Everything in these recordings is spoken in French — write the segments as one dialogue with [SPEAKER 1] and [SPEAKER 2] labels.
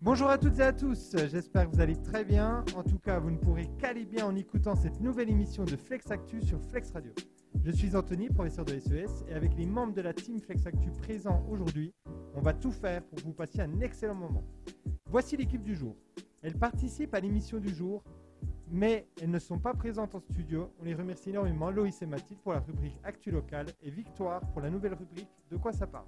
[SPEAKER 1] Bonjour à toutes et à tous, j'espère que vous allez très bien. En tout cas, vous ne pourrez qu'aller bien en écoutant cette nouvelle émission de Flex Actu sur Flex Radio. Je suis Anthony, professeur de SES, et avec les membres de la team Flex Actu présents aujourd'hui, on va tout faire pour que vous passiez un excellent moment. Voici l'équipe du jour. Elle participe à l'émission du jour, mais elles ne sont pas présentes en studio. On les remercie énormément, Loïs et Mathilde pour la rubrique Actu Locale et Victoire pour la nouvelle rubrique De quoi ça parle.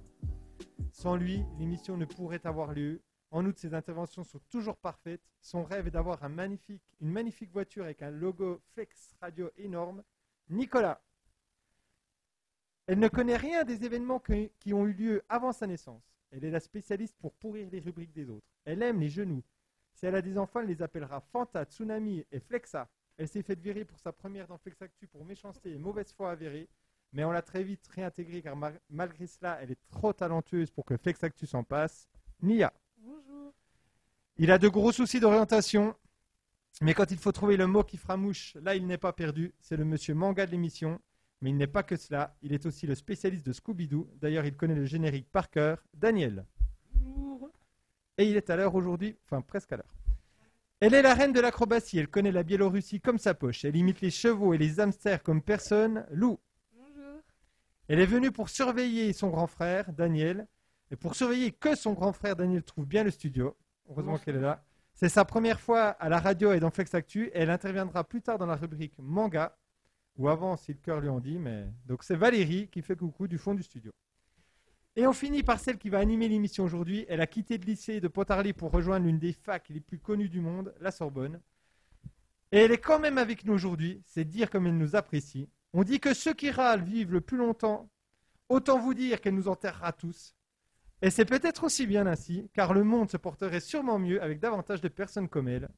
[SPEAKER 1] Sans lui, l'émission ne pourrait avoir lieu. En outre, ses interventions sont toujours parfaites. Son rêve est d'avoir un magnifique, une magnifique voiture avec un logo Flex Radio énorme. Nicolas. Elle ne connaît rien des événements que- qui ont eu lieu avant sa naissance. Elle est la spécialiste pour pourrir les rubriques des autres. Elle aime les genoux. Si elle a des enfants, elle les appellera Fanta, Tsunami et Flexa. Elle s'est faite virer pour sa première dans Flex Actu pour méchanceté et mauvaise foi avérée. Mais on l'a très vite réintégrée car mar- malgré cela, elle est trop talentueuse pour que Flex Actu s'en passe. Nia.
[SPEAKER 2] Bonjour.
[SPEAKER 1] Il a de gros soucis d'orientation, mais quand il faut trouver le mot qui fera mouche, là il n'est pas perdu. C'est le monsieur manga de l'émission, mais il n'est pas que cela. Il est aussi le spécialiste de Scooby-Doo. D'ailleurs, il connaît le générique par cœur. Daniel. Et il est à l'heure aujourd'hui, enfin presque à l'heure. Elle est la reine de l'acrobatie. Elle connaît la Biélorussie comme sa poche. Elle imite les chevaux et les hamsters comme personne. Lou.
[SPEAKER 2] Bonjour.
[SPEAKER 1] Elle est venue pour surveiller son grand frère, Daniel. Et pour surveiller que son grand frère, Daniel trouve bien le studio. Heureusement
[SPEAKER 2] Bonjour.
[SPEAKER 1] qu'elle est là. C'est sa première fois à la radio et dans Flex Actu. Et elle interviendra plus tard dans la rubrique manga, ou avant si le cœur lui en dit. Mais... Donc c'est Valérie qui fait coucou du fond du studio. Et on finit par celle qui va animer l'émission aujourd'hui. Elle a quitté le lycée de Pontarlier pour rejoindre l'une des facs les plus connues du monde, la Sorbonne. Et elle est quand même avec nous aujourd'hui. C'est dire comme elle nous apprécie. On dit que ceux qui râlent vivent le plus longtemps Autant vous dire qu'elle nous enterrera tous. Et c'est peut-être aussi bien ainsi, car le monde se porterait sûrement mieux avec davantage de personnes comme elle.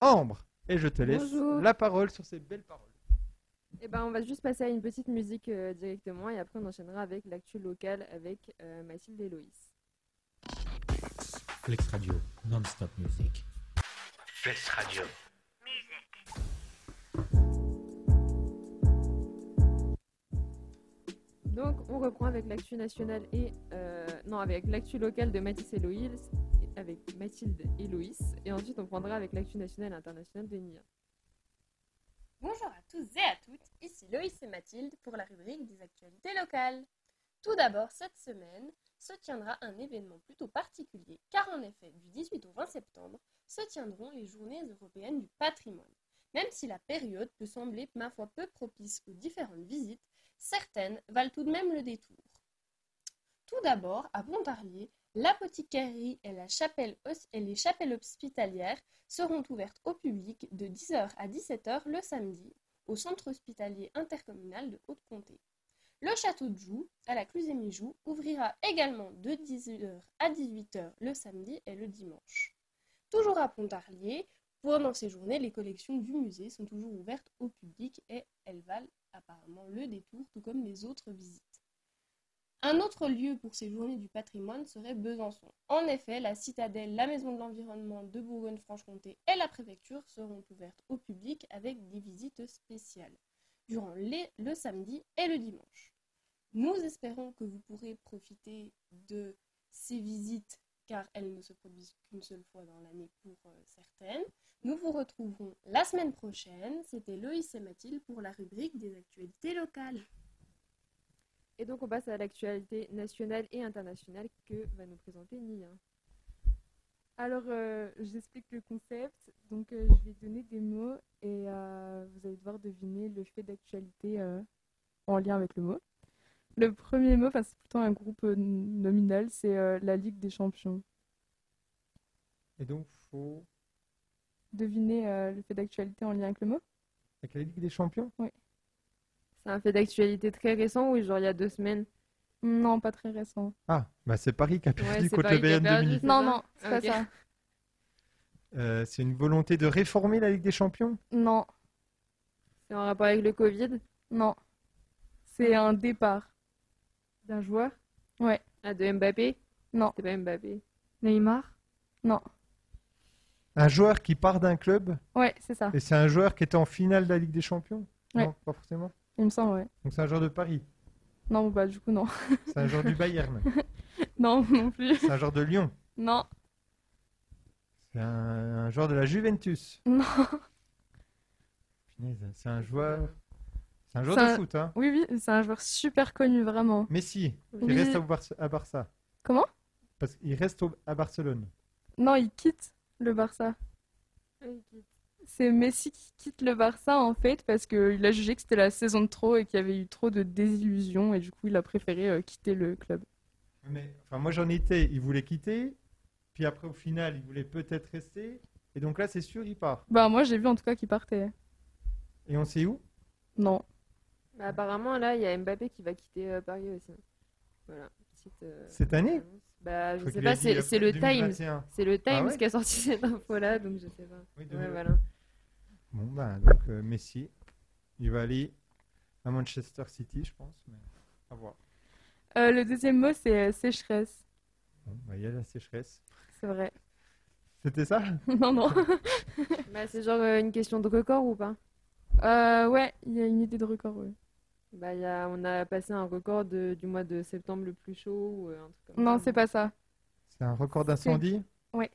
[SPEAKER 1] Ambre, et je te laisse
[SPEAKER 2] Bonjour.
[SPEAKER 1] la parole sur ces belles paroles.
[SPEAKER 2] Eh ben, on va juste passer à une petite musique euh, directement et après on enchaînera avec l'actu locale avec euh, Mathilde et Loïs.
[SPEAKER 3] Flex Radio, non-stop music.
[SPEAKER 4] Flex Radio.
[SPEAKER 2] Donc on reprend avec l'actu nationale et euh, non avec l'actu locale de Mathis et Loïs avec Mathilde et Loïs et ensuite on prendra avec l'actu nationale et internationale de Nia.
[SPEAKER 5] Bonjour à tous et à toutes, ici Loïs et Mathilde pour la rubrique des actualités locales. Tout d'abord, cette semaine se tiendra un événement plutôt particulier, car en effet, du 18 au 20 septembre se tiendront les Journées européennes du patrimoine. Même si la période peut sembler, ma foi, peu propice aux différentes visites, certaines valent tout de même le détour. Tout d'abord, à Pontarlier, l'apothicairie et, la chapelle hos- et les chapelles hospitalières seront ouvertes au public de 10h à 17h le samedi au centre hospitalier intercommunal de Haute-Comté. Le château de Joux, à la Clusémijoux, ouvrira également de 10h à 18h le samedi et le dimanche. Toujours à Pontarlier, pendant ces journées, les collections du musée sont toujours ouvertes au public et elles valent apparemment le détour, tout comme les autres visites. Un autre lieu pour ces journées du patrimoine serait Besançon. En effet, la citadelle, la maison de l'environnement de Bourgogne-Franche-Comté et la préfecture seront ouvertes au public avec des visites spéciales durant les- le samedi et le dimanche. Nous espérons que vous pourrez profiter de ces visites car elles ne se produisent qu'une seule fois dans l'année pour euh, certaines. Nous vous retrouverons la semaine prochaine. C'était Loïs et Mathilde pour la rubrique des actualités locales.
[SPEAKER 2] Et donc on passe à l'actualité nationale et internationale que va nous présenter Nia.
[SPEAKER 6] Alors, euh, j'explique le concept. Donc, euh, je vais donner des mots et euh, vous allez devoir deviner le fait d'actualité euh, en lien avec le mot. Le premier mot, enfin, c'est plutôt un groupe euh, nominal, c'est euh, la Ligue des Champions.
[SPEAKER 1] Et donc, faut.
[SPEAKER 6] Devinez euh, le fait d'actualité en lien avec le mot.
[SPEAKER 1] Avec la Ligue des Champions
[SPEAKER 2] C'est un fait d'actualité très récent ou genre il y a deux semaines
[SPEAKER 6] Non, pas très récent.
[SPEAKER 1] Ah, bah c'est Paris qui a perdu
[SPEAKER 2] c'est
[SPEAKER 1] contre
[SPEAKER 2] Paris
[SPEAKER 1] le
[SPEAKER 2] qui a
[SPEAKER 1] Bayern de
[SPEAKER 2] perdu.
[SPEAKER 1] Munich.
[SPEAKER 2] C'est
[SPEAKER 6] Non,
[SPEAKER 2] ça
[SPEAKER 6] non, c'est
[SPEAKER 2] Ah,
[SPEAKER 6] pas
[SPEAKER 2] ok.
[SPEAKER 6] ça.
[SPEAKER 1] Euh, c'est une volonté de réformer la Ligue des Champions
[SPEAKER 6] Non,
[SPEAKER 2] C'est en rapport avec le Covid
[SPEAKER 6] non. C'est un départ.
[SPEAKER 2] d'un joueur
[SPEAKER 6] Ouais.
[SPEAKER 2] Ah, de Mbappé
[SPEAKER 6] Non.
[SPEAKER 2] C'est pas Mbappé.
[SPEAKER 6] Neymar? Non.
[SPEAKER 1] Un joueur qui part d'un club,
[SPEAKER 6] Ouais, c'est ça.
[SPEAKER 1] et c'est un joueur qui était en finale de la Ligue des Champions
[SPEAKER 6] Ouais.
[SPEAKER 1] Non, pas forcément.
[SPEAKER 6] Il me semble, ouais.
[SPEAKER 1] Donc c'est un joueur de Paris,
[SPEAKER 6] Non, bon, bah, du coup, non.
[SPEAKER 1] c'est un joueur du Bayern,
[SPEAKER 6] Non, non plus.
[SPEAKER 1] c'est un joueur de Lyon,
[SPEAKER 6] Non.
[SPEAKER 1] C'est un, un joueur de la Juventus.
[SPEAKER 6] Non.
[SPEAKER 1] Punaise, c'est un joueur. C'est un joueur
[SPEAKER 6] C'est
[SPEAKER 1] de
[SPEAKER 6] un-
[SPEAKER 1] foot, hein.
[SPEAKER 6] Oui, oui, c'est un joueur super connu, vraiment.
[SPEAKER 1] Messi, qui
[SPEAKER 6] Oui.
[SPEAKER 1] reste au Barce- à Barça.
[SPEAKER 6] Comment
[SPEAKER 1] Parce qu'il reste au- à Barcelone.
[SPEAKER 6] Non, il quitte le Barça.
[SPEAKER 2] Ah,
[SPEAKER 6] C'est Messi qui quitte le Barça en fait parce qu'il a jugé que c'était la saison de trop et qu'il y avait eu trop de désillusions et du coup il a préféré euh, quitter le club.
[SPEAKER 1] Mais, enfin, moi j'en étais, il voulait quitter, puis après au final il voulait peut-être rester, et donc là c'est sûr il part.
[SPEAKER 6] Bah moi j'ai vu en tout cas qu'il partait.
[SPEAKER 1] Et on sait où
[SPEAKER 6] Non.
[SPEAKER 2] Mais Bah, apparemment, là, il y a Mbappé qui va quitter euh, Paris aussi. Voilà. Petite, euh,
[SPEAKER 1] Cette année
[SPEAKER 2] annonce. Bah,
[SPEAKER 1] Je
[SPEAKER 2] je
[SPEAKER 1] crois
[SPEAKER 2] sais
[SPEAKER 1] qu'il a
[SPEAKER 2] pas,
[SPEAKER 1] dit,
[SPEAKER 2] c'est
[SPEAKER 1] euh,
[SPEAKER 2] c'est le Times.
[SPEAKER 1] 2021.
[SPEAKER 2] C'est le Times
[SPEAKER 1] Ah ouais
[SPEAKER 2] qui a sorti cette info-là, donc je sais pas.
[SPEAKER 1] Oui,
[SPEAKER 2] Ouais,
[SPEAKER 1] 2021.
[SPEAKER 2] voilà.
[SPEAKER 1] Bon, ben donc euh, Messi, il va aller à Manchester City, je pense. Mais... À voir.
[SPEAKER 6] Euh, le deuxième mot c'est euh, sécheresse.
[SPEAKER 1] Bon, ben, il y a la sécheresse.
[SPEAKER 6] C'est vrai.
[SPEAKER 1] C'était ça
[SPEAKER 6] non, non.
[SPEAKER 2] Bah, c'est genre euh, une question de record ou pas
[SPEAKER 6] Euh, ouais, il y a une idée de record. ouais.
[SPEAKER 2] Bah, il y a, on a passé un record de- du mois de septembre le plus chaud ou euh, un truc comme
[SPEAKER 6] Non,
[SPEAKER 2] ça.
[SPEAKER 6] c'est pas ça.
[SPEAKER 1] C'est un record d'incendie
[SPEAKER 2] Ah ouais,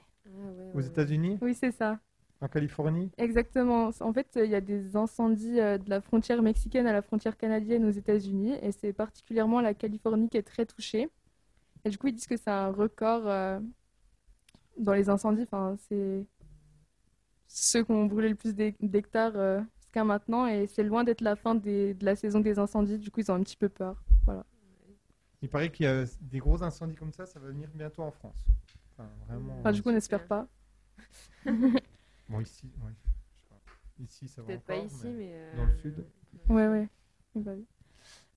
[SPEAKER 1] aux
[SPEAKER 2] ouais.
[SPEAKER 1] États-Unis,
[SPEAKER 6] Oui, c'est ça.
[SPEAKER 1] en Californie.
[SPEAKER 6] Exactement. En fait, il y a des incendies euh, de la frontière mexicaine à la frontière canadienne aux États-Unis, et c'est particulièrement la Californie qui est très touchée. Et du coup, ils disent que c'est un record euh, dans les incendies. Enfin, c'est ceux qui ont brûlé le plus d'hec- d'hectares euh, jusqu'à maintenant, et c'est loin d'être la fin des- de la saison des incendies. Du coup, ils ont un petit peu peur.
[SPEAKER 1] Il paraît qu'il y a des gros incendies comme ça, ça va venir bientôt en France. Enfin, vraiment. euh,
[SPEAKER 6] Enfin, du coup, on n'espère
[SPEAKER 2] Super.
[SPEAKER 6] pas.
[SPEAKER 1] Bon, ici, ouais, je sais pas. Ici, ça va
[SPEAKER 2] Peut-être pas
[SPEAKER 1] encore,
[SPEAKER 2] ici,
[SPEAKER 1] mais-
[SPEAKER 2] mais.
[SPEAKER 1] dans le
[SPEAKER 2] euh,
[SPEAKER 1] sud.
[SPEAKER 6] Ouais, ouais. Oui, bah oui.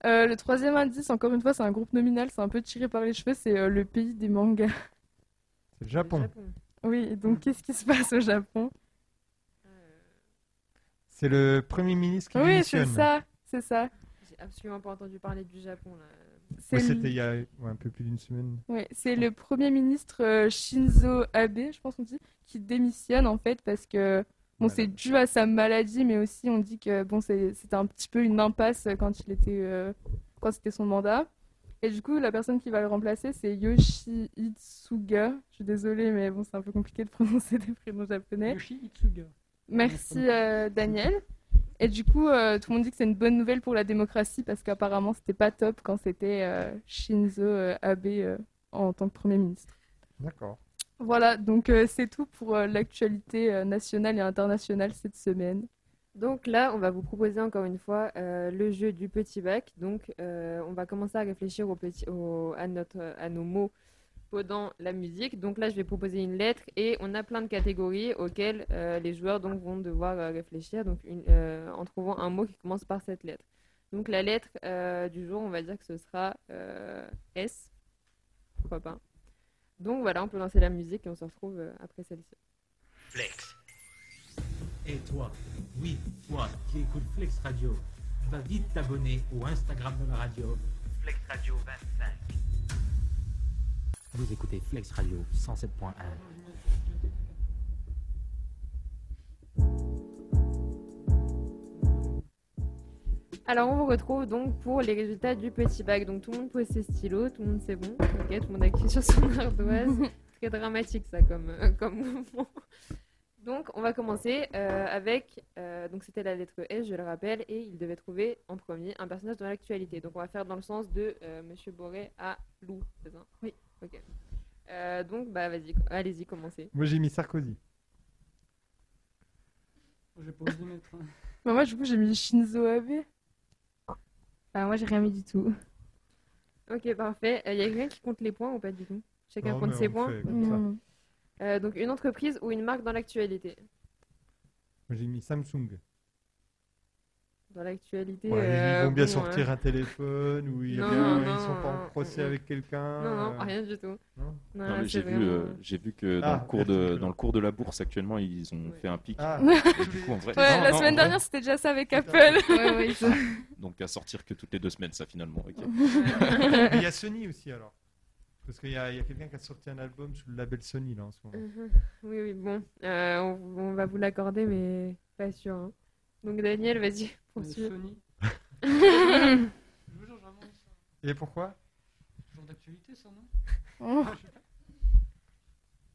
[SPEAKER 6] Euh, le troisième indice, encore une fois, c'est un groupe nominal, c'est un peu tiré par les cheveux, c'est euh, le pays des mangas.
[SPEAKER 1] C'est le
[SPEAKER 2] le
[SPEAKER 1] Japon.
[SPEAKER 6] Oui, et donc qu'est-ce qui se passe au Japon?
[SPEAKER 2] Euh,
[SPEAKER 1] C'est le Premier ministre qui
[SPEAKER 6] Oui, c'est
[SPEAKER 1] démissionne.
[SPEAKER 6] ça, c'est ça.
[SPEAKER 2] J'ai absolument pas entendu parler du Japon là.
[SPEAKER 1] Ouais,
[SPEAKER 6] C'est le-
[SPEAKER 1] C'était il y a ouais, un peu plus d'une semaine.
[SPEAKER 6] ouais, c'est le Premier ministre euh, Shinzo Abe, je pense qu'on dit, qui démissionne en fait parce que bon,
[SPEAKER 1] Malade.
[SPEAKER 6] c'est dû à sa maladie, mais aussi on dit que bon, c'est- c'était un petit peu une impasse quand il était euh, quand c'était son mandat. Et du coup, la personne qui va le remplacer, c'est Yoshi Itsuga. Je suis désolée, mais bon, c'est un peu compliqué de prononcer des prénoms japonais.
[SPEAKER 4] Yoshi Itsuga.
[SPEAKER 6] Merci euh, Daniel. Et du coup, euh, tout le monde dit que c'est une bonne nouvelle pour la démocratie parce qu'apparemment c'était pas top quand c'était euh, Shinzo euh, Abe euh, en tant que Premier ministre.
[SPEAKER 1] D'accord.
[SPEAKER 6] Voilà, donc euh, c'est tout pour euh, l'actualité euh, nationale et internationale cette semaine.
[SPEAKER 2] Donc là, on va vous proposer encore une fois euh, le jeu du petit bac. Donc euh, on va commencer à réfléchir au petit, au- à, notre, à nos mots pendant la musique. Donc là, je vais proposer une lettre et on a plein de catégories auxquelles euh, les joueurs donc, vont devoir euh, réfléchir donc une- euh, en trouvant un mot qui commence par cette lettre. Donc la lettre euh, du jour, on va dire que ce sera euh, S. Pourquoi pas. Donc voilà, on peut lancer la musique et on se retrouve euh, après celle-ci.
[SPEAKER 7] Flex.
[SPEAKER 3] Et toi, oui, toi qui écoutes Flex Radio, va vite t'abonner au Instagram de la radio.
[SPEAKER 7] Flex Radio 25.
[SPEAKER 3] Vous écoutez Flex Radio 107.1.
[SPEAKER 2] Alors, on vous retrouve donc pour les résultats du petit bac. Donc, tout le monde pose ses stylos, tout le monde c'est bon. Ok, tout le monde a écrit sur son ardoise. Très dramatique, ça, comme, euh, comme mouvement. Donc, on va commencer euh, avec. euh, donc, c'était la lettre S, je le rappelle, et il devait trouver en premier un personnage dans l'actualité. Donc, on va faire dans le sens de euh, Monsieur Boré à Lou. c'est ça
[SPEAKER 6] Oui.
[SPEAKER 2] Ok. Euh, donc, bah, vas-y, allez-y, commencez.
[SPEAKER 1] Moi, j'ai mis Sarkozy.
[SPEAKER 4] J'ai pas osé mettre. hein.
[SPEAKER 6] Bah, moi, du coup, j'ai mis Shinzo Abe. Bah, moi, j'ai rien mis du tout.
[SPEAKER 2] Ok, parfait. Il y a quelqu'un qui compte les points ou pas du tout Chacun
[SPEAKER 1] Non,
[SPEAKER 2] compte
[SPEAKER 1] mais
[SPEAKER 2] ses
[SPEAKER 1] on
[SPEAKER 2] points
[SPEAKER 1] fait comme ça. Moi,
[SPEAKER 6] Non.
[SPEAKER 2] Euh, donc une entreprise ou une marque dans l'actualité.
[SPEAKER 1] j'ai mis Samsung.
[SPEAKER 2] Dans l'actualité.
[SPEAKER 1] Ouais,
[SPEAKER 2] euh,
[SPEAKER 1] ils vont bien
[SPEAKER 2] bon,
[SPEAKER 1] sortir
[SPEAKER 2] hein.
[SPEAKER 1] un téléphone ou ils,
[SPEAKER 2] Non,
[SPEAKER 1] bien-
[SPEAKER 2] non,
[SPEAKER 1] ils
[SPEAKER 2] non,
[SPEAKER 1] sont pas en
[SPEAKER 2] non,
[SPEAKER 1] procès
[SPEAKER 2] non.
[SPEAKER 1] avec quelqu'un.
[SPEAKER 2] Non,
[SPEAKER 1] euh,
[SPEAKER 2] non, rien du tout.
[SPEAKER 1] non
[SPEAKER 2] Non,
[SPEAKER 8] Non, mais
[SPEAKER 2] là,
[SPEAKER 8] j'ai
[SPEAKER 2] c'est
[SPEAKER 8] vu, euh,
[SPEAKER 2] vraiment-
[SPEAKER 8] j'ai vu que dans,
[SPEAKER 1] Ah,
[SPEAKER 8] le cours de,
[SPEAKER 1] merci.
[SPEAKER 8] dans le cours de la bourse actuellement, ils ont
[SPEAKER 2] Ouais.
[SPEAKER 8] fait un pic.
[SPEAKER 1] Ah,
[SPEAKER 8] Et du coup, en vrai,
[SPEAKER 6] Ouais,
[SPEAKER 8] non,
[SPEAKER 6] la
[SPEAKER 8] non, en
[SPEAKER 6] semaine
[SPEAKER 8] vrai,
[SPEAKER 6] dernière, c'était déjà ça avec
[SPEAKER 1] Putain.
[SPEAKER 6] Apple.
[SPEAKER 2] Ouais, ouais, ils sont-
[SPEAKER 8] donc à sortir que toutes les deux semaines, ça finalement. ok.
[SPEAKER 1] mais il y a Sony aussi alors. Parce qu'il y a, il y a quelqu'un qui a sorti un album sous le label Sony là en ce moment.
[SPEAKER 2] Mhm. oui, oui, bon. Euh, on, on va vous l'accorder, mais pas sûr. hein. Donc Daniel, vas-y,
[SPEAKER 4] Euh,
[SPEAKER 2] poursuis.
[SPEAKER 4] Sony. Je vous jure, j'avance.
[SPEAKER 1] Et pourquoi
[SPEAKER 4] Toujours d'actualité, ça, non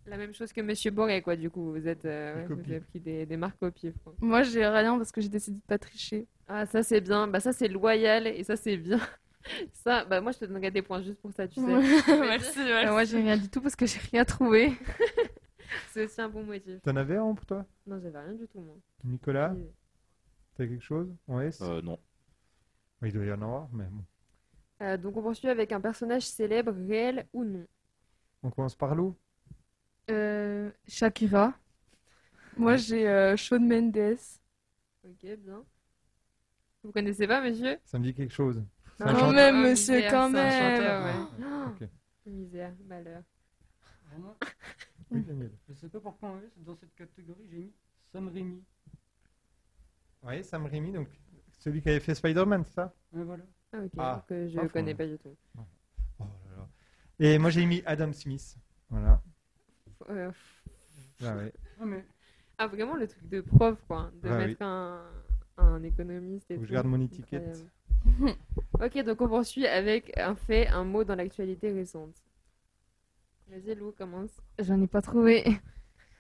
[SPEAKER 2] La même chose que Monsieur Boré, quoi, du coup. Vous êtes, euh,
[SPEAKER 1] Des
[SPEAKER 2] ouais, vous
[SPEAKER 1] copies.
[SPEAKER 2] avez pris des, des marques au pif. quoi.
[SPEAKER 6] Moi, j'ai rien parce que j'ai décidé de pas tricher.
[SPEAKER 2] Ah, ça, c'est bien. Bah, ça, c'est loyal et ça, c'est bien. Ça, bah, moi, je te donnerai des points juste pour ça, tu sais. Euh,
[SPEAKER 6] merci, Moi, j'ai rien du tout parce que j'ai rien trouvé.
[SPEAKER 2] C'est aussi un bon motif.
[SPEAKER 1] T'en avais un pour toi
[SPEAKER 2] Non, j'avais rien du tout, moi.
[SPEAKER 1] Nicolas,
[SPEAKER 2] Oui.
[SPEAKER 1] t'as quelque chose En S
[SPEAKER 8] Euh, non.
[SPEAKER 1] Il doit y en avoir, mais bon.
[SPEAKER 2] Euh, donc, on poursuit avec un personnage célèbre, réel ou non.
[SPEAKER 1] On commence par Lou.
[SPEAKER 6] Euh, Shakira. Moi, j'ai euh, Shawn Mendes.
[SPEAKER 2] Ok, bien. Vous connaissez pas, monsieur
[SPEAKER 1] Ça me dit quelque chose. C'est
[SPEAKER 2] Ah,
[SPEAKER 1] un
[SPEAKER 6] Quand
[SPEAKER 1] chanteur.
[SPEAKER 6] même,
[SPEAKER 2] Ah,
[SPEAKER 6] monsieur,
[SPEAKER 2] misère,
[SPEAKER 6] quand
[SPEAKER 2] c'est un chanteur,
[SPEAKER 6] même.
[SPEAKER 2] Ah ouais.
[SPEAKER 1] Ok.
[SPEAKER 2] Misère, malheur.
[SPEAKER 4] Vraiment,
[SPEAKER 1] Oui, Daniel.
[SPEAKER 4] je sais pas pourquoi en plus, dans cette catégorie, j'ai mis Sam Raimi.
[SPEAKER 1] Oui, Sam Raimi, donc celui qui avait fait Spider-Man, c'est ça
[SPEAKER 4] Ouais, voilà.
[SPEAKER 2] Ah, ok,
[SPEAKER 1] Ah,
[SPEAKER 2] que je
[SPEAKER 1] pas fou,
[SPEAKER 2] connais
[SPEAKER 1] hein.
[SPEAKER 2] pas du tout.
[SPEAKER 1] Oh là là. Et moi j'ai mis Adam Smith. Voilà.
[SPEAKER 2] Euh,
[SPEAKER 1] Ah ouais.
[SPEAKER 4] Ah, mais
[SPEAKER 2] Ah, vraiment le truc de prof, quoi, de
[SPEAKER 1] Ah oui.
[SPEAKER 2] mettre un, un économiste et
[SPEAKER 1] Faut que
[SPEAKER 2] tout.
[SPEAKER 1] je garde mon étiquette.
[SPEAKER 2] Incroyable. ok, donc on poursuit avec un fait, un mot dans l'actualité récente. Vas-y, Lou, commence.
[SPEAKER 6] J'en ai pas trouvé.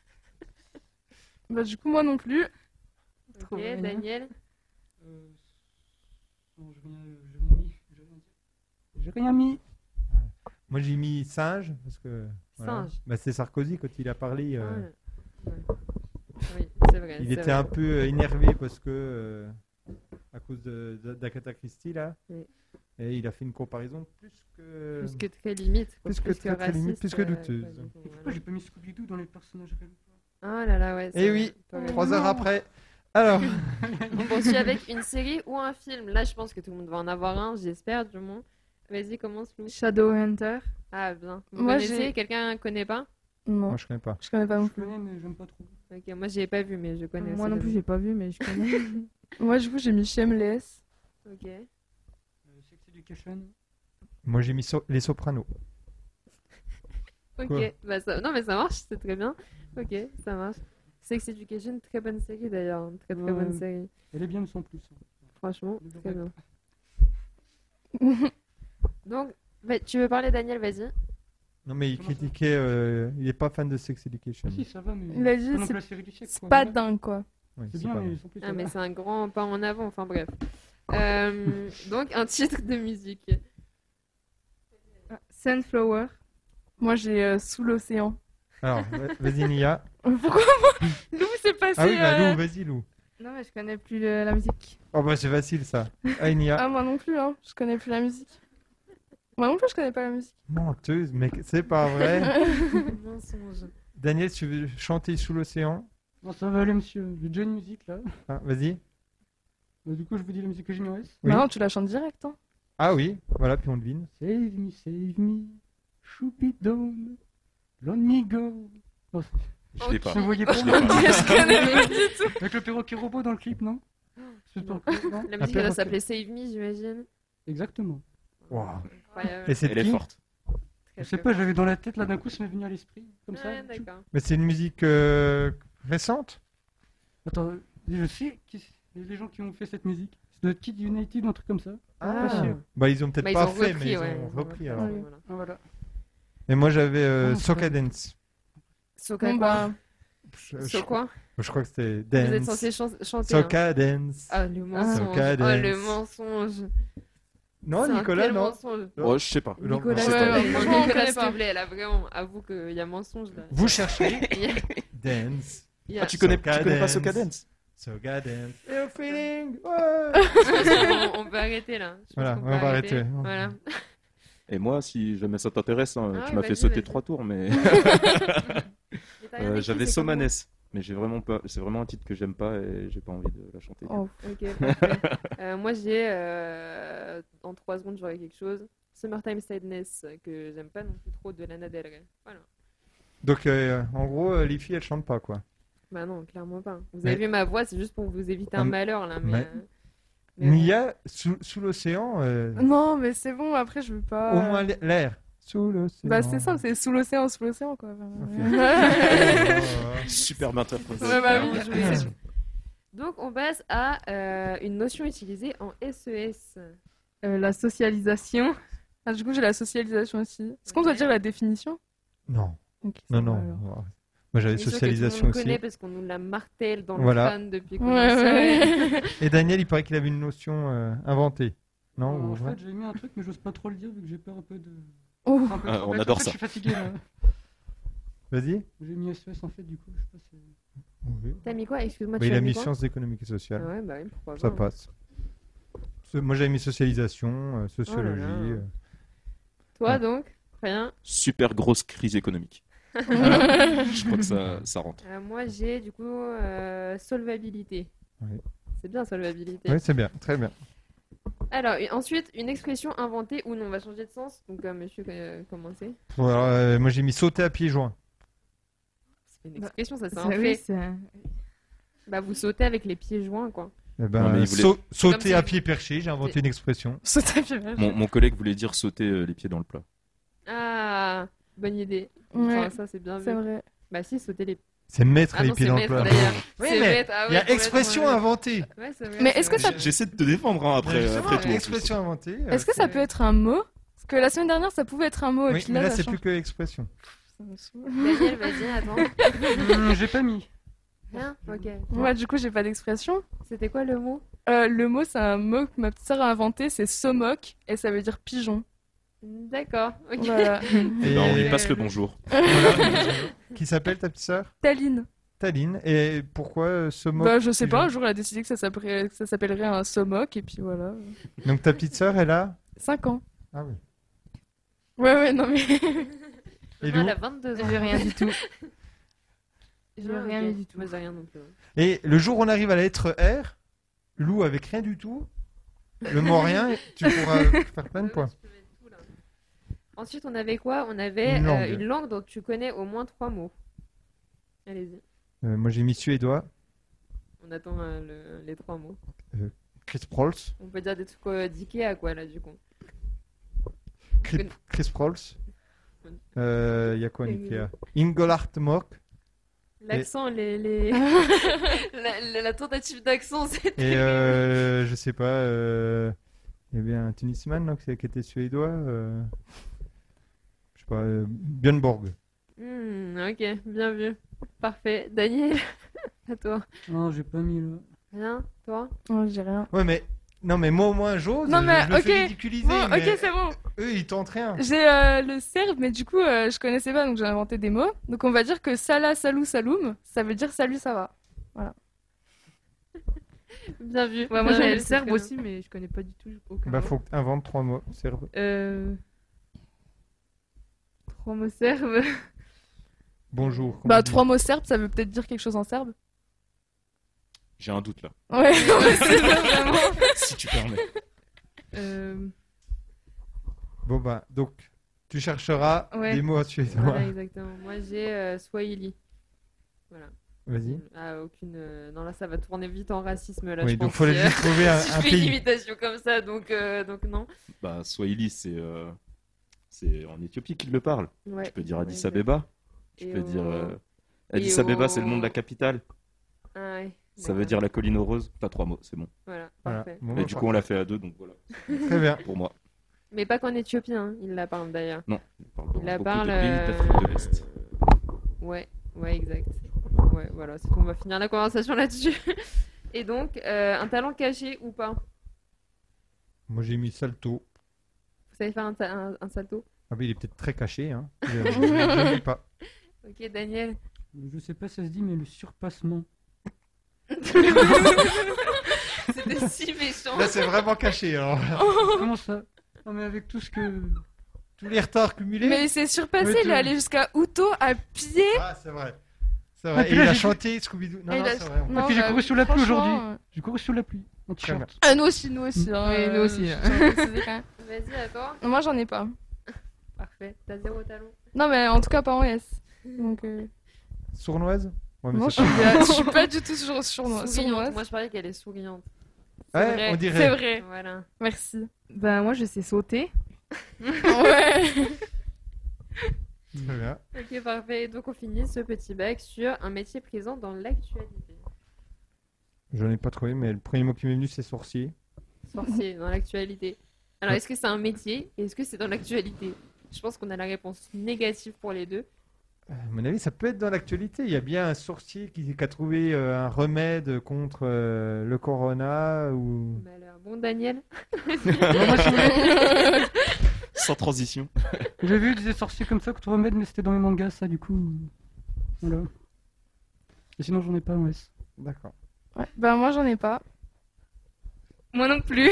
[SPEAKER 6] bah, du coup, moi non plus.
[SPEAKER 2] Ok,
[SPEAKER 6] Trop bien.
[SPEAKER 2] Daniel.
[SPEAKER 4] euh, non, j'ai rien, j'ai rien mis. J'ai rien dit. J'ai rien mis.
[SPEAKER 1] Moi j'ai mis singe parce que. voilà.
[SPEAKER 2] Singe.
[SPEAKER 1] Bah, c'est Sarkozy quand il a parlé. euh,
[SPEAKER 2] Ah, ouais. Oui, c'est vrai.
[SPEAKER 1] il
[SPEAKER 2] c'est
[SPEAKER 1] était
[SPEAKER 2] vrai.
[SPEAKER 1] un peu euh, énervé parce que euh, à cause de, de- d'Agatha Christie là.
[SPEAKER 2] Oui.
[SPEAKER 1] Et il a fait une comparaison plus que.
[SPEAKER 2] Plus que très limite. quoi,
[SPEAKER 1] plus que très, très limite, plus que douteuse.
[SPEAKER 2] quoi, du coup, voilà.
[SPEAKER 4] Pourquoi j'ai pas mis Scooby-Doo dans les personnages réels
[SPEAKER 2] Ah là là, ouais.
[SPEAKER 1] Eh
[SPEAKER 2] c'est-
[SPEAKER 1] oui.
[SPEAKER 2] t'aurais-
[SPEAKER 1] Trois heures après. Alors.
[SPEAKER 2] On poursuit avec une série ou un film. Là, je pense que tout le monde va en avoir un, j'espère du moins. Vas-y, commence, Lou.
[SPEAKER 6] Shadowhunter.
[SPEAKER 2] Ah, bien. Vous
[SPEAKER 6] Moi,
[SPEAKER 2] connaissez
[SPEAKER 6] j'ai-
[SPEAKER 2] Quelqu'un connaît pas
[SPEAKER 6] Non,
[SPEAKER 1] Moi je connais pas.
[SPEAKER 6] je connais pas non
[SPEAKER 4] Je
[SPEAKER 6] plus.
[SPEAKER 4] connais, mais j'aime pas trop.
[SPEAKER 2] Ok, moi, j'ai pas vu, mais je connais
[SPEAKER 6] Moi
[SPEAKER 2] aussi
[SPEAKER 6] non
[SPEAKER 2] le
[SPEAKER 6] plus,
[SPEAKER 2] nom.
[SPEAKER 6] j'ai pas vu, mais je connais. Moi, du coup, j'ai mis Shameless.
[SPEAKER 2] Ok.
[SPEAKER 4] Euh, Sex Education.
[SPEAKER 1] Moi j'ai mis So- les Sopranos.
[SPEAKER 2] Ok,
[SPEAKER 1] Quoi
[SPEAKER 2] bah ça... non, mais ça marche, c'est très bien. Ok, ça marche. Sex Education, très bonne série d'ailleurs. hein, Très très
[SPEAKER 4] Ouais.
[SPEAKER 2] bonne série.
[SPEAKER 4] Euh, Elle est bien, mais sans plus. hein.
[SPEAKER 2] Franchement,
[SPEAKER 4] Le
[SPEAKER 2] très bien.
[SPEAKER 4] vrai.
[SPEAKER 2] Donc, va- tu veux parler, Daniel Vas-y.
[SPEAKER 1] Non mais il
[SPEAKER 4] Comment ça
[SPEAKER 1] critiquait. euh, il est pas fan de Sex Education.
[SPEAKER 4] Ah, si, ça va,
[SPEAKER 2] Mm.
[SPEAKER 4] mais.
[SPEAKER 6] Il a dit,
[SPEAKER 4] Pas non plus
[SPEAKER 6] c'est-
[SPEAKER 4] la série du siècle,
[SPEAKER 6] C'est
[SPEAKER 4] quoi.
[SPEAKER 6] pas
[SPEAKER 4] Voilà.
[SPEAKER 6] dingue, quoi.
[SPEAKER 1] Oui,
[SPEAKER 4] C'est
[SPEAKER 1] c'est
[SPEAKER 4] bien,
[SPEAKER 1] pas
[SPEAKER 4] mais
[SPEAKER 1] mal.
[SPEAKER 4] sans plus.
[SPEAKER 2] Ah,
[SPEAKER 4] ça
[SPEAKER 2] mais
[SPEAKER 4] va.
[SPEAKER 2] c'est un grand pas en avant, enfin bref. Euh, donc, un titre de musique.
[SPEAKER 6] Ah, Sunflower. Moi, j'ai euh, Sous l'océan.
[SPEAKER 1] Alors va- vas-y Nia.
[SPEAKER 6] Pourquoi moi Lou, c'est passé.
[SPEAKER 1] Ah oui bah
[SPEAKER 6] euh,
[SPEAKER 1] Lou vas-y Lou.
[SPEAKER 6] Non, mais je connais plus le- la musique.
[SPEAKER 1] Oh bah c'est facile ça. Ah
[SPEAKER 6] Ah,
[SPEAKER 1] Nia.
[SPEAKER 6] moi non plus, hein. Je connais plus la musique. Moi non plus, je connais pas la musique.
[SPEAKER 1] Menteuse mec c'est pas vrai.
[SPEAKER 2] Mensonge.
[SPEAKER 1] Daniel tu veux chanter sous l'océan.
[SPEAKER 4] Non, ça va aller, monsieur. J'ai déjà une musique, là.
[SPEAKER 1] Ah, vas-y.
[SPEAKER 4] Euh, du coup, je vous dis la musique que j'ai mis en S.
[SPEAKER 1] Oui.
[SPEAKER 6] Bah non, tu la chantes direct, hein.
[SPEAKER 1] Ah oui voilà puis on devine.
[SPEAKER 4] Save me, save me, Choupidon, let me go. Non, c'est-
[SPEAKER 8] Je l'ai pas.
[SPEAKER 4] je ne voyais pas.
[SPEAKER 8] Je l'ai pas.
[SPEAKER 4] Avec le perroquet robot dans le clip, non C'est pas encore, non
[SPEAKER 1] Ah,
[SPEAKER 2] La musique elle doit s'appeler Save Me, j'imagine.
[SPEAKER 4] Exactement.
[SPEAKER 1] Wow.
[SPEAKER 2] Incroyable.
[SPEAKER 1] Et c'est
[SPEAKER 8] Elle est
[SPEAKER 1] qui
[SPEAKER 8] forte.
[SPEAKER 2] Très,
[SPEAKER 4] Je sais
[SPEAKER 2] très
[SPEAKER 4] pas, j'avais dans la tête, là, d'un coup, ça m'est venu à l'esprit. Comme
[SPEAKER 2] fort.
[SPEAKER 4] ça.
[SPEAKER 2] Ouais, d'accord.
[SPEAKER 1] Mais c'est une musique euh, récente
[SPEAKER 4] Attends, je sais qui c'est, les gens qui ont fait cette musique. C'est de Kid United, un truc comme ça.
[SPEAKER 2] Ah.
[SPEAKER 4] Pas sûr.
[SPEAKER 1] Bah ils ont peut-être
[SPEAKER 2] Bah, ils
[SPEAKER 1] pas
[SPEAKER 2] ont
[SPEAKER 1] fait
[SPEAKER 2] repris,
[SPEAKER 1] mais ils
[SPEAKER 2] ouais,
[SPEAKER 1] ont
[SPEAKER 2] ils ont
[SPEAKER 1] repris
[SPEAKER 2] repris,
[SPEAKER 1] alors.
[SPEAKER 6] ouais.
[SPEAKER 2] Voilà.
[SPEAKER 4] Ah, voilà.
[SPEAKER 1] Et moi j'avais euh,
[SPEAKER 4] Ah,
[SPEAKER 1] Soca
[SPEAKER 4] ouais.
[SPEAKER 1] Dance.
[SPEAKER 2] Soca
[SPEAKER 6] Bon,
[SPEAKER 2] quoi
[SPEAKER 6] bah,
[SPEAKER 1] Je, je-
[SPEAKER 2] So quoi
[SPEAKER 1] je crois que c'était
[SPEAKER 2] Vous
[SPEAKER 1] Dance.
[SPEAKER 2] êtes censé chan- chanter. hein.
[SPEAKER 1] Soca Dance.
[SPEAKER 2] Ah, le mensonge.
[SPEAKER 1] Soca
[SPEAKER 2] oh, le
[SPEAKER 1] Dance.
[SPEAKER 2] mensonge.
[SPEAKER 4] Oh,
[SPEAKER 1] Non
[SPEAKER 2] C'est un
[SPEAKER 1] Nicolas
[SPEAKER 2] tel
[SPEAKER 1] non.
[SPEAKER 2] mensonge.
[SPEAKER 4] Euh,
[SPEAKER 8] Oh, je sais pas.
[SPEAKER 1] Non,
[SPEAKER 2] Nicolas,
[SPEAKER 8] je sais
[SPEAKER 6] ouais,
[SPEAKER 8] pas.
[SPEAKER 6] ouais,
[SPEAKER 8] Je-
[SPEAKER 6] franchement, on
[SPEAKER 2] Nicolas,
[SPEAKER 6] connaît
[SPEAKER 2] s'il te
[SPEAKER 6] pas.
[SPEAKER 2] plaît, là, vraiment, avoue qu'il y a mensonge. Là.
[SPEAKER 1] Vous cherchez
[SPEAKER 2] Il y a-
[SPEAKER 1] Dance.
[SPEAKER 2] il y a-
[SPEAKER 8] Ah, tu connais, tu
[SPEAKER 1] Soca
[SPEAKER 8] connais pas
[SPEAKER 1] Dance.
[SPEAKER 8] Soca Dance
[SPEAKER 1] Soca Dance. You're feeling. ouais.
[SPEAKER 2] on, on peut arrêter là. Je pense
[SPEAKER 1] Voilà,
[SPEAKER 2] qu'on
[SPEAKER 1] on
[SPEAKER 2] peut
[SPEAKER 1] va arrêter.
[SPEAKER 2] Voilà.
[SPEAKER 8] Et moi, si jamais ça t'intéresse, hein,
[SPEAKER 2] Ah ouais,
[SPEAKER 8] tu m'as
[SPEAKER 2] vas-y,
[SPEAKER 8] fait sauter
[SPEAKER 2] vas-y.
[SPEAKER 8] trois tours, mais euh,
[SPEAKER 2] Mais t'as rien écrit,
[SPEAKER 8] j'avais
[SPEAKER 2] c'est comme
[SPEAKER 8] Somanes. Mais j'ai vraiment pas. C'est vraiment un titre que j'aime pas et j'ai pas envie de la chanter.
[SPEAKER 6] Oh.
[SPEAKER 2] moi. Ok, parfait. Euh, moi, j'ai. euh, en 3 secondes, j'aurai quelque chose. Summertime Sadness, euh, que j'aime pas non plus trop de Lana Del Rey. Voilà.
[SPEAKER 1] Donc euh, en gros euh, les filles elles chantent pas quoi.
[SPEAKER 2] Bah non, clairement pas. Vous
[SPEAKER 1] Mais-
[SPEAKER 2] avez vu ma voix, c'est juste pour vous éviter un
[SPEAKER 1] Ah, mais-
[SPEAKER 2] malheur là. Mais,
[SPEAKER 1] mais-
[SPEAKER 2] euh, mais bon.
[SPEAKER 1] Nia sous, sous l'océan. euh,
[SPEAKER 6] Non, mais c'est bon, après, je veux pas.
[SPEAKER 1] Au moins l'air. Sous l'océan.
[SPEAKER 6] Bah, c'est ça, c'est sous l'océan, sous l'océan, quoi.
[SPEAKER 1] Oh.
[SPEAKER 8] Superbe
[SPEAKER 2] euh,
[SPEAKER 8] interprétation.
[SPEAKER 6] Ouais, bah oui.
[SPEAKER 2] Bien
[SPEAKER 1] Ah,
[SPEAKER 2] joué. Donc on passe à euh, une notion utilisée en E SES.
[SPEAKER 6] Euh, la socialisation. Ah, du coup, j'ai la socialisation aussi. Est-ce qu'on doit
[SPEAKER 2] Ok.
[SPEAKER 6] dire la définition
[SPEAKER 1] Non.
[SPEAKER 6] Ok, ça
[SPEAKER 1] Non,
[SPEAKER 6] va
[SPEAKER 1] non.
[SPEAKER 6] alors.
[SPEAKER 1] Moi, j'avais
[SPEAKER 2] Mais je suis sûre que tout le
[SPEAKER 1] socialisation
[SPEAKER 2] monde connaît
[SPEAKER 1] aussi.
[SPEAKER 2] parce qu'on nous la martèle dans
[SPEAKER 1] Voilà.
[SPEAKER 2] le crâne depuis qu'on
[SPEAKER 6] Ouais,
[SPEAKER 2] est
[SPEAKER 6] ouais.
[SPEAKER 2] seul.
[SPEAKER 1] Et Daniel, il paraît qu'il avait une notion euh, inventée. Non
[SPEAKER 4] Alors,
[SPEAKER 1] ou
[SPEAKER 4] en
[SPEAKER 1] vrai
[SPEAKER 4] fait, j'ai mis un truc, mais j'ose pas trop le dire vu que j'ai peur un peu de.
[SPEAKER 6] Oh,
[SPEAKER 4] un peu de
[SPEAKER 8] Ah, on
[SPEAKER 4] trempette. En
[SPEAKER 8] adore
[SPEAKER 4] fait,
[SPEAKER 8] ça.
[SPEAKER 4] Je suis fatigué là.
[SPEAKER 1] Vas-y.
[SPEAKER 4] J'ai mis SES en fait, du coup, je sais pas si.
[SPEAKER 2] T'as mis quoi Excuse-moi,
[SPEAKER 1] Mais
[SPEAKER 2] tu
[SPEAKER 1] il
[SPEAKER 2] as
[SPEAKER 1] a mis
[SPEAKER 2] quoi
[SPEAKER 1] sciences économiques et sociales.
[SPEAKER 2] Ah ouais, bah oui, pourquoi
[SPEAKER 1] Ça
[SPEAKER 2] pas.
[SPEAKER 1] passe. Ce- Moi, j'avais mis socialisation, euh, sociologie.
[SPEAKER 2] Oh
[SPEAKER 1] euh.
[SPEAKER 2] Toi donc Rien.
[SPEAKER 8] Super grosse crise économique. Je crois que ça, ça rentre.
[SPEAKER 2] Euh, moi j'ai du coup euh, solvabilité.
[SPEAKER 1] Ouais.
[SPEAKER 2] C'est bien solvabilité.
[SPEAKER 1] Oui, c'est bien, très bien.
[SPEAKER 2] Alors et ensuite une expression inventée ou non, on va changer de sens. Donc euh, monsieur euh, commencez.
[SPEAKER 1] Pour- alors, euh, moi, j'ai mis sauter à pieds joints.
[SPEAKER 2] C'est une
[SPEAKER 6] Bah,
[SPEAKER 2] expression, ça c'est
[SPEAKER 6] ça,
[SPEAKER 2] un fait.
[SPEAKER 6] oui, ça-
[SPEAKER 2] Bah vous sautez avec les pieds joints quoi.
[SPEAKER 1] Eh ben,
[SPEAKER 8] Non, mais il voulait-
[SPEAKER 1] sau-
[SPEAKER 2] comme si-
[SPEAKER 1] sauter à pieds perchés, j'ai inventé une expression.
[SPEAKER 8] Mon, mon collègue voulait dire sauter euh, les pieds dans le plat.
[SPEAKER 2] Ah bonne idée. Enfin,
[SPEAKER 6] Ouais,
[SPEAKER 2] ça c'est bien vu.
[SPEAKER 6] c'est vrai.
[SPEAKER 2] Bah si sauter les
[SPEAKER 1] C'est mettre
[SPEAKER 2] Ah
[SPEAKER 1] les
[SPEAKER 2] non,
[SPEAKER 1] pieds
[SPEAKER 2] c'est
[SPEAKER 1] dans le
[SPEAKER 2] maître
[SPEAKER 1] plat.
[SPEAKER 2] d'ailleurs.
[SPEAKER 1] Oui, mais
[SPEAKER 2] C'est maître, ah
[SPEAKER 1] Il y
[SPEAKER 2] ouais,
[SPEAKER 1] a
[SPEAKER 2] complètement,
[SPEAKER 1] expression
[SPEAKER 2] ouais.
[SPEAKER 1] inventée.
[SPEAKER 2] Ouais, c'est vrai,
[SPEAKER 6] Mais
[SPEAKER 2] c'est
[SPEAKER 6] est-ce que
[SPEAKER 2] vrai.
[SPEAKER 6] ça-
[SPEAKER 8] J'essaie de te défendre hein, après,
[SPEAKER 1] Justement,
[SPEAKER 8] après tout. en plus.
[SPEAKER 1] expression inventée. euh,
[SPEAKER 6] Est-ce que ça peut être un mot Parce que la semaine dernière, ça pouvait être un mot. et
[SPEAKER 1] Oui,
[SPEAKER 6] puis
[SPEAKER 1] mais là,
[SPEAKER 6] ça
[SPEAKER 1] c'est
[SPEAKER 6] change.
[SPEAKER 1] plus que expression.
[SPEAKER 6] Ça me saoule.
[SPEAKER 2] Daniel, vas-y, attends.
[SPEAKER 4] Hum, j'ai pas mis.
[SPEAKER 2] Rien Ok.
[SPEAKER 6] Moi, du coup, j'ai pas d'expression.
[SPEAKER 2] C'était quoi le mot
[SPEAKER 6] Euh, le mot, c'est un mot que ma petite sœur a inventé, c'est somoc, et ça veut dire pigeon.
[SPEAKER 2] D'accord, ok.
[SPEAKER 6] Voilà.
[SPEAKER 8] Eh ben, on lui
[SPEAKER 1] Et-
[SPEAKER 8] passe le bonjour.
[SPEAKER 1] Qui s'appelle ta petite sœur
[SPEAKER 6] Taline.
[SPEAKER 1] Taline. Et pourquoi euh, ce mot
[SPEAKER 6] Bah, je sais pas, un
[SPEAKER 1] pigeon
[SPEAKER 6] jour, elle a décidé que ça s'appellerait, que ça s'appellerait un somoc, et puis voilà.
[SPEAKER 1] Donc ta petite sœur, elle a
[SPEAKER 6] 5 ans.
[SPEAKER 1] Ah oui.
[SPEAKER 6] Ouais, ouais, non, mais.
[SPEAKER 1] Et
[SPEAKER 2] Non,
[SPEAKER 1] Lou
[SPEAKER 2] elle a 22 ans.
[SPEAKER 9] J'ai rien du tout.
[SPEAKER 2] Ah,
[SPEAKER 9] J'ai rien
[SPEAKER 2] ok.
[SPEAKER 9] du tout.
[SPEAKER 2] Moi, j'ai rien non plus. hein. ouais.
[SPEAKER 1] Et le jour où on arrive à la lettre R, Lou avec rien du tout, le mot rien, tu pourras euh, faire plein de
[SPEAKER 2] Ouais, ouais,
[SPEAKER 1] points.
[SPEAKER 2] tu peux mettre tout, là. Ensuite, on avait quoi On avait
[SPEAKER 1] Une
[SPEAKER 2] euh,
[SPEAKER 1] langue.
[SPEAKER 2] une langue dont tu connais au moins trois mots. Allez-y.
[SPEAKER 1] Euh, moi j'ai mis suédois, euh,
[SPEAKER 2] On attend euh, le- les trois mots.
[SPEAKER 1] Chris Prols,
[SPEAKER 2] On peut dire des trucs euh, d'Ikea, quoi, là, du coup.
[SPEAKER 1] Chris, Chris Prols. Il y a quoi
[SPEAKER 2] Et-
[SPEAKER 1] Ikea Ingolart Mock
[SPEAKER 2] L'accent, les... les... la, la- la tentative d'accent, c'est...
[SPEAKER 1] et euh, je sais pas, euh, eh bien un tennisman donc, c'est- qui était suédois, euh, je sais pas, euh, Björn Borg.
[SPEAKER 2] Hmm, ok, bien vu. Parfait. Daniel, à toi.
[SPEAKER 4] Non, j'ai pas mis là.
[SPEAKER 2] Rien Toi
[SPEAKER 6] Non, j'ai rien.
[SPEAKER 1] Ouais mais non mais moi au moins j'ose,
[SPEAKER 6] Non,
[SPEAKER 1] je-
[SPEAKER 6] mais,
[SPEAKER 1] je me fais
[SPEAKER 6] ok.
[SPEAKER 1] ridiculiser,
[SPEAKER 6] Bon,
[SPEAKER 1] mais
[SPEAKER 6] ok, c'est bon.
[SPEAKER 1] eux ils tentent rien.
[SPEAKER 6] J'ai euh, le serbe, mais du coup, euh, je connaissais pas, donc j'ai inventé des mots. Donc on va dire que sala, salou, saloum, ça veut dire salut, ça va.
[SPEAKER 2] Bien vu.
[SPEAKER 9] Ouais, moi
[SPEAKER 2] Bien
[SPEAKER 9] j'ai
[SPEAKER 2] vu,
[SPEAKER 9] le
[SPEAKER 2] c'est
[SPEAKER 9] serbe
[SPEAKER 2] très bien.
[SPEAKER 9] aussi, mais je connais pas du tout aucun.
[SPEAKER 1] Bah
[SPEAKER 9] mot.
[SPEAKER 1] faut que t'inventes trois mots, serbe.
[SPEAKER 9] Euh... Trois mots serbes.
[SPEAKER 1] Bonjour. comment on
[SPEAKER 6] Bah,
[SPEAKER 1] dit
[SPEAKER 6] trois mots serbes, ça veut peut-être dire quelque chose en serbe.
[SPEAKER 8] J'ai un doute là,
[SPEAKER 6] Ouais,
[SPEAKER 8] si tu permets.
[SPEAKER 9] Euh...
[SPEAKER 1] Bon bah donc tu chercheras
[SPEAKER 9] Ouais.
[SPEAKER 1] des mots en suédois.
[SPEAKER 2] Voilà, exactement. Moi, j'ai euh, Swahili. Voilà.
[SPEAKER 1] Vas-y.
[SPEAKER 2] Ah, aucune. euh, Non, là, ça va tourner vite en racisme. Là,
[SPEAKER 1] Oui,
[SPEAKER 2] je
[SPEAKER 1] donc
[SPEAKER 2] pense,
[SPEAKER 1] faut
[SPEAKER 2] si,
[SPEAKER 1] les
[SPEAKER 2] euh,
[SPEAKER 1] trouver un,
[SPEAKER 2] si
[SPEAKER 1] un
[SPEAKER 2] je fais une
[SPEAKER 1] pays.
[SPEAKER 2] imitation comme ça, donc, euh, donc non.
[SPEAKER 8] Bah, Swahili, c'est euh, c'est en Éthiopie qu'ils le parlent.
[SPEAKER 2] Ouais.
[SPEAKER 8] Tu peux dire Addis
[SPEAKER 2] exact.
[SPEAKER 8] Abeba. Tu
[SPEAKER 2] Et
[SPEAKER 8] peux
[SPEAKER 2] au-
[SPEAKER 8] dire. euh,
[SPEAKER 2] et
[SPEAKER 8] Addis Abeba,
[SPEAKER 2] au-
[SPEAKER 8] c'est le nom de la capitale.
[SPEAKER 2] Ah ouais,
[SPEAKER 8] Ça
[SPEAKER 2] d'accord.
[SPEAKER 8] veut dire la colline heureuse. Pas trois mots, c'est bon.
[SPEAKER 2] Voilà,
[SPEAKER 1] Voilà.
[SPEAKER 2] parfait.
[SPEAKER 1] Bon,
[SPEAKER 8] Et
[SPEAKER 1] bah,
[SPEAKER 8] du coup, on l'a fait à deux, donc voilà,
[SPEAKER 1] très bien.
[SPEAKER 8] pour moi.
[SPEAKER 2] Mais pas qu'en Éthiopie, hein, ils la parlent d'ailleurs.
[SPEAKER 8] On parle dans
[SPEAKER 2] Il la
[SPEAKER 8] beaucoup
[SPEAKER 2] parle,
[SPEAKER 8] de
[SPEAKER 2] euh,
[SPEAKER 8] pays d'Afrique de l'Est.
[SPEAKER 2] Ouais, ouais, exact. Ouais, voilà, c'est qu'on va finir la conversation là-dessus. Et donc, euh, un talent caché ou pas
[SPEAKER 1] Moi j'ai mis salto.
[SPEAKER 2] Vous savez faire un, ta- un, un salto
[SPEAKER 1] Ah mais il est peut-être très caché hein. Je- je- je ne dis pas.
[SPEAKER 2] Ok, Daniel.
[SPEAKER 4] Je sais pas si ça se dit, mais le surpassement.
[SPEAKER 2] C'était si méchant.
[SPEAKER 1] Là c'est vraiment caché. alors.
[SPEAKER 6] Oh.
[SPEAKER 4] Comment ça Non, mais avec tout ce que.
[SPEAKER 1] Tous les retards cumulés.
[SPEAKER 6] mais c'est surpassé,
[SPEAKER 1] Mais
[SPEAKER 6] il
[SPEAKER 1] tout-
[SPEAKER 6] est allé jusqu'à Outo à pied.
[SPEAKER 1] Ah c'est vrai. C'est vrai.
[SPEAKER 4] puis
[SPEAKER 1] Et il
[SPEAKER 4] là,
[SPEAKER 1] a
[SPEAKER 4] j'ai-
[SPEAKER 1] chanté Scooby Doo. Non
[SPEAKER 6] Et
[SPEAKER 1] non
[SPEAKER 6] il a-
[SPEAKER 1] c'est vrai.
[SPEAKER 6] Non,
[SPEAKER 4] puis j'ai
[SPEAKER 6] bah,
[SPEAKER 4] couru sous la pluie
[SPEAKER 6] franchement,
[SPEAKER 4] aujourd'hui.
[SPEAKER 6] euh,
[SPEAKER 4] J'ai couru sous la pluie. En
[SPEAKER 1] Très
[SPEAKER 4] t-shirt.
[SPEAKER 6] Ah, nous aussi, nous aussi. hein,
[SPEAKER 9] Oui,
[SPEAKER 6] euh,
[SPEAKER 9] nous aussi.
[SPEAKER 6] je tiens à le préciser quand même.
[SPEAKER 2] Vas-y, à toi.
[SPEAKER 6] Moi, j'en ai pas.
[SPEAKER 2] Parfait. T'as zéro talent.
[SPEAKER 6] Non, mais en tout cas, pas en S. Donc, euh,
[SPEAKER 1] Sournoise. Ouais, mais
[SPEAKER 6] non, je
[SPEAKER 1] c'est
[SPEAKER 6] suis, pas- je suis pas du tout sur, sur,
[SPEAKER 2] Souriante. Moi, je parlais qu'elle est souriante.
[SPEAKER 1] pas- Ouais,
[SPEAKER 6] vrai,
[SPEAKER 1] on
[SPEAKER 6] C'est
[SPEAKER 1] dirait.
[SPEAKER 6] vrai.
[SPEAKER 2] Voilà.
[SPEAKER 6] Merci.
[SPEAKER 9] Bah moi je sais sauter.
[SPEAKER 6] ouais.
[SPEAKER 1] Très bien.
[SPEAKER 2] Ok, parfait. Et donc, on finit ce petit bac sur un métier présent dans l'actualité.
[SPEAKER 1] J'en ai pas trouvé mais le premier mot qui m'est venu c'est sourcier.
[SPEAKER 2] Sorcier, dans l'actualité. Alors, est-ce que c'est un métier et est-ce que c'est dans l'actualité Je pense qu'on a la réponse négative pour les deux.
[SPEAKER 1] Euh, À mon avis, ça peut être dans l'actualité. Il y a bien un sorcier qui, qui a trouvé euh, un remède contre euh, le corona ou.
[SPEAKER 2] Bah alors, bon, Daniel.
[SPEAKER 8] Sans transition.
[SPEAKER 4] J'ai vu des sorciers comme ça que tu remèdes, mais c'était dans les mangas, ça, du coup. euh, Voilà. Et sinon, j'en ai pas en S.
[SPEAKER 1] D'accord.
[SPEAKER 6] Ouais. Ben, moi, j'en ai pas.
[SPEAKER 2] Moi non plus.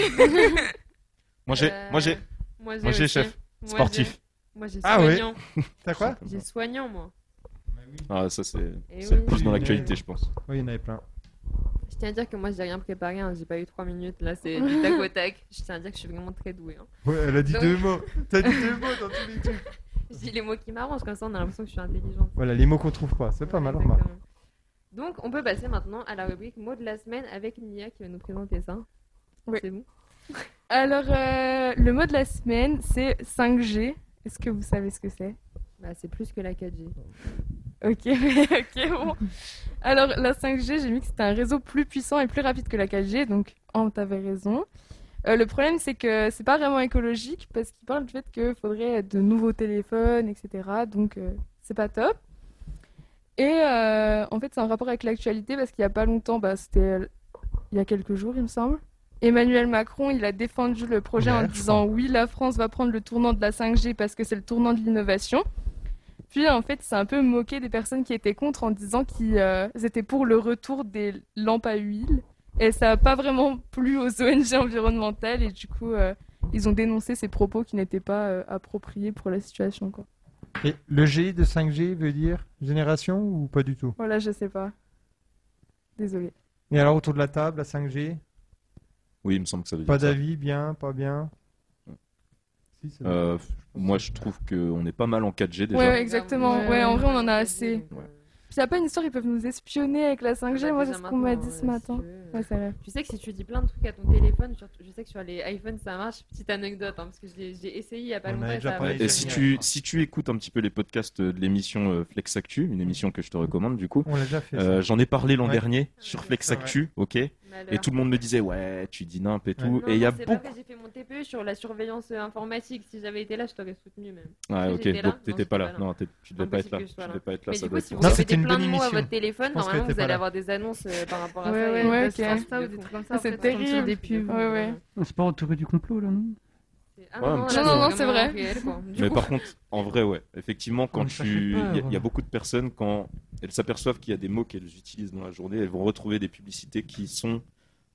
[SPEAKER 8] Moi j'ai, moi j'ai,
[SPEAKER 2] Euh, Moi
[SPEAKER 8] moi j'ai
[SPEAKER 2] aussi.
[SPEAKER 8] chef.
[SPEAKER 2] Moi,
[SPEAKER 8] Sportif.
[SPEAKER 2] j'ai- Moi j'ai
[SPEAKER 1] Ah ouais.
[SPEAKER 2] soignant.
[SPEAKER 1] T'as quoi
[SPEAKER 2] J'ai soignant moi.
[SPEAKER 8] Ah, ça c'est,
[SPEAKER 2] Eh
[SPEAKER 8] c'est
[SPEAKER 2] oui.
[SPEAKER 8] plus dans l'actualité, je pense.
[SPEAKER 1] Oui, il y en avait plein.
[SPEAKER 2] Je tiens à dire que moi j'ai rien préparé, hein. j'ai pas eu trois minutes là, c'est du tac au tac. Je tiens à dire que je suis vraiment très douée. hein.
[SPEAKER 1] Ouais, elle a dit
[SPEAKER 2] Donc-
[SPEAKER 1] deux mots. T'as dit deux mots dans tous les trucs.
[SPEAKER 2] Je dis les mots qui m'arrangent, comme ça on a l'impression que je suis intelligente.
[SPEAKER 1] Voilà, les mots qu'on trouve pas. C'est pas
[SPEAKER 2] Ouais,
[SPEAKER 1] mal,
[SPEAKER 2] exactement.
[SPEAKER 1] remarque.
[SPEAKER 2] Donc on peut passer maintenant à la rubrique mot de la semaine avec Nia qui va nous présenter ça.
[SPEAKER 6] Oui.
[SPEAKER 2] C'est bon
[SPEAKER 6] Alors, euh, le mot de la semaine, c'est 5G. Est-ce que vous savez ce que c'est
[SPEAKER 2] Bah c'est plus que la 4G.
[SPEAKER 6] Ok, ok, bon. Alors, la 5G, j'ai mis que c'était un réseau plus puissant et plus rapide que la 4G, donc on t'avait raison. Euh, le problème, c'est que c'est pas vraiment écologique parce qu'il parle du fait qu'il faudrait de nouveaux téléphones, etc. Donc, euh, c'est pas top. Et euh, en fait, c'est en rapport avec l'actualité parce qu'il y a pas longtemps, bah, c'était euh, il y a quelques jours, il me semble. Emmanuel Macron, il a défendu le projet en
[SPEAKER 1] Hier, je
[SPEAKER 6] disant oui, la France va prendre le tournant de la 5G parce que c'est le tournant de l'innovation. Puis en fait, c'est un peu moqué des personnes qui étaient contre en disant qu'ils euh, étaient pour le retour des lampes à huile. Et ça n'a pas vraiment plu aux ONG environnementales et du coup, euh, ils ont dénoncé ces propos qui n'étaient pas euh, appropriés pour la situation. Quoi.
[SPEAKER 1] Et le G de 5G veut dire génération ou pas du tout
[SPEAKER 6] Voilà, je sais pas. Désolée.
[SPEAKER 1] Et alors, autour de la table, la 5G
[SPEAKER 8] Oui, il me semble que ça veut dire
[SPEAKER 1] Pas
[SPEAKER 8] ça.
[SPEAKER 1] d'avis, bien, pas bien Si, ça
[SPEAKER 8] Euh, f- moi, je trouve qu'on est pas mal en 4G déjà.
[SPEAKER 6] Ouais, ouais, exactement.
[SPEAKER 9] Ouais,
[SPEAKER 6] Ouais, en vrai, on en a
[SPEAKER 2] Ouais.
[SPEAKER 6] assez.
[SPEAKER 2] Donc, euh,
[SPEAKER 6] Puis y a pas une histoire, ils peuvent nous espionner avec la 5G.
[SPEAKER 2] on
[SPEAKER 6] Moi,
[SPEAKER 2] l'a
[SPEAKER 6] c'est
[SPEAKER 2] déjà
[SPEAKER 6] ce qu'on m'a
[SPEAKER 2] maintenant,
[SPEAKER 6] dit ce
[SPEAKER 2] euh, si
[SPEAKER 6] matin.
[SPEAKER 2] tu veux.
[SPEAKER 6] Ouais, c'est vrai.
[SPEAKER 2] Tu sais que si tu dis plein de trucs à ton téléphone, sur- je sais que sur les iPhones ça marche. Petite anecdote, hein, parce que je l'ai- j'ai essayé il y a pas
[SPEAKER 1] On en a
[SPEAKER 2] longtemps. et
[SPEAKER 1] déjà
[SPEAKER 2] ça a
[SPEAKER 1] parlé
[SPEAKER 8] Ouais,
[SPEAKER 2] marché.
[SPEAKER 8] et si tu, si tu écoutes un petit peu les podcasts euh, de l'émission euh, Flex Actu, une émission que je te recommande du coup,
[SPEAKER 1] On l'a déjà fait. ça.
[SPEAKER 8] euh, j'en ai parlé l'an
[SPEAKER 1] Ouais.
[SPEAKER 8] dernier sur Flex
[SPEAKER 1] C'est vrai.
[SPEAKER 8] Actu, ok Et
[SPEAKER 2] Malheur.
[SPEAKER 8] tout le monde me disait, ouais, tu dis nimp et tout.
[SPEAKER 2] Non,
[SPEAKER 8] Et il y a
[SPEAKER 2] non, c'est pas
[SPEAKER 8] beaucoup.
[SPEAKER 2] vrai, J'ai fait mon TPE sur la surveillance euh, informatique. Si j'avais été là, je t'aurais soutenu même.
[SPEAKER 8] Ah,
[SPEAKER 2] Parce
[SPEAKER 8] ok,
[SPEAKER 2] que j'étais là.
[SPEAKER 8] donc
[SPEAKER 2] Non,
[SPEAKER 8] t'étais
[SPEAKER 2] j'étais
[SPEAKER 8] pas
[SPEAKER 2] pas
[SPEAKER 8] là.
[SPEAKER 2] là.
[SPEAKER 8] Non, t'es- tu devais pas être
[SPEAKER 2] Impossible
[SPEAKER 8] là.
[SPEAKER 2] que je sois
[SPEAKER 8] Tu
[SPEAKER 2] là.
[SPEAKER 8] devais pas être là,
[SPEAKER 2] Mais
[SPEAKER 8] ça
[SPEAKER 2] du
[SPEAKER 8] doit
[SPEAKER 2] coup,
[SPEAKER 8] être
[SPEAKER 2] si
[SPEAKER 8] pour
[SPEAKER 2] vous
[SPEAKER 1] Non,
[SPEAKER 8] ça.
[SPEAKER 2] mettez
[SPEAKER 1] c'était une
[SPEAKER 2] plein
[SPEAKER 1] bonne
[SPEAKER 2] de mots à
[SPEAKER 1] émission.
[SPEAKER 2] votre téléphone,
[SPEAKER 1] Je pense que
[SPEAKER 2] normalement vous
[SPEAKER 1] t'étais
[SPEAKER 2] allez
[SPEAKER 1] pas
[SPEAKER 2] avoir des annonces euh, par rapport à
[SPEAKER 9] Ouais,
[SPEAKER 2] ça.
[SPEAKER 9] ouais,
[SPEAKER 2] et
[SPEAKER 6] ouais,
[SPEAKER 2] des
[SPEAKER 6] ok.
[SPEAKER 2] Insta ou des
[SPEAKER 9] C'est
[SPEAKER 2] trucs comme ça. en
[SPEAKER 9] terrible.
[SPEAKER 2] fait, on tombe sur des pubs.
[SPEAKER 6] Ouais, ouais.
[SPEAKER 4] Ah, C'est pas entouré du complot, là, non
[SPEAKER 2] Ah
[SPEAKER 8] Ouais, un
[SPEAKER 2] non,
[SPEAKER 8] petit
[SPEAKER 2] là,
[SPEAKER 8] peu.
[SPEAKER 2] c'est
[SPEAKER 6] Non, non, c'est
[SPEAKER 2] vraiment
[SPEAKER 6] vrai.
[SPEAKER 2] réel, quoi. hein, Du
[SPEAKER 8] Mais
[SPEAKER 2] coup,
[SPEAKER 8] par contre, en vrai, ouais, effectivement, quand
[SPEAKER 4] Mais ça fait
[SPEAKER 8] tu. Il y a-
[SPEAKER 4] peur.
[SPEAKER 1] hein.
[SPEAKER 8] il y, a beaucoup de personnes, quand elles s'aperçoivent qu'il y a des mots qu'elles utilisent dans la journée, elles vont retrouver des publicités qui sont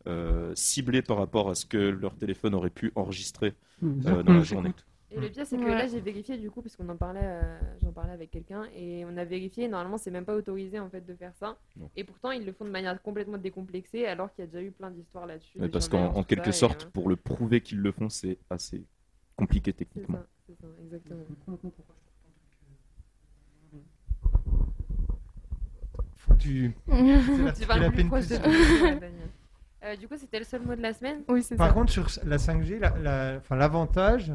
[SPEAKER 8] euh, ciblées par rapport à ce que leur téléphone aurait pu enregistrer.
[SPEAKER 4] Euh,
[SPEAKER 8] dans la journée.
[SPEAKER 2] Et le pire, c'est que
[SPEAKER 6] Ouais.
[SPEAKER 2] là, j'ai vérifié du coup, parce qu'on en parlait, euh, j'en parlais avec quelqu'un, et on a vérifié. Normalement, c'est même pas autorisé en fait de faire ça.
[SPEAKER 8] Non.
[SPEAKER 2] Et pourtant, ils le font de manière complètement décomplexée, alors qu'il y a déjà eu plein d'histoires là-dessus.
[SPEAKER 8] Mais
[SPEAKER 2] des
[SPEAKER 8] parce
[SPEAKER 2] journalistes,
[SPEAKER 8] qu'en en
[SPEAKER 2] tout
[SPEAKER 8] quelque
[SPEAKER 2] ça, et,
[SPEAKER 8] sorte,
[SPEAKER 2] euh,
[SPEAKER 8] pour le prouver qu'ils le font, c'est assez compliqué
[SPEAKER 2] c'est
[SPEAKER 8] techniquement.
[SPEAKER 2] ça, c'est ça, exactement.
[SPEAKER 1] Tu-
[SPEAKER 2] Tu
[SPEAKER 1] Il
[SPEAKER 2] parles
[SPEAKER 1] a
[SPEAKER 2] plus
[SPEAKER 1] peine
[SPEAKER 2] proche
[SPEAKER 1] plus.
[SPEAKER 2] de ton micro, Daniel. Euh, Du coup, c'était le seul mot de la semaine.
[SPEAKER 6] Oui, c'est
[SPEAKER 1] Par
[SPEAKER 6] ça.
[SPEAKER 1] contre, sur la 5G, la- la- enfin, l'avantage,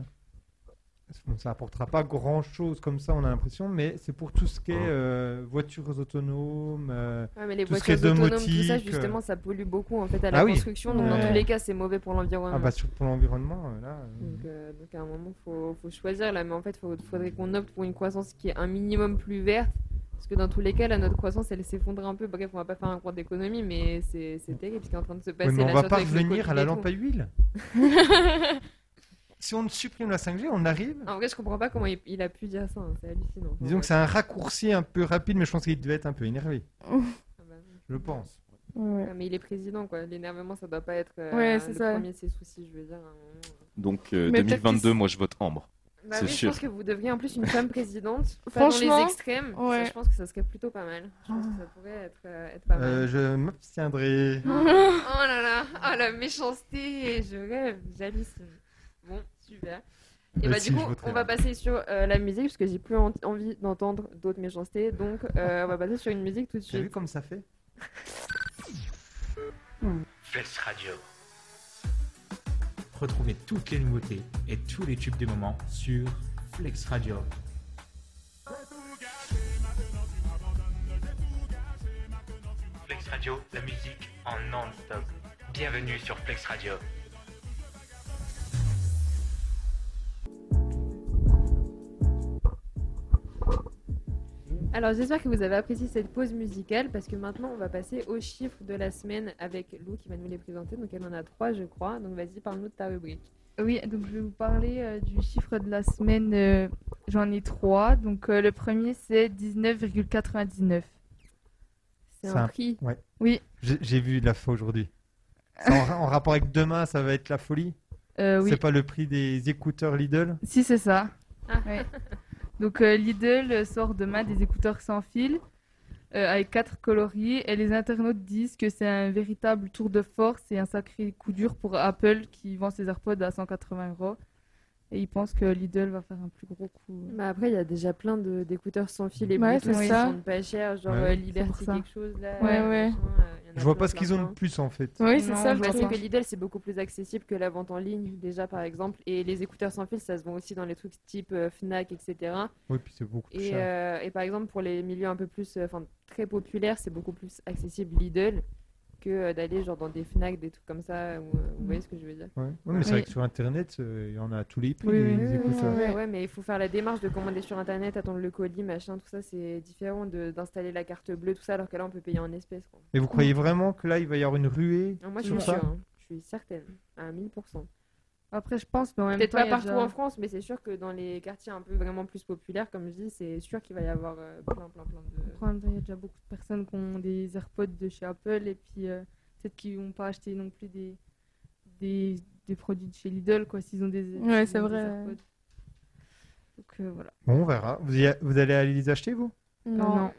[SPEAKER 1] bon, ça apportera pas grand-chose comme ça, on a l'impression, mais c'est pour tout ce qui est euh, voitures autonomes. euh,
[SPEAKER 2] Ouais, mais les
[SPEAKER 1] Tout ce qui
[SPEAKER 2] voitures
[SPEAKER 1] est
[SPEAKER 2] autonomes, tout ça,
[SPEAKER 1] domotique, euh.
[SPEAKER 2] justement, ça pollue beaucoup en fait à la
[SPEAKER 1] Ah oui.
[SPEAKER 2] construction. Donc, dans
[SPEAKER 1] Ouais.
[SPEAKER 2] tous les cas, c'est mauvais pour l'environnement.
[SPEAKER 1] Ah bah sur, pour l'environnement, euh, là. euh,
[SPEAKER 2] Donc, euh, donc à un moment, faut, faut choisir là, mais en fait, faut, faudrait qu'on opte pour une croissance qui est un minimum plus verte, parce que dans tous les cas, là, notre croissance, elle s'effondre un peu. Bref, on va pas faire un cours d'économie, mais c'est c'est terrible ce qui est en train de se
[SPEAKER 1] euh,
[SPEAKER 2] passer.
[SPEAKER 1] oui, mais on
[SPEAKER 2] là,
[SPEAKER 1] va
[SPEAKER 2] surtout
[SPEAKER 1] pas
[SPEAKER 2] avec le
[SPEAKER 1] revenir
[SPEAKER 2] Covid
[SPEAKER 1] à la
[SPEAKER 2] et tout.
[SPEAKER 1] lampe à huile. si on supprime la 5G, on arrive.
[SPEAKER 2] En vrai, je comprends pas comment il, il a pu dire ça, hein, c'est hallucinant.
[SPEAKER 1] Disons que c'est un raccourci un peu rapide, mais je pense qu'il devait être un peu énervé,
[SPEAKER 2] Ah bah,
[SPEAKER 1] je pense.
[SPEAKER 6] Ouais.
[SPEAKER 2] ouais, Ah, mais il est président, quoi. L'énervement, ça doit pas être euh,
[SPEAKER 6] Ouais, c'est
[SPEAKER 2] le
[SPEAKER 6] ça.
[SPEAKER 2] premier de ses soucis, je veux dire. à un moment.
[SPEAKER 8] Donc euh,
[SPEAKER 6] Mais peut-être
[SPEAKER 8] 2022,
[SPEAKER 6] qu'ils-
[SPEAKER 8] moi je vote Ambre.
[SPEAKER 2] Bah
[SPEAKER 8] C'est
[SPEAKER 2] oui, je
[SPEAKER 8] sûr.
[SPEAKER 2] pense que vous devriez en plus une femme présidente. Pas dans
[SPEAKER 6] Franchement,
[SPEAKER 2] les extrêmes. Ça,
[SPEAKER 6] ouais.
[SPEAKER 2] je pense que ça serait plutôt pas mal. Je pense que ça pourrait être, euh, être pas mal.
[SPEAKER 1] Euh, je m'abstiendrai.
[SPEAKER 2] Oh là là, oh la méchanceté, je rêve, j'hallucine. Bon, super. Et
[SPEAKER 1] Bah
[SPEAKER 2] bah
[SPEAKER 1] si,
[SPEAKER 2] du
[SPEAKER 1] je
[SPEAKER 2] coup,
[SPEAKER 1] voterai.
[SPEAKER 2] on va passer sur euh, la musique parce que j'ai plus en- envie d'entendre d'autres méchancetés, donc euh, on va passer sur une musique tout de
[SPEAKER 1] T'as vu
[SPEAKER 2] suite.
[SPEAKER 1] comme ça fait
[SPEAKER 3] Flex Radio.
[SPEAKER 10] Retrouvez toutes les nouveautés et tous les tubes des moments sur Flex Radio.
[SPEAKER 3] Flex Radio, la musique en non-stop. Bienvenue sur Flex Radio.
[SPEAKER 2] Alors j'espère que vous avez apprécié cette pause musicale parce que maintenant on va passer aux chiffres de la semaine avec Lou qui va nous les présenter. Donc elle en a trois je crois. Donc vas-y parle-nous de ta rubrique.
[SPEAKER 9] Oui, donc je vais vous parler euh, du chiffre de la semaine. euh, J'en ai trois. Donc euh, le premier, c'est 19,99.
[SPEAKER 1] C'est un- ouais.
[SPEAKER 9] Oui.
[SPEAKER 1] J'ai j'ai vu la fois aujourd'hui. C'est En, en rapport avec demain, ça va être la folie.
[SPEAKER 9] Euh, oui.
[SPEAKER 1] C'est pas le prix des écouteurs Lidl
[SPEAKER 9] Si, c'est ça. Ouais. Donc euh, Lidl sort demain des écouteurs sans fil euh, avec quatre coloris et les internautes disent que c'est un véritable tour de force et un sacré coup dur pour Apple qui vend ses AirPods à 180 euros. Et ils pensent que Lidl va faire un plus gros coup.
[SPEAKER 2] Mais Bah, après il y a déjà plein de- d'écouteurs sans fil et
[SPEAKER 9] Ouais,
[SPEAKER 2] Bluetooth
[SPEAKER 9] c'est
[SPEAKER 2] qui
[SPEAKER 9] ça.
[SPEAKER 2] sont pas chers genre
[SPEAKER 9] Ouais.
[SPEAKER 2] euh,
[SPEAKER 9] C'est pour
[SPEAKER 2] Liberty
[SPEAKER 9] ça.
[SPEAKER 2] quelque chose là.
[SPEAKER 9] Ouais,
[SPEAKER 2] euh,
[SPEAKER 9] ouais.
[SPEAKER 2] machin, euh, il y en a
[SPEAKER 1] Je vois
[SPEAKER 2] plein,
[SPEAKER 1] pas ce
[SPEAKER 2] plein,
[SPEAKER 1] qu'ils ont
[SPEAKER 2] plein.
[SPEAKER 1] de plus en fait.
[SPEAKER 9] Oui, c'est Non, ça, je le vois
[SPEAKER 2] Parce
[SPEAKER 9] truc.
[SPEAKER 2] que Lidl c'est beaucoup plus accessible que la vente en ligne déjà par exemple et les écouteurs sans fil ça se vend aussi dans les trucs type euh, Fnac etc.
[SPEAKER 1] Oui, puis c'est beaucoup plus
[SPEAKER 2] Et,
[SPEAKER 1] cher.
[SPEAKER 2] euh, et par exemple pour les milieux un peu plus euh, enfin très populaires c'est beaucoup plus accessible Lidl que euh, d'aller genre dans des Fnac des trucs comme ça. où, euh, vous voyez ce que je veux dire
[SPEAKER 1] Ouais. Ouais, mais c'est
[SPEAKER 2] Oui.
[SPEAKER 1] vrai que sur internet, euh, il y en a à tous les prix
[SPEAKER 2] Oui,
[SPEAKER 1] les
[SPEAKER 2] oui, oui, oui,
[SPEAKER 1] écouteurs.
[SPEAKER 2] ouais, ouais, mais il faut faire la démarche de commander sur internet, attendre le colis, machin, tout ça, c'est différent de- d'installer la carte bleue, tout ça, alors que là on peut payer en espèces. quoi.
[SPEAKER 1] Et vous croyez vraiment que là, il va y avoir une ruée
[SPEAKER 2] Non, moi je
[SPEAKER 1] sur
[SPEAKER 2] suis
[SPEAKER 1] ça
[SPEAKER 2] sûre, hein. je suis certaine, à 1000%.
[SPEAKER 9] Après, je pense, mais en même
[SPEAKER 2] Peut-être
[SPEAKER 9] temps,
[SPEAKER 2] pas
[SPEAKER 9] il y a
[SPEAKER 2] partout
[SPEAKER 9] déjà-
[SPEAKER 2] en France, mais c'est sûr que dans les quartiers un peu vraiment plus populaires, comme je dis, c'est sûr qu'il va y avoir euh, plein, plein, plein de.
[SPEAKER 9] Après, en même temps, il y a déjà beaucoup de personnes qui ont des AirPods de chez Apple et puis euh, peut-être qu'ils n'ont pas acheté non plus des, des, des produits de chez Lidl, quoi, s'ils ont des,
[SPEAKER 6] Ouais,
[SPEAKER 9] s'ils
[SPEAKER 6] c'est
[SPEAKER 9] ont des
[SPEAKER 6] vrai.
[SPEAKER 9] AirPods. Donc euh, voilà.
[SPEAKER 1] Bon, on verra. Vous, y a- vous allez aller les acheter, vous
[SPEAKER 9] Non.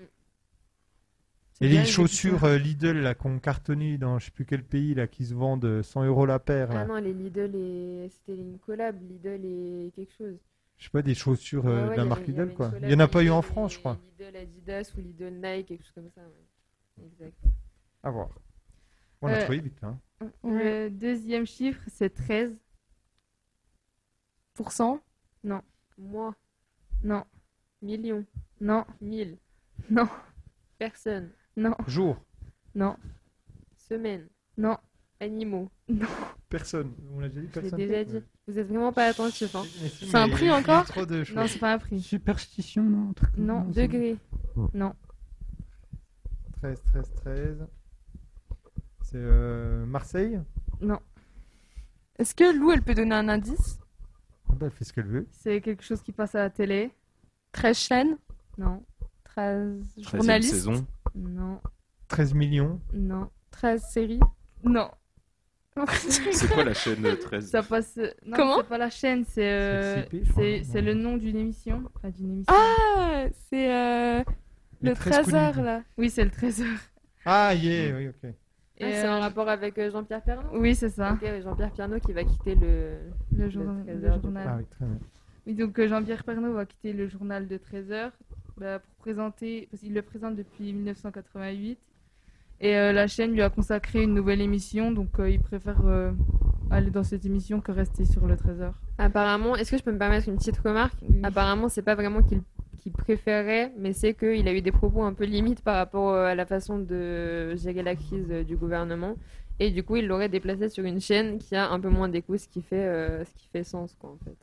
[SPEAKER 1] Et les chaussures euh, Lidl là qu'on cartonnait dans je sais plus quel pays là qui se vendent euh, 100 euros la paire là.
[SPEAKER 2] Ah non, les Lidl et. C'était une collab, Lidl et quelque chose.
[SPEAKER 1] Je sais pas des chaussures euh,
[SPEAKER 2] Ouais,
[SPEAKER 1] de
[SPEAKER 2] ouais,
[SPEAKER 1] la
[SPEAKER 2] il y
[SPEAKER 1] marque
[SPEAKER 2] avait- il y avait
[SPEAKER 1] Lidl
[SPEAKER 2] une
[SPEAKER 1] quoi. Il
[SPEAKER 2] collab
[SPEAKER 1] y en a pas eu
[SPEAKER 2] Lidl
[SPEAKER 1] en
[SPEAKER 2] et-
[SPEAKER 1] France je crois.
[SPEAKER 2] Lidl Adidas ou Lidl Nike, quelque chose comme ça. ouais. Exact.
[SPEAKER 1] À voir. On l'a
[SPEAKER 9] Euh,
[SPEAKER 1] trouvé vite hein.
[SPEAKER 9] Le deuxième chiffre, c'est 13. Non.
[SPEAKER 2] Moi,
[SPEAKER 9] Non.
[SPEAKER 2] million,
[SPEAKER 9] Non.
[SPEAKER 2] mille,
[SPEAKER 9] Non.
[SPEAKER 2] personnes,
[SPEAKER 9] Non.
[SPEAKER 1] Jour,
[SPEAKER 9] Non.
[SPEAKER 2] semaines,
[SPEAKER 9] Non.
[SPEAKER 2] animaux.
[SPEAKER 1] personne. On l'a déjà dit
[SPEAKER 2] Je l'ai
[SPEAKER 1] personne.
[SPEAKER 2] déjà dit. Vous êtes vraiment pas attentif. Hein.
[SPEAKER 1] Mais si, C'est un mais prix il y a encore trop de choses.
[SPEAKER 9] Non, c'est pas un prix.
[SPEAKER 4] Superstition, non un truc comme
[SPEAKER 9] Non.
[SPEAKER 4] ça.
[SPEAKER 2] Degré.
[SPEAKER 9] Non.
[SPEAKER 1] 13 13 13. C'est euh, Marseille
[SPEAKER 9] Non.
[SPEAKER 6] Est-ce que Lou, elle peut donner un indice
[SPEAKER 1] Ah bah, elle fait ce qu'elle veut.
[SPEAKER 9] C'est quelque chose qui passe à la télé.
[SPEAKER 6] 13 chaînes
[SPEAKER 9] Non.
[SPEAKER 6] 13
[SPEAKER 1] 13e
[SPEAKER 6] journalistes
[SPEAKER 1] saison.
[SPEAKER 9] Non.
[SPEAKER 1] 13 millions.
[SPEAKER 9] Non.
[SPEAKER 6] 13 séries
[SPEAKER 9] Non.
[SPEAKER 8] C'est quoi la chaîne euh, 13
[SPEAKER 9] Ça passe. Non,
[SPEAKER 6] Comment
[SPEAKER 9] C'est pas la chaîne, c'est euh,
[SPEAKER 8] C'est le CP, je crois,
[SPEAKER 9] c'est
[SPEAKER 8] non
[SPEAKER 9] c'est le nom d'une émission. Enfin, d'une émission.
[SPEAKER 6] Ah C'est euh,
[SPEAKER 9] Les
[SPEAKER 6] le
[SPEAKER 9] 13
[SPEAKER 6] 13h
[SPEAKER 9] connus.
[SPEAKER 6] là.
[SPEAKER 9] Oui, c'est le 13h.
[SPEAKER 1] Ah yeah, oui, OK.
[SPEAKER 2] Ah, c'est
[SPEAKER 9] euh,
[SPEAKER 2] en rapport avec euh, Jean-Pierre Pernaut
[SPEAKER 9] Oui, c'est ça.
[SPEAKER 2] Ok, Jean-Pierre Pernaut qui va quitter le,
[SPEAKER 9] Le jour- le
[SPEAKER 2] 13 heures du
[SPEAKER 9] journal.
[SPEAKER 2] coup.
[SPEAKER 1] Ah oui, très bien.
[SPEAKER 9] Oui, donc euh, Jean-Pierre Pernaut va quitter le journal de 13h pour présenter, parce qu'il le présente depuis 1988. Et euh, la chaîne lui a consacré une nouvelle émission, donc euh, il préfère euh, aller dans cette émission que rester sur le 13h.
[SPEAKER 2] Apparemment, est-ce que je peux me permettre une petite remarque Apparemment, c'est pas vraiment qu'il qu'il préférait, mais c'est qu'il a eu des propos un peu limites par rapport euh, à la façon de gérer la crise euh, du gouvernement. Et du coup, il l'aurait déplacé sur une chaîne qui a un peu moins d'écho, ce qui fait, euh, ce qui fait sens, quoi, en fait.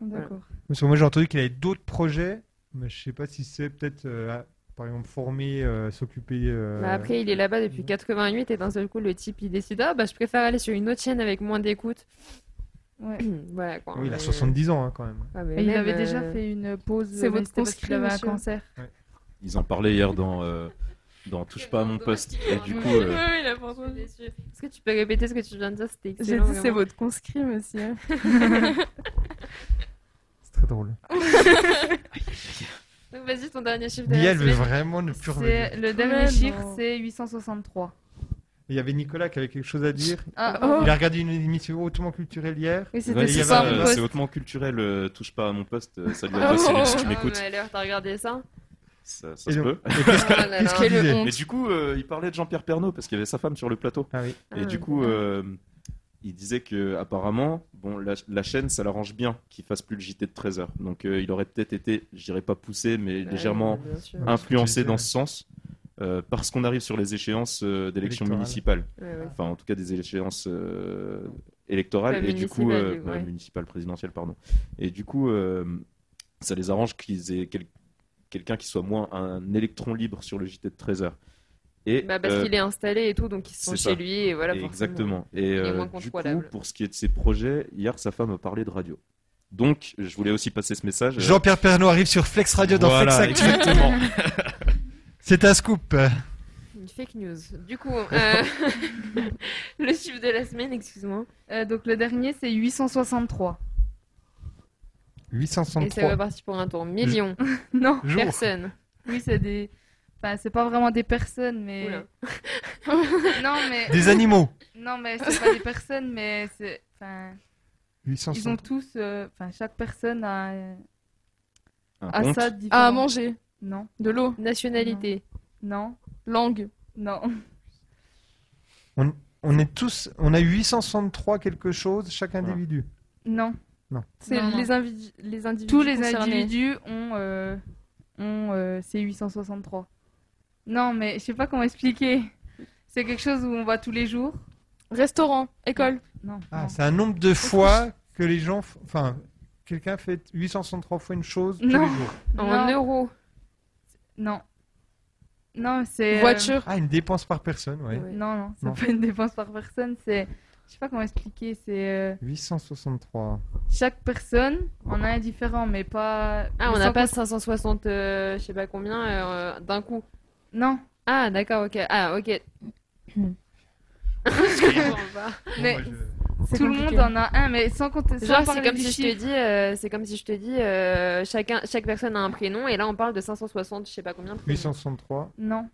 [SPEAKER 9] D'accord.
[SPEAKER 1] Parce que moi j'ai entendu qu'il avait d'autres projets, mais je sais pas si c'est peut-être euh, par exemple former, euh, s'occuper. euh,
[SPEAKER 2] Bah, après, il est là-bas depuis 88 et d'un seul coup, le type, il décide, ah, bah, je préfère aller sur une autre chaîne avec moins d'écoute.
[SPEAKER 9] Ouais.
[SPEAKER 2] voilà, quoi.
[SPEAKER 1] Oui, il a
[SPEAKER 2] Mais-
[SPEAKER 1] 70 ans hein, quand même.
[SPEAKER 2] Ah, mais
[SPEAKER 9] Et il
[SPEAKER 2] même,
[SPEAKER 9] avait déjà
[SPEAKER 2] euh,
[SPEAKER 9] fait une pause,
[SPEAKER 6] c'est
[SPEAKER 9] euh, mais
[SPEAKER 6] votre
[SPEAKER 9] c'était parce qu'il
[SPEAKER 6] conscrit,
[SPEAKER 9] avait un
[SPEAKER 6] monsieur.
[SPEAKER 9] cancer.
[SPEAKER 8] Ils en parlaient hier dans, euh, dans Touche pas à mon poste. Et du coup, euh,
[SPEAKER 2] il a franchement déçu. Est-ce que tu peux répéter ce que tu viens de dire C'était
[SPEAKER 6] J'ai
[SPEAKER 2] excellent.
[SPEAKER 6] dit c'est
[SPEAKER 2] vraiment.
[SPEAKER 6] votre conscrit, monsieur.
[SPEAKER 1] C'est très drôle.
[SPEAKER 2] Donc vas-y, ton dernier chiffre de
[SPEAKER 1] Nia,
[SPEAKER 2] la
[SPEAKER 1] elle veut
[SPEAKER 2] semaine.
[SPEAKER 1] vraiment ne plus revenir.
[SPEAKER 9] C'est le
[SPEAKER 6] Mais
[SPEAKER 9] dernier
[SPEAKER 6] non.
[SPEAKER 9] chiffre, c'est 863.
[SPEAKER 1] Il y avait Nicolas qui avait quelque chose à dire.
[SPEAKER 9] Ah,
[SPEAKER 1] Il
[SPEAKER 9] oh.
[SPEAKER 1] a regardé une émission hautement culturelle hier.
[SPEAKER 9] Oui,
[SPEAKER 8] ouais,
[SPEAKER 9] c'était
[SPEAKER 8] c'est
[SPEAKER 9] sur
[SPEAKER 8] ça,
[SPEAKER 9] un
[SPEAKER 8] euh,
[SPEAKER 9] poste.
[SPEAKER 8] c'est hautement culturel. euh, touche pas à mon poste. euh, Salut à
[SPEAKER 2] Ah,
[SPEAKER 8] toi, Cyril, si
[SPEAKER 2] ouais,
[SPEAKER 8] tu m'écoutes.
[SPEAKER 2] mais alors, t'as regardé ça
[SPEAKER 8] Ça, ça
[SPEAKER 1] Et
[SPEAKER 8] se
[SPEAKER 1] donc-
[SPEAKER 8] peut.
[SPEAKER 1] et qu'est-ce que-
[SPEAKER 2] Oh là qu'est-ce là.
[SPEAKER 1] qu'il disait
[SPEAKER 8] Mais du coup, euh, il parlait de Jean-Pierre Pernaud parce qu'il y avait sa femme sur le plateau.
[SPEAKER 1] Ah oui.
[SPEAKER 8] Et du coup, euh, il disait que apparemment, bon, la, la chaîne, ça l'arrange bien qu'il fasse plus le JT de 13 h Donc, euh, il aurait peut-être été, je dirais pas poussé, mais
[SPEAKER 2] oui,
[SPEAKER 8] légèrement
[SPEAKER 2] bien sûr.
[SPEAKER 8] influencé dans ce sens. euh, parce qu'on arrive sur les échéances euh, d'élections
[SPEAKER 1] Électorales.
[SPEAKER 8] municipales,
[SPEAKER 2] Ouais, ouais.
[SPEAKER 8] enfin en tout cas des échéances euh, électorales
[SPEAKER 2] Ouais,
[SPEAKER 8] et du coup
[SPEAKER 2] municipales,
[SPEAKER 8] euh,
[SPEAKER 2] du coup, ouais.
[SPEAKER 8] municipales présidentielles pardon. Et du coup, euh, ça les arrange qu'ils aient quel- quelqu'un qui soit moins un électron libre sur le JT de 13h. Et,
[SPEAKER 2] Bah, parce
[SPEAKER 8] euh,
[SPEAKER 2] qu'il est installé et tout, donc ils sont
[SPEAKER 8] c'est
[SPEAKER 2] chez
[SPEAKER 8] ça.
[SPEAKER 2] lui et voilà. forcément.
[SPEAKER 8] Exactement.
[SPEAKER 2] Il
[SPEAKER 8] Et
[SPEAKER 2] est
[SPEAKER 8] euh,
[SPEAKER 2] moins
[SPEAKER 8] du coup,
[SPEAKER 2] contrôlable.
[SPEAKER 8] pour ce qui est de ses projets, hier, sa femme a parlé de radio. Donc, je voulais aussi passer ce message. euh,
[SPEAKER 1] Jean-Pierre Pernaud arrive sur Flex Radio dans
[SPEAKER 8] Voilà,
[SPEAKER 1] Flex Actu.
[SPEAKER 8] exactement.
[SPEAKER 1] C'est un scoop.
[SPEAKER 2] Une fake news. Du coup, euh, le chiffre de la semaine, excuse-moi.
[SPEAKER 9] donc le dernier, c'est 863.
[SPEAKER 2] Et ça va
[SPEAKER 1] 863.
[SPEAKER 2] partir pour un tour. Millions.
[SPEAKER 9] non.
[SPEAKER 1] Jour.
[SPEAKER 2] Personne.
[SPEAKER 9] Oui, c'est des. Enfin, c'est pas vraiment des personnes, mais. non, mais.
[SPEAKER 1] Des animaux.
[SPEAKER 9] Non, mais c'est pas des personnes, mais c'est. Enfin, ils
[SPEAKER 1] 863.
[SPEAKER 9] ont tous. euh, Enfin, chaque personne a.
[SPEAKER 1] Un
[SPEAKER 9] a
[SPEAKER 1] compte.
[SPEAKER 9] ça différent.
[SPEAKER 6] À manger.
[SPEAKER 9] Non.
[SPEAKER 6] De l'eau.
[SPEAKER 2] Nationalité.
[SPEAKER 9] Non.
[SPEAKER 6] Langue.
[SPEAKER 9] Non.
[SPEAKER 1] On, on est tous, on a eu 863 quelque chose chaque individu.
[SPEAKER 9] Non.
[SPEAKER 1] Non.
[SPEAKER 6] C'est
[SPEAKER 9] Non, non.
[SPEAKER 6] les, invi- les individus.
[SPEAKER 9] Tous les
[SPEAKER 6] concernés.
[SPEAKER 9] individus ont. euh, ont euh, c'est 863. Non, mais je sais pas comment expliquer. C'est quelque chose où on va tous les jours.
[SPEAKER 6] Restaurant, école.
[SPEAKER 9] Non.
[SPEAKER 1] Ah, c'est un nombre de fois que les gens, f- enfin, quelqu'un fait 863 fois une chose tous
[SPEAKER 9] Non.
[SPEAKER 1] les jours.
[SPEAKER 9] Non.
[SPEAKER 2] euros.
[SPEAKER 9] Non. Non, c'est. euh,
[SPEAKER 1] Ah, une dépense par personne, ouais.
[SPEAKER 9] Non, non, c'est
[SPEAKER 1] Non.
[SPEAKER 9] pas une dépense par personne. C'est. Je sais pas comment expliquer. C'est. euh,
[SPEAKER 1] 863.
[SPEAKER 9] Chaque personne en a un différent, mais pas.
[SPEAKER 2] Ah, on
[SPEAKER 9] mais
[SPEAKER 2] n'a
[SPEAKER 9] sans
[SPEAKER 2] pas
[SPEAKER 9] compte-
[SPEAKER 2] 560, euh, je sais pas combien, euh, d'un coup.
[SPEAKER 9] Non.
[SPEAKER 2] Ah, d'accord, ok. Ah, ok.
[SPEAKER 9] Mais
[SPEAKER 2] C'est
[SPEAKER 9] tout le
[SPEAKER 2] compliqué.
[SPEAKER 9] monde en a un, mais sans compter. sans
[SPEAKER 2] Genre, c'est
[SPEAKER 9] parler
[SPEAKER 2] comme,
[SPEAKER 9] du
[SPEAKER 2] si je te
[SPEAKER 9] chiffre.
[SPEAKER 2] dis, euh, c'est comme si je te dis, euh, chacun, chaque personne a un prénom, et là on parle de 560, je sais pas combien. de prénoms.
[SPEAKER 1] 863.
[SPEAKER 9] Non.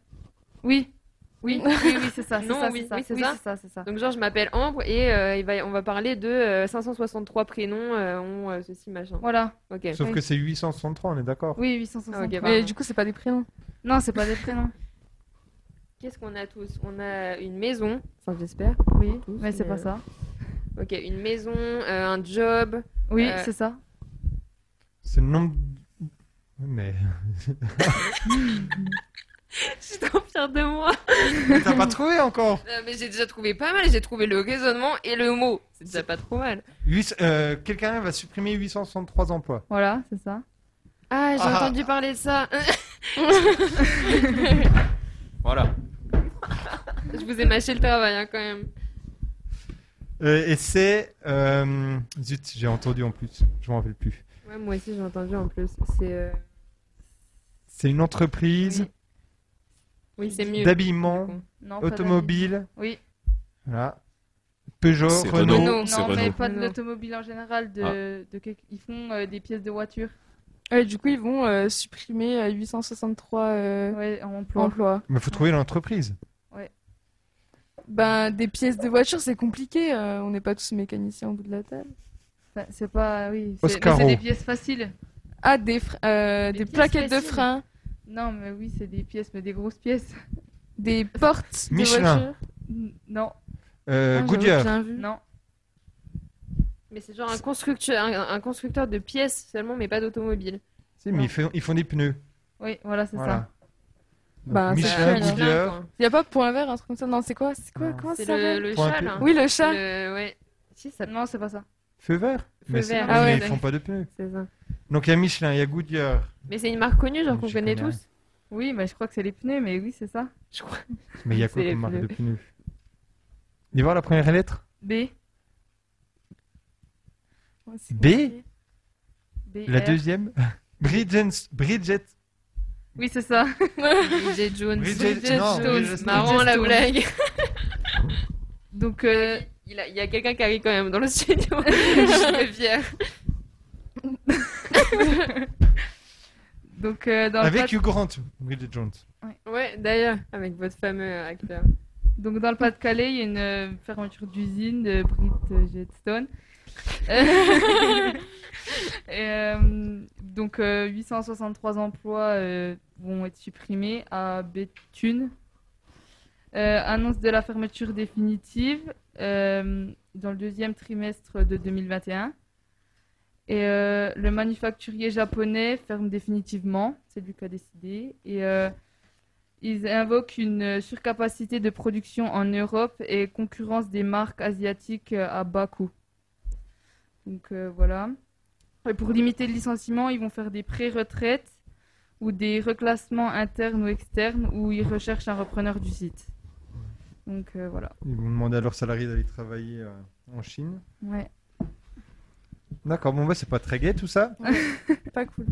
[SPEAKER 9] Oui. Oui, oui, oui, c'est ça. c'est
[SPEAKER 2] Non,
[SPEAKER 9] ça,
[SPEAKER 2] oui,
[SPEAKER 9] c'est ça.
[SPEAKER 2] oui, c'est
[SPEAKER 9] Oui,
[SPEAKER 2] ça.
[SPEAKER 9] c'est ça, c'est ça.
[SPEAKER 2] Donc, genre, je m'appelle Ambre et euh, il va, on va parler de euh, 563 prénoms, euh, ont euh, ceci, machin.
[SPEAKER 9] Voilà.
[SPEAKER 2] Ok.
[SPEAKER 1] Sauf que c'est 863, on est d'accord.
[SPEAKER 9] Oui, 863.
[SPEAKER 2] Ah, ok,
[SPEAKER 6] Mais
[SPEAKER 2] pardon.
[SPEAKER 6] du coup, c'est pas des prénoms.
[SPEAKER 9] Non, c'est pas des prénoms.
[SPEAKER 2] Qu'est-ce qu'on a tous On a une maison, enfin j'espère.
[SPEAKER 9] Oui,
[SPEAKER 2] tous, euh,
[SPEAKER 9] mais c'est pas ça.
[SPEAKER 2] Ok, une maison, euh, un job.
[SPEAKER 9] Oui,
[SPEAKER 2] euh,
[SPEAKER 9] c'est ça.
[SPEAKER 1] C'est le nombre. Mais.
[SPEAKER 2] Je suis trop fière de moi.
[SPEAKER 1] T'as pas trouvé encore
[SPEAKER 2] Euh, mais j'ai déjà trouvé pas mal, j'ai trouvé le raisonnement et le mot. C'est déjà pas trop mal.
[SPEAKER 1] Huit- euh, Quelqu'un va supprimer 863 emplois.
[SPEAKER 9] Voilà, c'est ça.
[SPEAKER 2] Ah, j'ai
[SPEAKER 1] Ah.
[SPEAKER 2] entendu parler de ça.
[SPEAKER 8] Voilà.
[SPEAKER 2] Je vous ai mâché le travail hein, quand même.
[SPEAKER 1] Euh, et c'est. euh, Zut, j'ai entendu en plus. Je m'en rappelle plus.
[SPEAKER 2] Ouais, moi aussi j'ai entendu en plus. C'est euh,
[SPEAKER 1] C'est une entreprise
[SPEAKER 2] Oui, c'est mieux.
[SPEAKER 1] d'habillement
[SPEAKER 9] Non, pas
[SPEAKER 1] automobile.
[SPEAKER 9] d'habit. Oui.
[SPEAKER 1] Voilà. Peugeot,
[SPEAKER 8] C'est
[SPEAKER 1] Renault.
[SPEAKER 8] Renault.
[SPEAKER 9] Non,
[SPEAKER 8] c'est
[SPEAKER 9] mais
[SPEAKER 8] Renault.
[SPEAKER 9] pas de
[SPEAKER 6] Renault.
[SPEAKER 9] l'automobile en général. De, de quelque- Ils font euh, des pièces de voiture.
[SPEAKER 6] Ouais, du coup, ils vont euh, supprimer euh, 863 euh,
[SPEAKER 9] Ouais, en emploi.
[SPEAKER 6] emplois.
[SPEAKER 1] Mais faut trouver l'entreprise.
[SPEAKER 6] Ben, des pièces de voiture, c'est compliqué. euh, on n'est pas tous mécaniciens au bout de la table.
[SPEAKER 9] Enfin, Bah, c'est pas. Oui. c'est- mais
[SPEAKER 1] Oscaro.
[SPEAKER 9] C'est des pièces faciles.
[SPEAKER 6] Ah, des, fre- euh, des,
[SPEAKER 9] pièces
[SPEAKER 6] plaquettes de
[SPEAKER 9] faciles.
[SPEAKER 6] frein,
[SPEAKER 9] Non, mais oui, c'est des pièces, mais des grosses pièces.
[SPEAKER 6] des portes
[SPEAKER 1] Michelin.
[SPEAKER 6] de voiture.
[SPEAKER 9] N- Non,
[SPEAKER 1] Euh,
[SPEAKER 6] Ah, j'aurais
[SPEAKER 1] Goodyear.
[SPEAKER 6] bien vu.
[SPEAKER 9] non.
[SPEAKER 2] Mais c'est genre un constructeur, un, un constructeur de pièces seulement, mais pas d'automobile.
[SPEAKER 1] Si, mais ils font, ils font des pneus.
[SPEAKER 9] Oui, voilà, c'est
[SPEAKER 1] Voilà. Donc,
[SPEAKER 6] Bah, c'est
[SPEAKER 1] Michelin,
[SPEAKER 6] cool, alors.
[SPEAKER 1] Goodyear.
[SPEAKER 6] Il n'y a pas pour un verre, un truc comme ça. Non, c'est quoi C'est quoi Comment ça
[SPEAKER 2] C'est le,
[SPEAKER 6] s'appelle
[SPEAKER 2] le
[SPEAKER 1] Point
[SPEAKER 2] chat
[SPEAKER 1] P.
[SPEAKER 2] là.
[SPEAKER 6] Oui, le chat.
[SPEAKER 2] Le- ouais. Si, ça.
[SPEAKER 9] ça. euh, Non, c'est pas ça.
[SPEAKER 1] Feu vert. mais
[SPEAKER 2] Feu
[SPEAKER 1] c'est-
[SPEAKER 2] vert.
[SPEAKER 1] mais
[SPEAKER 2] Ah ouais,
[SPEAKER 1] ils
[SPEAKER 2] ouais.
[SPEAKER 1] font pas de pneus.
[SPEAKER 2] c'est ça.
[SPEAKER 1] Donc il y a Michelin, il y a Goodyear.
[SPEAKER 2] Mais c'est une marque connue, genre qu'on
[SPEAKER 1] Ah, Je
[SPEAKER 2] connaît
[SPEAKER 1] connais
[SPEAKER 2] tous.
[SPEAKER 9] Oui, mais je crois que c'est les pneus, mais oui, c'est ça.
[SPEAKER 2] Je crois.
[SPEAKER 1] Mais il y a quoi
[SPEAKER 2] C'est les
[SPEAKER 1] comme marque
[SPEAKER 2] pneus.
[SPEAKER 1] de pneus Allez voir la première lettre.
[SPEAKER 9] B.
[SPEAKER 6] Ouais, c'est
[SPEAKER 1] B
[SPEAKER 6] compliqué.
[SPEAKER 2] Euh.
[SPEAKER 9] B
[SPEAKER 1] La
[SPEAKER 9] R.
[SPEAKER 1] deuxième. Bridget. Bridget.
[SPEAKER 9] Oui, c'est ça.
[SPEAKER 2] Bridget Jones.
[SPEAKER 1] Bridget-
[SPEAKER 2] Bridget
[SPEAKER 1] non,
[SPEAKER 2] Jones.
[SPEAKER 1] Bridget Jones.
[SPEAKER 2] Marrant la blague.
[SPEAKER 9] Donc, euh,
[SPEAKER 2] Il a- il y a, quelqu'un qui arrive quand même dans le studio. Je suis fière.
[SPEAKER 9] donc euh, dans, le
[SPEAKER 1] Avec
[SPEAKER 9] pas
[SPEAKER 1] Hugh Grant. Bridget Jones.
[SPEAKER 2] Ouais, d'ailleurs, avec votre fameux acteur.
[SPEAKER 9] de... donc, dans le Pas-de-Calais, il y a une euh, fermeture d'usine de Brit euh, Jetstone. Euh, donc, euh, 863 emplois euh, vont être supprimés à Béthune. Euh, annonce de la fermeture définitive euh, dans le deuxième trimestre de 2021. Et euh, le manufacturier japonais ferme définitivement, c'est lui qui a décidé. Et euh, ils invoquent une euh, surcapacité de production en Europe et concurrence des marques asiatiques euh, à bas coût. Donc euh, voilà. Et pour limiter le licenciement, ils vont faire des pré-retraites ou des reclassements internes ou externes où ils recherchent un repreneur du site. Donc euh, voilà.
[SPEAKER 1] Ils vont demander à leurs salariés d'aller travailler euh, en Chine.
[SPEAKER 9] Ouais.
[SPEAKER 1] D'accord, bon, bah, c'est pas très gai tout ça.
[SPEAKER 11] Pas cool.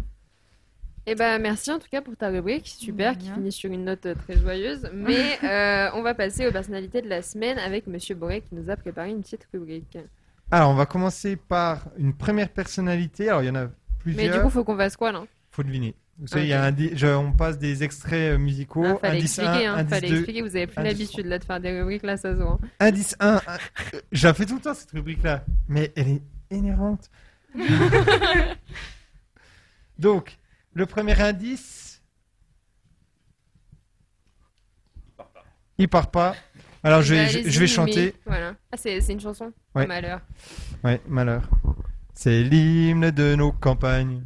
[SPEAKER 2] Eh ben, merci en tout cas pour ta rubrique, super, qui finit sur une note euh, très joyeuse. Mais euh, on va passer aux personnalités de la semaine avec Monsieur Boré qui nous a préparé une petite rubrique.
[SPEAKER 1] Alors, on va commencer par une première personnalité. Alors, il y en a plusieurs.
[SPEAKER 2] Mais du coup, faut qu'on fasse quoi là
[SPEAKER 1] faut deviner. Vous savez, il y a un di- je- on passe des extraits euh, musicaux.
[SPEAKER 2] Ah, Fallait
[SPEAKER 1] indice 1,
[SPEAKER 2] expliquer, hein,
[SPEAKER 1] indice
[SPEAKER 2] fallait
[SPEAKER 1] 2.
[SPEAKER 2] expliquer, vous avez plus
[SPEAKER 1] indice
[SPEAKER 2] l'habitude là de faire des rubriques là, ça se voit.
[SPEAKER 1] Indice 1. un- Je la fais tout le temps, cette rubrique-là. Mais elle est énervante. Donc, le premier indice. Il part pas. Alors, Ah, je
[SPEAKER 2] Bah,
[SPEAKER 1] vais, je,
[SPEAKER 2] allez-y,
[SPEAKER 1] je vais
[SPEAKER 2] mais-
[SPEAKER 1] chanter.
[SPEAKER 2] Voilà. Ah, c'est c'est une chanson
[SPEAKER 1] Ouais.
[SPEAKER 2] Malheur.
[SPEAKER 1] Ouais, malheur. C'est l'hymne de nos campagnes.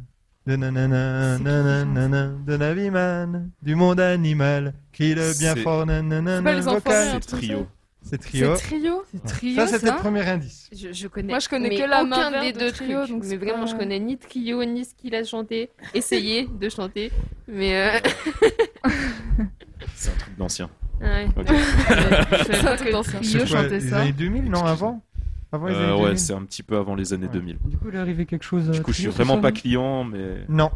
[SPEAKER 1] De nanana, nanana, de Naviman, du monde animal, crie le bien
[SPEAKER 8] C'est-
[SPEAKER 1] fort, nanana,
[SPEAKER 8] C'est pas les enfants,
[SPEAKER 1] vocal.
[SPEAKER 8] un truc comme C'est Trio. ça
[SPEAKER 1] C'est trio.
[SPEAKER 6] C'est Trio
[SPEAKER 1] Ouais.
[SPEAKER 6] C'est Trio,
[SPEAKER 1] Ça, c'était
[SPEAKER 6] ça
[SPEAKER 1] le premier indice.
[SPEAKER 2] Je, je connais.
[SPEAKER 6] Moi, je connais
[SPEAKER 2] mais
[SPEAKER 6] que la main
[SPEAKER 2] aucun
[SPEAKER 6] verte
[SPEAKER 2] des
[SPEAKER 6] de
[SPEAKER 2] deux
[SPEAKER 6] Trio,
[SPEAKER 2] trucs.
[SPEAKER 6] donc
[SPEAKER 2] mais
[SPEAKER 6] c'est
[SPEAKER 2] vraiment,
[SPEAKER 6] pas-
[SPEAKER 2] je connais ni Trio ni ce qu'il a chanté. Essayez de chanter, mais. euh,
[SPEAKER 8] C'est un truc d'ancien.
[SPEAKER 2] Ouais.
[SPEAKER 8] Ok.
[SPEAKER 2] Je savais pas que
[SPEAKER 1] C'est quoi, Euh, les années 2000, non, avant Avant les
[SPEAKER 8] Euh,
[SPEAKER 1] années
[SPEAKER 8] ouais,
[SPEAKER 1] 2000
[SPEAKER 8] c'est un petit peu avant les années 2000.
[SPEAKER 4] Du coup, il est arrivé quelque chose.
[SPEAKER 8] Du coup, je suis vraiment pas client, mais.
[SPEAKER 1] Non.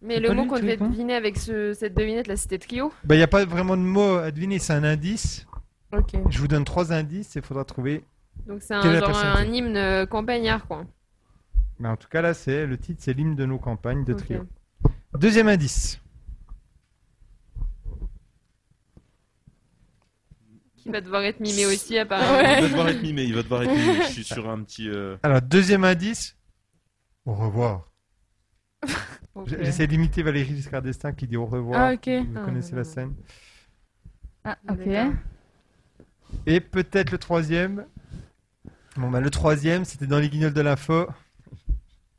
[SPEAKER 2] Mais
[SPEAKER 1] C'est
[SPEAKER 2] le
[SPEAKER 1] pas
[SPEAKER 2] mot
[SPEAKER 1] lui,
[SPEAKER 2] qu'on
[SPEAKER 1] tous
[SPEAKER 2] devait
[SPEAKER 1] les points
[SPEAKER 2] deviner avec ce- cette devinette là, c'était Trio.
[SPEAKER 1] Bah, il n'y a pas vraiment de mot à deviner, c'est un indice.
[SPEAKER 2] Ok.
[SPEAKER 1] Je vous donne trois indices et il faudra trouver.
[SPEAKER 2] Donc c'est un,
[SPEAKER 1] Quelle est la
[SPEAKER 2] genre
[SPEAKER 1] personnalité
[SPEAKER 2] un hymne euh, campagnard quoi.
[SPEAKER 1] Mais en tout cas, là, c'est le titre, c'est l'hymne de nos campagnes de
[SPEAKER 2] Ok.
[SPEAKER 1] trio. Deuxième indice.
[SPEAKER 2] Qui va devoir être mimé aussi apparemment.
[SPEAKER 8] Il va devoir être mimé, il va devoir être mimé. Je suis sur un petit. euh,
[SPEAKER 1] Alors, deuxième indice. Au revoir.
[SPEAKER 2] Ok.
[SPEAKER 1] J- J'essaie d'imiter Valérie Giscard d'Estaing qui dit au revoir.
[SPEAKER 9] Ah, ok.
[SPEAKER 1] Vous
[SPEAKER 9] Ah,
[SPEAKER 1] connaissez la scène.
[SPEAKER 9] Ah, ok.
[SPEAKER 1] Et peut-être le troisième. Bon, bah, le troisième, c'était dans les guignols de l'info.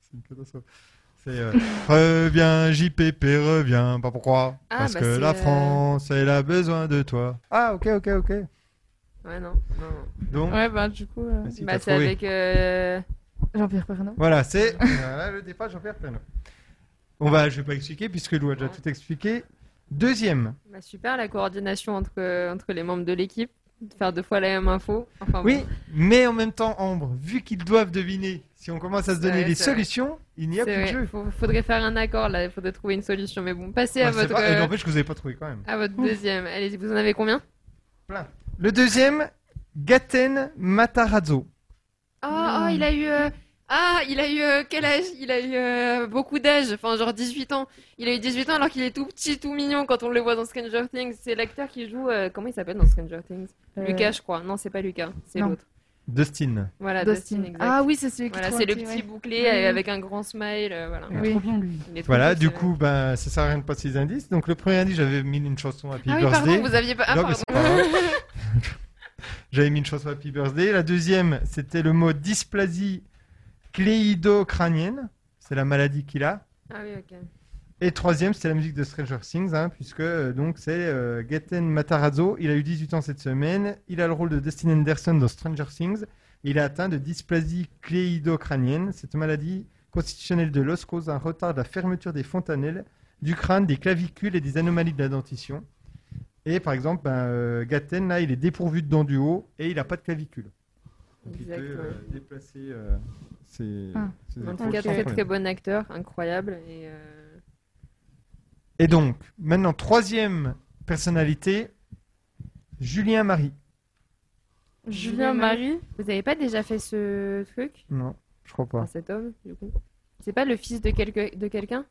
[SPEAKER 1] C'est une catastrophe. C'est euh, Reviens, JPP, reviens. Pas pourquoi
[SPEAKER 2] Ah,
[SPEAKER 1] Parce
[SPEAKER 2] bah,
[SPEAKER 1] que
[SPEAKER 2] c'est,
[SPEAKER 1] la
[SPEAKER 2] euh,
[SPEAKER 1] France, elle a besoin de toi. Ah, ok, ok, ok.
[SPEAKER 2] Ouais non. non, non.
[SPEAKER 1] Donc,
[SPEAKER 6] Ouais, bah du coup. euh,
[SPEAKER 1] Ah, si,
[SPEAKER 2] bah
[SPEAKER 1] t'as
[SPEAKER 2] c'est
[SPEAKER 1] trouvé.
[SPEAKER 2] avec. euh,
[SPEAKER 9] Jean-Pierre Pernaut.
[SPEAKER 1] Voilà, c'est. voilà le départ, Jean-Pierre Pernaut. On va, bah, je vais pas expliquer puisque Lou a déjà tout expliqué. Deuxième.
[SPEAKER 2] Bah, super la coordination entre entre les membres de l'équipe, de faire deux fois la même info. Enfin,
[SPEAKER 1] Oui,
[SPEAKER 2] bon.
[SPEAKER 1] mais en même temps, Ambre, vu qu'ils doivent deviner, si on commence à se donner
[SPEAKER 2] Ouais,
[SPEAKER 1] des
[SPEAKER 2] c'est vrai.
[SPEAKER 1] solutions, il n'y a
[SPEAKER 2] C'est
[SPEAKER 1] plus de
[SPEAKER 2] vrai.
[SPEAKER 1] jeu.
[SPEAKER 2] Faut- faudrait faire un accord là, il faudrait trouver une solution. Mais bon, passez
[SPEAKER 1] Bah,
[SPEAKER 2] à
[SPEAKER 1] je sais
[SPEAKER 2] votre
[SPEAKER 1] pas, et n'empêche que vous avez pas trouvé quand même.
[SPEAKER 2] à votre deuxième. Allez-y, vous en avez combien
[SPEAKER 1] Le deuxième, Gaten Matarazzo.
[SPEAKER 2] Oh,
[SPEAKER 9] Ah.
[SPEAKER 2] oh, il a eu. euh, Ah, il a eu euh, quel âge? Il a eu euh, beaucoup d'âge, enfin genre 18 ans. Il a eu 18 ans alors qu'il est tout petit, tout mignon quand on le voit dans Stranger Things. C'est l'acteur qui joue. euh, comment il s'appelle dans Stranger Things?
[SPEAKER 9] Euh,
[SPEAKER 2] Lucas, je crois. Non, c'est pas Lucas, c'est
[SPEAKER 9] non.
[SPEAKER 2] l'autre.
[SPEAKER 1] Dustin.
[SPEAKER 2] Voilà,
[SPEAKER 9] Dustin.
[SPEAKER 2] Dustin, exact.
[SPEAKER 9] Ah oui, c'est celui qui
[SPEAKER 2] Voilà,
[SPEAKER 9] est
[SPEAKER 2] c'est le
[SPEAKER 9] tranquille,
[SPEAKER 2] petit
[SPEAKER 9] ouais.
[SPEAKER 2] bouclé
[SPEAKER 9] Oui.
[SPEAKER 2] euh, avec un grand smile. euh, voilà.
[SPEAKER 9] Il est Oui. trop bien, lui.
[SPEAKER 2] Il est trop
[SPEAKER 1] Voilà,
[SPEAKER 2] beau,
[SPEAKER 1] du
[SPEAKER 2] celui-là.
[SPEAKER 1] coup, ben, ça sert à rien de passer les indices. Donc, le premier indice, j'avais mis une chanson Happy
[SPEAKER 2] Ah oui,
[SPEAKER 1] Birthday.
[SPEAKER 2] pardon, vous aviez pas- ah,
[SPEAKER 1] Non, mais c'est
[SPEAKER 2] pardon.
[SPEAKER 1] pas grave. j'avais mis une chanson Happy Birthday. La deuxième, c'était le mot dysplasie cléido-crânienne. C'est la maladie qu'il a.
[SPEAKER 2] Ah oui, ok.
[SPEAKER 1] Et troisième, c'était la musique de Stranger Things, hein, puisque euh, donc c'est euh, Gaten Matarazzo. Il a eu 18 ans cette semaine. Il a le rôle de Dustin Henderson dans Stranger Things. Il est atteint de dysplasie cléidocrânienne. Cette maladie constitutionnelle de l'os cause un retard de la fermeture des fontanelles, du crâne, des clavicules et des anomalies de la dentition. Et par exemple, ben, euh, Gaten, là, il est dépourvu de dents du haut et il n'a pas de clavicule. Donc, il peut euh, déplacer euh, ses,
[SPEAKER 2] Ah.
[SPEAKER 1] ses
[SPEAKER 2] En tout
[SPEAKER 1] épaules
[SPEAKER 2] cas,
[SPEAKER 1] sans
[SPEAKER 2] très
[SPEAKER 1] problème.
[SPEAKER 2] très bon acteur, incroyable. Et euh,
[SPEAKER 1] Et donc, maintenant, troisième personnalité, Julien Marie.
[SPEAKER 2] Julien Marie. Vous avez pas déjà fait ce truc?
[SPEAKER 1] Non, je crois pas.
[SPEAKER 2] Enfin, cet homme, du coup. C'est pas le fils de, quelque- de quelqu'un?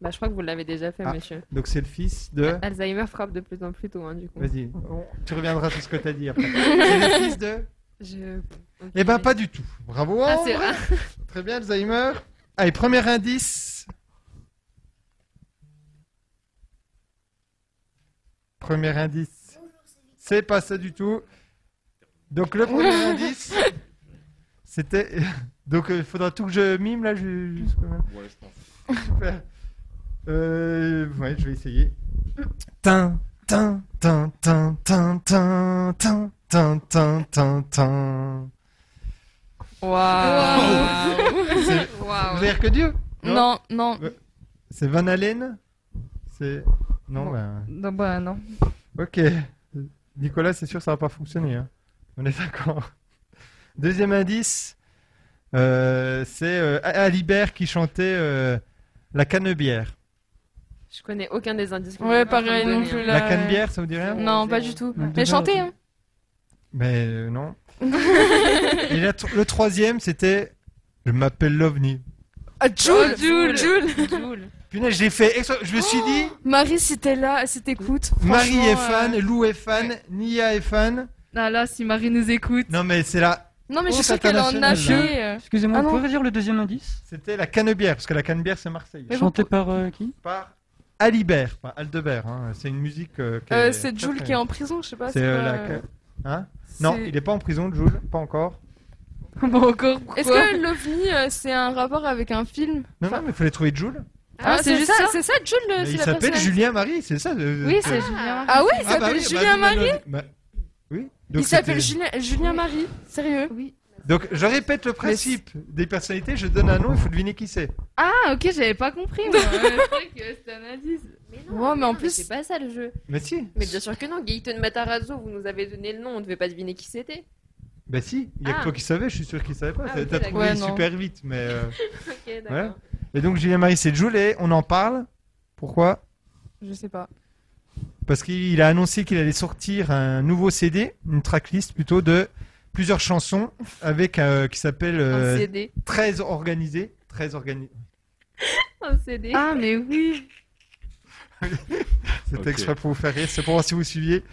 [SPEAKER 2] Bah, je crois que vous l'avez déjà fait,
[SPEAKER 1] Ah,
[SPEAKER 2] monsieur.
[SPEAKER 1] donc c'est le fils de...
[SPEAKER 2] Alzheimer frappe de plus en plus tôt, hein, du coup.
[SPEAKER 1] Vas-y, on- tu reviendras sur ce que t'as dit après. c'est le fils de...
[SPEAKER 2] Je... ok.
[SPEAKER 1] Eh ben, pas du tout. Bravo.
[SPEAKER 2] Ah,
[SPEAKER 1] Ambre.
[SPEAKER 2] c'est vrai.
[SPEAKER 1] Très bien, Alzheimer. Allez, premier indice. Premier indice. C'est pas ça du tout. Donc le premier indice, c'était... Donc euh, il faudra tout que je mime là ju- jusqu'au...
[SPEAKER 8] Ouais, je pense.
[SPEAKER 1] Super. Euh, ouais, je vais essayer. Tin, tin, tin, tin, tin, tin, tin, tin, tin, tin, tin.
[SPEAKER 2] Waouh.
[SPEAKER 1] C'est-
[SPEAKER 9] Euh,
[SPEAKER 2] Waouh.
[SPEAKER 1] Vous avez reconnu
[SPEAKER 6] Non, non.
[SPEAKER 1] C'est Van Halen C'est. Non,
[SPEAKER 9] Bon.
[SPEAKER 1] ben.
[SPEAKER 9] Donc, bah, non.
[SPEAKER 1] Ok. Nicolas, c'est sûr, ça va pas fonctionner. hein. On est d'accord. Deuxième indice, euh, c'est euh, Alibert qui chantait euh, La Canebière.
[SPEAKER 2] Je connais aucun des indices. que vous
[SPEAKER 6] Ouais,
[SPEAKER 2] êtes en train de
[SPEAKER 6] pareil,
[SPEAKER 2] donner,
[SPEAKER 6] non plus.
[SPEAKER 2] hein.
[SPEAKER 1] La
[SPEAKER 6] là,
[SPEAKER 1] Canebière, ça vous dit rien
[SPEAKER 6] Non, pas du tout.
[SPEAKER 1] Non.
[SPEAKER 6] Mais chanter, hein.
[SPEAKER 1] Mais euh, non. Et la tr- le troisième, c'était Je m'appelle l'OVNI.
[SPEAKER 6] Ah, Jules
[SPEAKER 9] Jules.
[SPEAKER 6] Jules
[SPEAKER 1] Punaise, je l'ai fait. extra- Je me suis dit,
[SPEAKER 6] Marie, si t'es là, si t'écoutes.
[SPEAKER 1] Marie est
[SPEAKER 6] Oh, franchement, euh,
[SPEAKER 1] fan, Lou est fan, Nia est fan.
[SPEAKER 9] Ah là, si Marie nous écoute.
[SPEAKER 1] Non, mais c'est la.
[SPEAKER 6] Non, mais je
[SPEAKER 1] haute
[SPEAKER 6] suis sûre qu'elle en a
[SPEAKER 1] internationale,
[SPEAKER 4] E.
[SPEAKER 1] hein.
[SPEAKER 6] fait.
[SPEAKER 4] Excusez-moi,
[SPEAKER 6] Ah
[SPEAKER 4] vous
[SPEAKER 6] non.
[SPEAKER 4] pouvez redire le deuxième indice
[SPEAKER 1] C'était la Canebière, parce que la Canebière, c'est Marseille.
[SPEAKER 4] Chanté par euh, qui
[SPEAKER 1] Par Alibert, pas Aldebert. hein. C'est une musique. euh, qui
[SPEAKER 6] Euh,
[SPEAKER 1] est
[SPEAKER 6] c'est
[SPEAKER 1] très,
[SPEAKER 6] Jules
[SPEAKER 1] très-
[SPEAKER 6] qui est en prison, je sais pas.
[SPEAKER 1] C'est euh, la.
[SPEAKER 6] pas, euh,
[SPEAKER 1] Hein Non, il est pas en prison, Jules, pas encore.
[SPEAKER 9] Bon, encore.
[SPEAKER 6] Est-ce
[SPEAKER 9] pourquoi
[SPEAKER 6] que l'OVNI, euh, c'est un rapport avec un film
[SPEAKER 1] Non, non, mais il fallait trouver Jules.
[SPEAKER 6] Ah, c'est juste ça C'est ça, Jules
[SPEAKER 1] Mais
[SPEAKER 6] le- c'est
[SPEAKER 1] il
[SPEAKER 6] la
[SPEAKER 1] s'appelle
[SPEAKER 6] personne-
[SPEAKER 1] Julien Marie, c'est ça. euh,
[SPEAKER 6] Oui,
[SPEAKER 1] c'est-
[SPEAKER 6] c'est Julien Marie. Ah oui, il
[SPEAKER 1] bah
[SPEAKER 6] s'appelle
[SPEAKER 1] oui, bah,
[SPEAKER 6] Julien Marie
[SPEAKER 1] bah, Oui. donc
[SPEAKER 6] Il s'appelle
[SPEAKER 1] c'était-
[SPEAKER 6] Julien, Julien Marie, sérieux
[SPEAKER 9] Oui.
[SPEAKER 1] Donc je répète le principe des personnalités, je donne un nom, il faut deviner qui c'est.
[SPEAKER 9] Ah, ok, j'avais pas compris. Moi. Je croyais que c'était un indice.
[SPEAKER 2] Mais
[SPEAKER 6] non, Ouais, mais en
[SPEAKER 2] non,
[SPEAKER 6] plus-
[SPEAKER 2] C'est pas ça le jeu.
[SPEAKER 1] Mais si,
[SPEAKER 2] Mais bien sûr que non, Gaëtan Matarazzo, vous nous avez donné le nom, on ne devait pas deviner qui c'était.
[SPEAKER 1] bah si, il y a
[SPEAKER 2] Ah.
[SPEAKER 1] que toi qui savais, je suis sûr qu'il savait pas.
[SPEAKER 2] Ah,
[SPEAKER 1] T'as-
[SPEAKER 2] ok,
[SPEAKER 1] T'as trouvé
[SPEAKER 2] d'accord. Ouais, non.
[SPEAKER 1] super vite, mais. euh,
[SPEAKER 2] ok, d'accord.
[SPEAKER 1] voilà. Et donc Julien Marie, c'est Jules et on en parle. Pourquoi
[SPEAKER 6] Je sais pas.
[SPEAKER 1] Parce qu'il a annoncé qu'il allait sortir un nouveau CD, une tracklist plutôt de plusieurs chansons avec euh, qui s'appelle euh,
[SPEAKER 2] CD.
[SPEAKER 1] 13 organisés, 13 organisés.
[SPEAKER 2] Un CD.
[SPEAKER 9] Ah, mais oui.
[SPEAKER 1] C'était
[SPEAKER 8] Ok.
[SPEAKER 1] exprès pour vous faire rire, c'est pour voir si vous suiviez.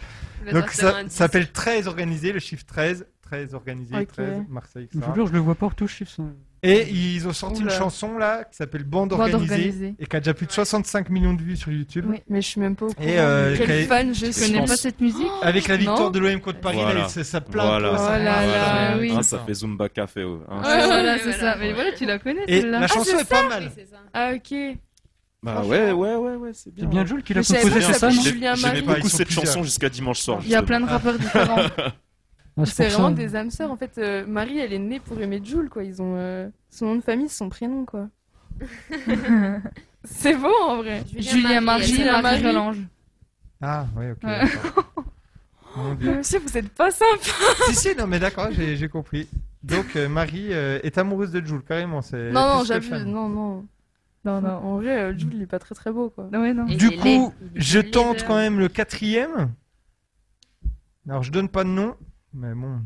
[SPEAKER 2] Il va
[SPEAKER 1] Donc
[SPEAKER 2] sortir
[SPEAKER 1] ça
[SPEAKER 2] un
[SPEAKER 1] ça
[SPEAKER 2] disque.
[SPEAKER 1] s'appelle 13 organisé, le chiffre 13, 13 organisé,
[SPEAKER 4] Ok.
[SPEAKER 1] 13 Marseille.
[SPEAKER 4] Je
[SPEAKER 1] etc.
[SPEAKER 4] vous jure, je le vois pas retouche chiffre.
[SPEAKER 1] Et ils ont sorti
[SPEAKER 6] Oula.
[SPEAKER 1] une chanson là qui s'appelle Bande,
[SPEAKER 6] Bande
[SPEAKER 1] organisée,
[SPEAKER 6] organisée.
[SPEAKER 1] et qui a déjà plus de 65 millions de vues sur YouTube.
[SPEAKER 6] Oui, mais je suis même pas au courant.
[SPEAKER 1] Et euh,
[SPEAKER 6] Quel
[SPEAKER 1] qui a-
[SPEAKER 6] fan je
[SPEAKER 9] Je
[SPEAKER 6] suis.
[SPEAKER 9] connais
[SPEAKER 8] pense.
[SPEAKER 9] pas cette musique.
[SPEAKER 1] avec la victoire
[SPEAKER 9] Non.
[SPEAKER 1] de l'OM contre Paris, là,
[SPEAKER 8] Voilà.
[SPEAKER 1] il se- ça plaint
[SPEAKER 8] Voilà.
[SPEAKER 1] pas, ça
[SPEAKER 9] Oh là
[SPEAKER 1] plaint
[SPEAKER 9] là,
[SPEAKER 1] pas, ça
[SPEAKER 9] oui.
[SPEAKER 1] plaint
[SPEAKER 8] Ah, ça
[SPEAKER 1] pas.
[SPEAKER 8] fait Zumba Café. oh, hein.
[SPEAKER 9] Ah, voilà,
[SPEAKER 2] oui,
[SPEAKER 9] c'est
[SPEAKER 2] voilà.
[SPEAKER 9] ça. Mais voilà, tu la connais
[SPEAKER 1] Et
[SPEAKER 9] celle-là.
[SPEAKER 1] la
[SPEAKER 6] Ah,
[SPEAKER 1] chanson
[SPEAKER 6] c'est
[SPEAKER 1] est, pas
[SPEAKER 6] ça
[SPEAKER 1] mal.
[SPEAKER 2] Oui, c'est ça.
[SPEAKER 6] Ah, ok.
[SPEAKER 8] Bah ouais, ouais, ouais, ouais, c'est
[SPEAKER 4] C'est
[SPEAKER 8] bien.
[SPEAKER 4] bien Jules qui l'a
[SPEAKER 6] Mais je savais
[SPEAKER 4] composé, c'est
[SPEAKER 6] pas que
[SPEAKER 4] ça,
[SPEAKER 6] ça
[SPEAKER 4] non
[SPEAKER 6] s'appelait Julien
[SPEAKER 8] J'aimais
[SPEAKER 6] Marie.
[SPEAKER 1] pas, ils
[SPEAKER 8] beaucoup
[SPEAKER 1] sont
[SPEAKER 8] cette
[SPEAKER 1] plusieurs.
[SPEAKER 8] chanson jusqu'à dimanche soir.
[SPEAKER 9] Il y a
[SPEAKER 8] justement.
[SPEAKER 9] plein de rappeurs différents.
[SPEAKER 4] Ah,
[SPEAKER 6] C'est
[SPEAKER 4] pour ça.
[SPEAKER 6] vraiment des âmes sœurs. En fait, euh, Marie, elle est née pour aimer Jules, quoi. Ils ont euh, son nom de famille, son prénom, quoi. C'est beau, en vrai.
[SPEAKER 9] Julien Marie,
[SPEAKER 6] Julien
[SPEAKER 9] Julien
[SPEAKER 6] Marie.
[SPEAKER 9] Marie Relange.
[SPEAKER 1] Ah ouais, ok.
[SPEAKER 9] Ouais.
[SPEAKER 1] d'accord. Mon Dieu.
[SPEAKER 6] Mais Monsieur, vous êtes pas simple.
[SPEAKER 1] si si, non mais d'accord, j'ai j'ai compris. Donc euh, Marie euh, est amoureuse de Jules carrément, c'est
[SPEAKER 6] Non, non,
[SPEAKER 1] plus que
[SPEAKER 6] j'abuse.
[SPEAKER 1] fan.
[SPEAKER 6] Non, non.
[SPEAKER 9] Non, non.
[SPEAKER 6] En vrai, euh, Jules, il est pas très très beau, quoi.
[SPEAKER 9] Non, ouais, non.
[SPEAKER 2] Et
[SPEAKER 1] Du
[SPEAKER 2] il est
[SPEAKER 1] coup,
[SPEAKER 2] laid. Il est
[SPEAKER 1] je
[SPEAKER 2] laid euh.
[SPEAKER 1] tente
[SPEAKER 2] d'heure.
[SPEAKER 1] quand même le quatrième. Alors, je donne pas de nom, mais bon.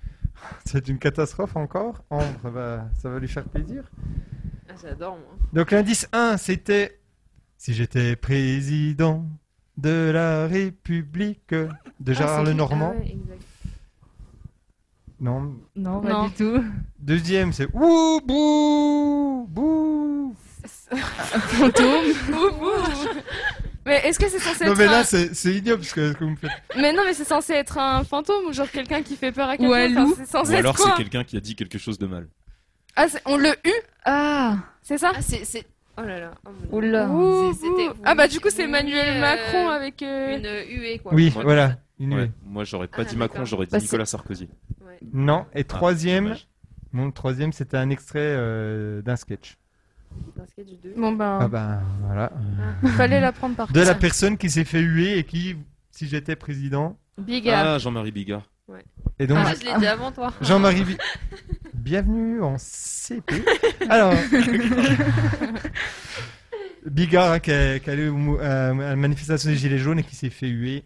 [SPEAKER 1] C'est une catastrophe encore. Ambre, va- ça va lui faire plaisir.
[SPEAKER 2] Ah, j'adore, moi.
[SPEAKER 1] Donc, l'indice 1, c'était Si j'étais président de la République de Gérard
[SPEAKER 2] Ah, c'est qui
[SPEAKER 1] Lenormand.
[SPEAKER 2] Ah ouais, exact.
[SPEAKER 1] Non.
[SPEAKER 9] Non, pas
[SPEAKER 6] Non.
[SPEAKER 9] du tout.
[SPEAKER 1] Deuxième, c'est Ouh, bouh, bouh.
[SPEAKER 6] Ouh, ouh. Mais est-ce que c'est censé
[SPEAKER 1] Non,
[SPEAKER 6] être
[SPEAKER 1] mais
[SPEAKER 6] un...
[SPEAKER 1] là, c'est c'est ignoble ce que, ce que vous me faites.
[SPEAKER 6] Mais non, mais c'est censé être un fantôme ou genre quelqu'un qui fait peur à quelqu'un.
[SPEAKER 9] un
[SPEAKER 6] enfin,
[SPEAKER 9] loup.
[SPEAKER 6] c'est censé
[SPEAKER 8] Ou
[SPEAKER 6] être
[SPEAKER 8] alors
[SPEAKER 6] quoi
[SPEAKER 8] c'est quelqu'un qui a dit quelque chose de mal.
[SPEAKER 6] Ah, c'est- on le eut,
[SPEAKER 9] Ah,
[SPEAKER 6] c'est ça
[SPEAKER 2] Ah, c'est. c'est- Oh là là. oh mon Dieu.
[SPEAKER 9] oula.
[SPEAKER 6] Ouh,
[SPEAKER 2] C'est- c'était-
[SPEAKER 6] ouh. Ah bah du coup
[SPEAKER 2] vous
[SPEAKER 6] c'est
[SPEAKER 2] vouliez,
[SPEAKER 6] Emmanuel
[SPEAKER 2] euh,
[SPEAKER 6] Macron avec... euh,
[SPEAKER 2] Une euh, huée, quoi.
[SPEAKER 1] Oui,
[SPEAKER 8] Moi-
[SPEAKER 1] voilà. Une
[SPEAKER 8] Ouais.
[SPEAKER 1] nuit.
[SPEAKER 8] Moi j'aurais pas
[SPEAKER 2] Ah,
[SPEAKER 8] dit Macron,
[SPEAKER 2] d'accord.
[SPEAKER 8] j'aurais dit
[SPEAKER 6] Bah, c'est-
[SPEAKER 8] Nicolas Sarkozy.
[SPEAKER 2] Ouais.
[SPEAKER 1] Non, et
[SPEAKER 8] Ah,
[SPEAKER 1] troisième.
[SPEAKER 8] dommage.
[SPEAKER 1] Mon troisième, c'était un extrait euh, d'un sketch.
[SPEAKER 2] Dans ce cas du deux.
[SPEAKER 6] Bon
[SPEAKER 1] Ah
[SPEAKER 6] ben,
[SPEAKER 1] ben voilà.
[SPEAKER 6] fallait la prendre par
[SPEAKER 1] De la
[SPEAKER 6] cœur.
[SPEAKER 1] personne qui s'est fait huer et qui, si j'étais président,
[SPEAKER 6] Bigard.
[SPEAKER 8] Ah, Jean-Marie Bigard.
[SPEAKER 1] et donc
[SPEAKER 2] Ah, je l'ai dit avant toi.
[SPEAKER 1] Jean-Marie. Bi- Bienvenue en CP. Alors. Bigard hein, qui, est, qui est allé au mou- à la manifestation des Gilets jaunes et qui s'est fait huer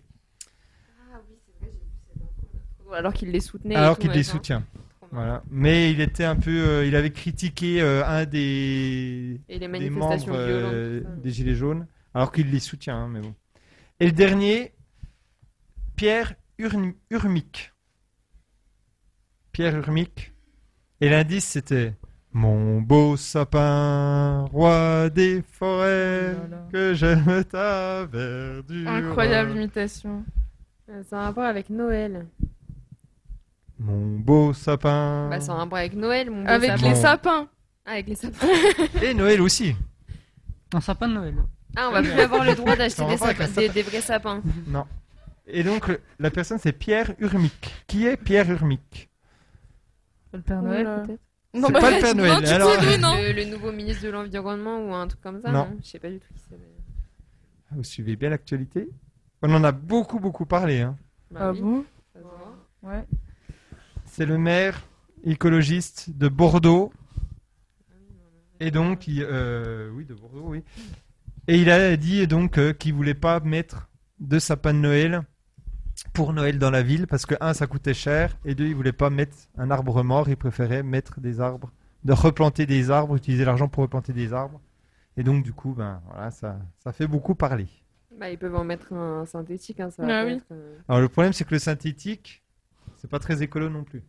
[SPEAKER 2] Ah oui, c'est vrai, j'ai vu cette info, là. Alors qu'il les soutenait. et
[SPEAKER 1] alors
[SPEAKER 2] tout,
[SPEAKER 1] qu'il les
[SPEAKER 2] machin.
[SPEAKER 1] soutient.
[SPEAKER 2] Trop marrant.
[SPEAKER 1] Voilà. Mais il était un peu, euh, il avait critiqué euh, un des
[SPEAKER 2] Et les
[SPEAKER 1] des
[SPEAKER 2] manifestations
[SPEAKER 1] membres euh,
[SPEAKER 2] violentes. tout ça.
[SPEAKER 1] des Gilets jaunes, alors qu'il les soutient, hein, mais bon. Et le dernier, Pierre Urn- Urmic. Pierre Urmic. Et l'indice, c'était Mon beau sapin, roi des forêts,
[SPEAKER 9] Oh là là.
[SPEAKER 1] que j'aime ta verdure.
[SPEAKER 6] Incroyable imitation.
[SPEAKER 2] Euh, C'est un rapport avec Noël.
[SPEAKER 1] Mon beau sapin.
[SPEAKER 2] Bah, c'est un rapport avec Noël, mon beau
[SPEAKER 6] Avec
[SPEAKER 2] sapin.
[SPEAKER 6] les
[SPEAKER 1] Bon.
[SPEAKER 6] sapins.
[SPEAKER 2] Ah, avec les sapins.
[SPEAKER 1] Et Noël aussi.
[SPEAKER 4] Un sapin de Noël.
[SPEAKER 2] Ah, on va plus avoir le droit
[SPEAKER 1] C'est
[SPEAKER 2] d'acheter
[SPEAKER 1] un
[SPEAKER 2] des,
[SPEAKER 1] rapport avec
[SPEAKER 2] sapins-
[SPEAKER 1] un sapin.
[SPEAKER 2] des- des vrais sapins.
[SPEAKER 1] Non. Et donc, le- la personne, c'est Pierre Urmic. Qui est Pierre Urmic
[SPEAKER 9] Le Père
[SPEAKER 6] Oula.
[SPEAKER 9] Noël, peut-être.
[SPEAKER 6] Non,
[SPEAKER 1] C'est
[SPEAKER 6] bah,
[SPEAKER 1] pas le Père Noël,
[SPEAKER 6] Non, tu
[SPEAKER 1] alors-
[SPEAKER 2] Euh,
[SPEAKER 6] sais, nous, non.
[SPEAKER 2] Le, le nouveau ministre de l'environnement ou un truc comme ça,
[SPEAKER 1] Non.
[SPEAKER 2] non, Je sais pas du tout qui c'est. mais-
[SPEAKER 1] Vous suivez bien l'actualité On en a beaucoup, beaucoup parlé. hein.
[SPEAKER 2] Bah
[SPEAKER 9] Ah bon Ouais.
[SPEAKER 1] C'est le maire écologiste de Bordeaux. Et donc, il, euh, oui, de Bordeaux, oui. Et il a dit donc euh, qu'il voulait pas mettre de sapin de Noël pour Noël dans la ville parce que un, ça coûtait cher et deux, il voulait pas mettre un arbre mort. Il préférait mettre des arbres, de replanter des arbres, utiliser l'argent pour replanter des arbres. Et donc, du coup, ben voilà, ça, ça fait beaucoup parler.
[SPEAKER 2] Bah, ils peuvent en mettre un synthétique, hein, ça va
[SPEAKER 6] Bah
[SPEAKER 9] Ah
[SPEAKER 2] pas
[SPEAKER 9] oui.
[SPEAKER 2] être, euh,
[SPEAKER 1] Alors le problème, c'est que le synthétique, c'est pas très écolo non plus.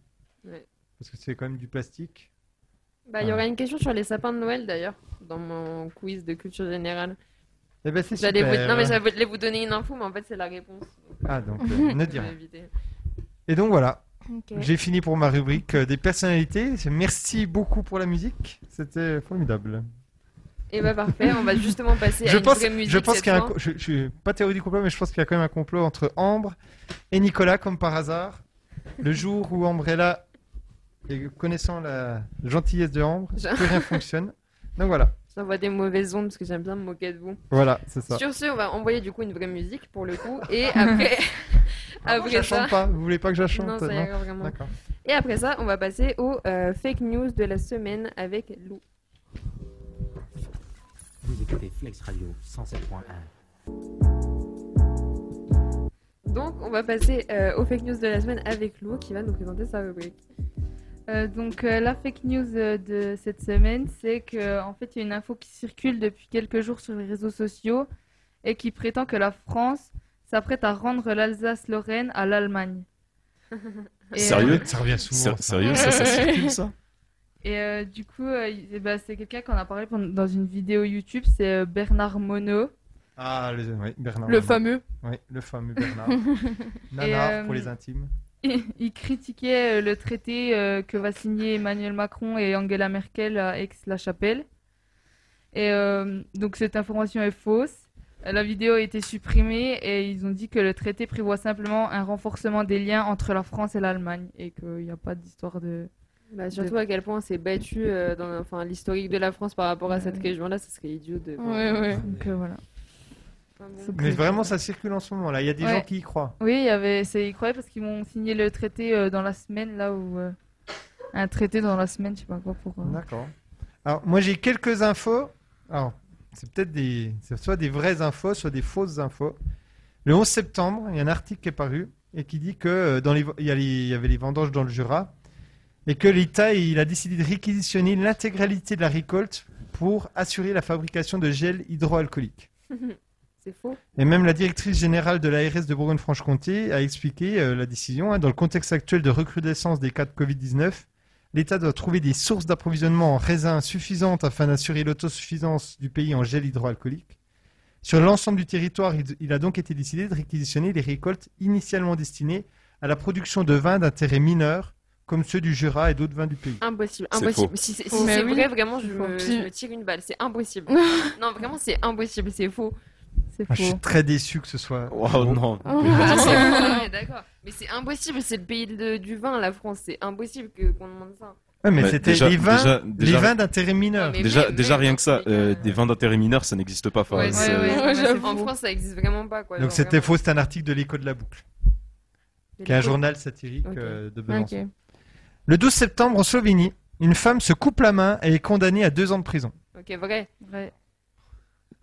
[SPEAKER 2] ouais.
[SPEAKER 1] Parce que c'est quand même du plastique. Ah.
[SPEAKER 2] Bah, il y aurait une question sur les sapins de Noël d'ailleurs, dans mon quiz de culture générale.
[SPEAKER 1] Eh ben, c'est
[SPEAKER 2] J'allais vous-
[SPEAKER 1] super.
[SPEAKER 2] Non, mais j'allais vous donner une info, mais en fait, c'est la réponse.
[SPEAKER 1] Ah, donc, euh, ne dis
[SPEAKER 2] Je vais
[SPEAKER 1] rien.
[SPEAKER 2] éviter.
[SPEAKER 1] Et donc voilà.
[SPEAKER 2] Ok.
[SPEAKER 1] J'ai fini pour ma rubrique euh, des personnalités. Merci beaucoup pour la musique. C'était formidable.
[SPEAKER 9] eh
[SPEAKER 2] Et
[SPEAKER 9] ben,
[SPEAKER 2] bah, parfait, on va justement passer à
[SPEAKER 1] je
[SPEAKER 2] une
[SPEAKER 1] pense,
[SPEAKER 2] vraie musique.
[SPEAKER 1] je pense
[SPEAKER 2] cette
[SPEAKER 1] qu'il y a un,
[SPEAKER 2] fois.
[SPEAKER 1] co- je, je suis pas théorie du complot, mais je pense qu'il y a quand même un complot entre Ambre et Nicolas, comme par hasard. Le jour où Ambre est là, et connaissant la gentillesse de Ambre,
[SPEAKER 2] Je-
[SPEAKER 1] plus rien fonctionne. Donc voilà.
[SPEAKER 2] J'envoie des mauvaises ondes parce que j'aime bien me moquer de vous.
[SPEAKER 1] Voilà, c'est ça.
[SPEAKER 2] Sur ce, on va envoyer du coup une vraie musique pour le coup. Et après.
[SPEAKER 1] Ah bon, je la chante pas. Vous voulez pas que je la chante
[SPEAKER 2] Non, ça
[SPEAKER 1] Non.
[SPEAKER 2] ira vraiment.
[SPEAKER 1] D'accord.
[SPEAKER 2] Et après ça, on va passer aux euh, fake news de la semaine avec Lou.
[SPEAKER 3] Vous écoutez Flex Radio 107.1.
[SPEAKER 2] Donc, on va passer euh, aux fake news de la semaine avec Lou qui va nous présenter sa rubrique.
[SPEAKER 9] Euh, donc euh, la fake news euh, de cette semaine, c'est que euh, en fait il y a une info qui circule depuis quelques jours sur les réseaux sociaux et qui prétend que la France s'apprête à rendre l'Alsace-Lorraine à l'Allemagne. Et,
[SPEAKER 8] Sérieux
[SPEAKER 9] euh,
[SPEAKER 8] Ça revient souvent, Ser- ça. sérieux, ça, ça circule, ça
[SPEAKER 9] Et euh, du coup, euh, il- eh ben, c'est quelqu'un qu'on a parlé pendant- dans une vidéo YouTube, c'est euh, Bernard Monod.
[SPEAKER 1] Ah, le, oui, Bernard.
[SPEAKER 9] Le
[SPEAKER 1] Arnault.
[SPEAKER 9] fameux.
[SPEAKER 1] Oui, le fameux Bernard.
[SPEAKER 9] Et,
[SPEAKER 1] Nanar
[SPEAKER 9] euh,
[SPEAKER 1] pour les intimes.
[SPEAKER 9] Il, il critiquait euh, le traité euh, que va signer Emmanuel Macron et Angela Merkel à Aix-la-Chapelle. Et euh, donc cette information est fausse. Euh, La vidéo a été supprimée et ils ont dit que le traité prévoit simplement un renforcement des liens entre la France et l'Allemagne et qu'il n'y a pas d'histoire de...
[SPEAKER 2] Bah, surtout à quel point on s'est battu euh, dans enfin, l'historique de la France par rapport à cette région-là, ce serait idiot de.
[SPEAKER 9] Donc, euh, voilà.
[SPEAKER 1] Mais vraiment, ça circule en ce moment. Là, il y a des
[SPEAKER 9] Ouais.
[SPEAKER 1] gens qui y croient.
[SPEAKER 9] Oui, il y avait, c'est, ils croyaient parce qu'ils m'ont signé le traité euh, dans la semaine, là où. euh, un traité dans la semaine, je sais pas quoi pour. euh,
[SPEAKER 1] D'accord. Alors, moi, j'ai quelques infos. Alors, c'est peut-être des, c'est soit des vraies infos, soit des fausses infos. Le 11 septembre, il y a un article qui est paru et qui dit que euh, dans les, il, y a les- il y avait les vendanges dans le Jura et que l'État il a décidé de réquisitionner l'intégralité de la récolte pour assurer la fabrication de gel hydroalcoolique.
[SPEAKER 2] c'est faux.
[SPEAKER 1] Et même la directrice générale de l'ARS de Bourgogne-Franche-Comté a expliqué euh, la décision. hein. dans le contexte actuel de recrudescence des cas de Covid-19, l'État doit trouver des sources d'approvisionnement en raisins suffisantes afin d'assurer l'autosuffisance du pays en gel hydroalcoolique. Sur l'ensemble du territoire, il, il a donc été décidé de réquisitionner les récoltes initialement destinées à la production de vins d'intérêt mineur, comme ceux du Jura et d'autres vins du pays.
[SPEAKER 2] Impossible,
[SPEAKER 1] C'est
[SPEAKER 2] impossible.
[SPEAKER 1] faux.
[SPEAKER 2] Si c'est si
[SPEAKER 1] Faux.
[SPEAKER 2] c'est
[SPEAKER 1] Mais oui.
[SPEAKER 2] vrai, vraiment, je
[SPEAKER 1] Faux.
[SPEAKER 2] me,
[SPEAKER 1] Si.
[SPEAKER 2] je me tire une balle. C'est impossible. non, vraiment, c'est impossible, c'est faux.
[SPEAKER 9] C'est
[SPEAKER 1] Ah, je suis très déçu que ce soit. Oh
[SPEAKER 8] non.
[SPEAKER 2] Ah, ouais, D'accord, mais c'est impossible, c'est le pays de- du vin, la France, c'est impossible que- qu'on demande ça.
[SPEAKER 1] Ouais, mais
[SPEAKER 8] Mais
[SPEAKER 1] c'était
[SPEAKER 8] déjà-
[SPEAKER 1] les vins,
[SPEAKER 8] déjà-
[SPEAKER 1] les
[SPEAKER 8] déjà-
[SPEAKER 1] vins d'intérêt mineur.
[SPEAKER 2] Mais
[SPEAKER 8] déjà,
[SPEAKER 2] même-
[SPEAKER 8] déjà rien que ça, euh, des vins d'intérêt mineur, ça n'existe pas. Enfin, c'est-
[SPEAKER 2] en France, ça existe vraiment pas. Quoi,
[SPEAKER 1] Donc
[SPEAKER 2] genre,
[SPEAKER 1] c'était
[SPEAKER 2] vraiment.
[SPEAKER 1] faux, c'est un article de l'écho de la boucle,
[SPEAKER 2] De
[SPEAKER 1] qui est un
[SPEAKER 2] l'Écho-
[SPEAKER 1] journal satirique
[SPEAKER 2] Ok.
[SPEAKER 1] euh, de Besançon.
[SPEAKER 2] Ok.
[SPEAKER 1] Le 12 septembre en Slovénie, une femme se coupe la main et est condamnée à deux ans de prison.
[SPEAKER 2] Ok, vrai.
[SPEAKER 9] Vrai.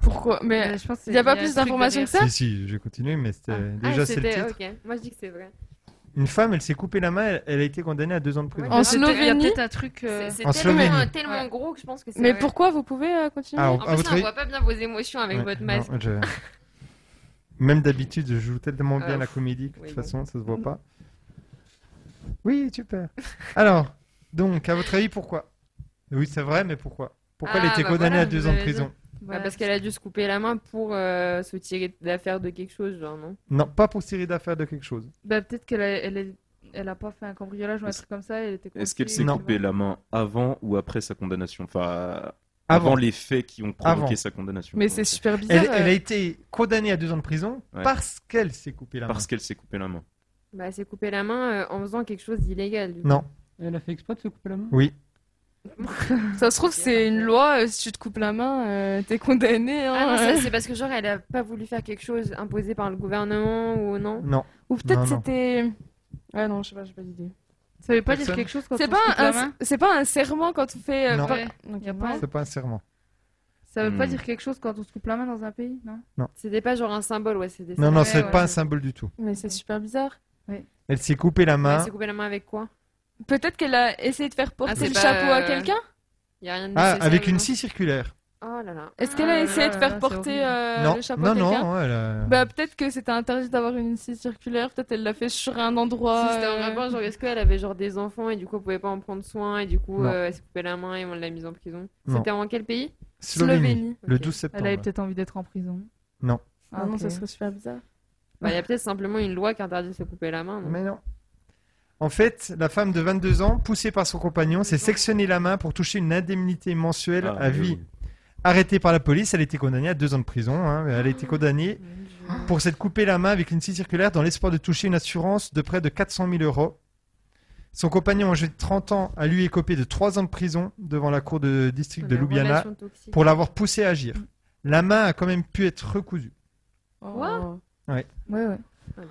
[SPEAKER 6] Pourquoi Mais
[SPEAKER 2] je pense
[SPEAKER 6] il n'y a pas plus d'informations que ça
[SPEAKER 1] Si, si, je continue, mais c'était-
[SPEAKER 2] Ah,
[SPEAKER 1] déjà c'est le
[SPEAKER 2] c'était- euh,
[SPEAKER 1] titre.
[SPEAKER 2] ok. Moi je dis que c'est vrai.
[SPEAKER 1] Une femme, elle s'est coupée la main, elle, elle a été condamnée à deux ans de prison.
[SPEAKER 6] En Slovénie,
[SPEAKER 9] un truc.
[SPEAKER 2] C'est
[SPEAKER 1] En
[SPEAKER 2] tellement, euh,
[SPEAKER 1] Slovénie.
[SPEAKER 2] tellement gros que je pense que c'est.
[SPEAKER 6] euh, Mais
[SPEAKER 2] vrai.
[SPEAKER 6] pourquoi vous pouvez euh, continuer
[SPEAKER 1] Ah,
[SPEAKER 2] En
[SPEAKER 1] à
[SPEAKER 2] plus,
[SPEAKER 1] votre
[SPEAKER 2] on
[SPEAKER 1] avis-
[SPEAKER 2] voit pas bien vos émotions avec
[SPEAKER 1] Ouais,
[SPEAKER 2] votre
[SPEAKER 1] non,
[SPEAKER 2] masque.
[SPEAKER 1] je- Même d'habitude, je joue tellement bien
[SPEAKER 2] Ah,
[SPEAKER 1] la
[SPEAKER 2] pff,
[SPEAKER 1] comédie que de
[SPEAKER 2] oui,
[SPEAKER 1] toute
[SPEAKER 2] bon.
[SPEAKER 1] façon, ça se voit pas. Oui, super. Alors, donc, à votre avis, pourquoi Oui, c'est vrai, mais pourquoi Pourquoi elle
[SPEAKER 2] Ah,
[SPEAKER 1] était
[SPEAKER 2] bah
[SPEAKER 1] condamnée
[SPEAKER 2] voilà,
[SPEAKER 1] à deux
[SPEAKER 2] vous
[SPEAKER 1] ans de
[SPEAKER 2] avez
[SPEAKER 1] prison
[SPEAKER 2] raison. Bah, parce qu'elle a dû se couper la main pour euh, se tirer d'affaire de quelque chose, genre, non
[SPEAKER 1] Non, pas pour série d'affaires de quelque chose.
[SPEAKER 9] Bah, peut-être qu'elle a, elle est- elle a pas fait un cambriolage ou un truc comme ça, elle était
[SPEAKER 8] Est-ce qu'elle s'est
[SPEAKER 9] coincée.
[SPEAKER 8] coupée la main avant ou après sa condamnation Enfin,
[SPEAKER 1] Avant.
[SPEAKER 8] avant, les faits qui ont provoqué
[SPEAKER 1] Avant.
[SPEAKER 8] sa condamnation.
[SPEAKER 6] Mais c'est super bizarre.
[SPEAKER 1] Elle, elle a
[SPEAKER 6] euh.
[SPEAKER 1] été condamnée à deux ans de prison
[SPEAKER 8] Ouais.
[SPEAKER 1] parce qu'elle s'est coupée la main.
[SPEAKER 8] euh, Parce qu'elle s'est coupée la main.
[SPEAKER 2] Bah, elle s'est coupée la main euh, en faisant quelque chose d'illégal. du coup.
[SPEAKER 1] Non.
[SPEAKER 4] Elle a fait exprès de se couper la main
[SPEAKER 1] Oui.
[SPEAKER 6] Ça se trouve, c'est une loi, euh, si tu te coupes la main, euh, t'es condamné. hein.
[SPEAKER 2] Ah non, ça, c'est parce que genre elle a pas voulu faire quelque chose imposé par le gouvernement ou non
[SPEAKER 1] Non.
[SPEAKER 6] Ou peut-être
[SPEAKER 1] Non, non.
[SPEAKER 6] c'était. Ouais, non, je sais pas, j'ai pas d'idée.
[SPEAKER 9] Ça veut pas dire Personne quelque chose quand
[SPEAKER 6] c'est
[SPEAKER 9] on
[SPEAKER 6] pas
[SPEAKER 9] se coupe la
[SPEAKER 6] un,
[SPEAKER 9] main
[SPEAKER 6] C'est pas un serment quand on fait. euh,
[SPEAKER 1] Non.
[SPEAKER 6] pas-
[SPEAKER 9] Ouais.
[SPEAKER 6] Donc,
[SPEAKER 9] Y a
[SPEAKER 6] non.
[SPEAKER 9] pas-
[SPEAKER 1] C'est pas un serment.
[SPEAKER 9] Ça veut pas
[SPEAKER 1] Hmm.
[SPEAKER 9] dire quelque chose quand on se coupe la main dans un pays, non
[SPEAKER 1] Non.
[SPEAKER 2] C'était pas genre un symbole, ouais, c'était
[SPEAKER 1] Non, non, c'est pas un symbole du tout.
[SPEAKER 6] Mais c'est super bizarre.
[SPEAKER 1] Elle s'est coupée la main. Ah,
[SPEAKER 2] Elle s'est coupée la main avec quoi
[SPEAKER 6] Peut-être qu'elle a essayé de faire porter
[SPEAKER 2] c'est
[SPEAKER 6] le
[SPEAKER 2] pas,
[SPEAKER 6] chapeau à
[SPEAKER 2] euh,
[SPEAKER 6] quelqu'un
[SPEAKER 2] Y a rien de
[SPEAKER 1] Ah,
[SPEAKER 2] nécessaire,
[SPEAKER 1] avec une
[SPEAKER 2] non
[SPEAKER 1] scie circulaire.
[SPEAKER 2] Oh là là.
[SPEAKER 6] Est-ce qu'elle a essayé de faire porter euh,
[SPEAKER 1] Non.
[SPEAKER 6] le chapeau
[SPEAKER 1] Non,
[SPEAKER 6] à quelqu'un
[SPEAKER 1] non, elle euh, a-
[SPEAKER 6] Bah, peut-être que c'était interdit d'avoir une scie circulaire, peut-être elle l'a fait sur un endroit.
[SPEAKER 2] Si c'était en
[SPEAKER 6] euh,
[SPEAKER 2] rapport, genre, est-ce qu'elle avait genre des enfants et du coup, elle pouvait pas en prendre soin et du coup,
[SPEAKER 1] Non.
[SPEAKER 2] euh, elle s'est coupée la main et on l'a mise en prison
[SPEAKER 1] Non.
[SPEAKER 2] C'était en quel pays
[SPEAKER 1] Slovénie, le
[SPEAKER 2] Ok.
[SPEAKER 1] 12 septembre.
[SPEAKER 9] Elle avait peut-être envie d'être en prison.
[SPEAKER 1] Non.
[SPEAKER 6] Ah non, ça serait super bizarre.
[SPEAKER 2] Bah, il y a peut-être simplement une loi qui interdit de se couper la
[SPEAKER 8] Mmh.
[SPEAKER 2] main.
[SPEAKER 1] Mais non. En fait, la femme de 22 ans, poussée par son compagnon, s'est sectionnée la main pour toucher une indemnité mensuelle
[SPEAKER 8] Ah,
[SPEAKER 1] à
[SPEAKER 8] mais
[SPEAKER 1] vie.
[SPEAKER 8] oui.
[SPEAKER 1] Arrêtée par la police, elle a été condamnée à deux ans de prison. hein. Elle a été condamnée pour s'être coupée la main avec une scie circulaire dans l'espoir de toucher une assurance de près de 400 000 euros. Son compagnon, âgé de 30 ans, a lui écopé de trois ans de prison devant la cour de district de
[SPEAKER 2] Une
[SPEAKER 1] Ljubljana
[SPEAKER 2] relation toxique.
[SPEAKER 1] pour l'avoir poussée à agir. La main a quand même pu être recousue.
[SPEAKER 2] Quoi
[SPEAKER 1] Ouais.
[SPEAKER 9] Ouais, ouais.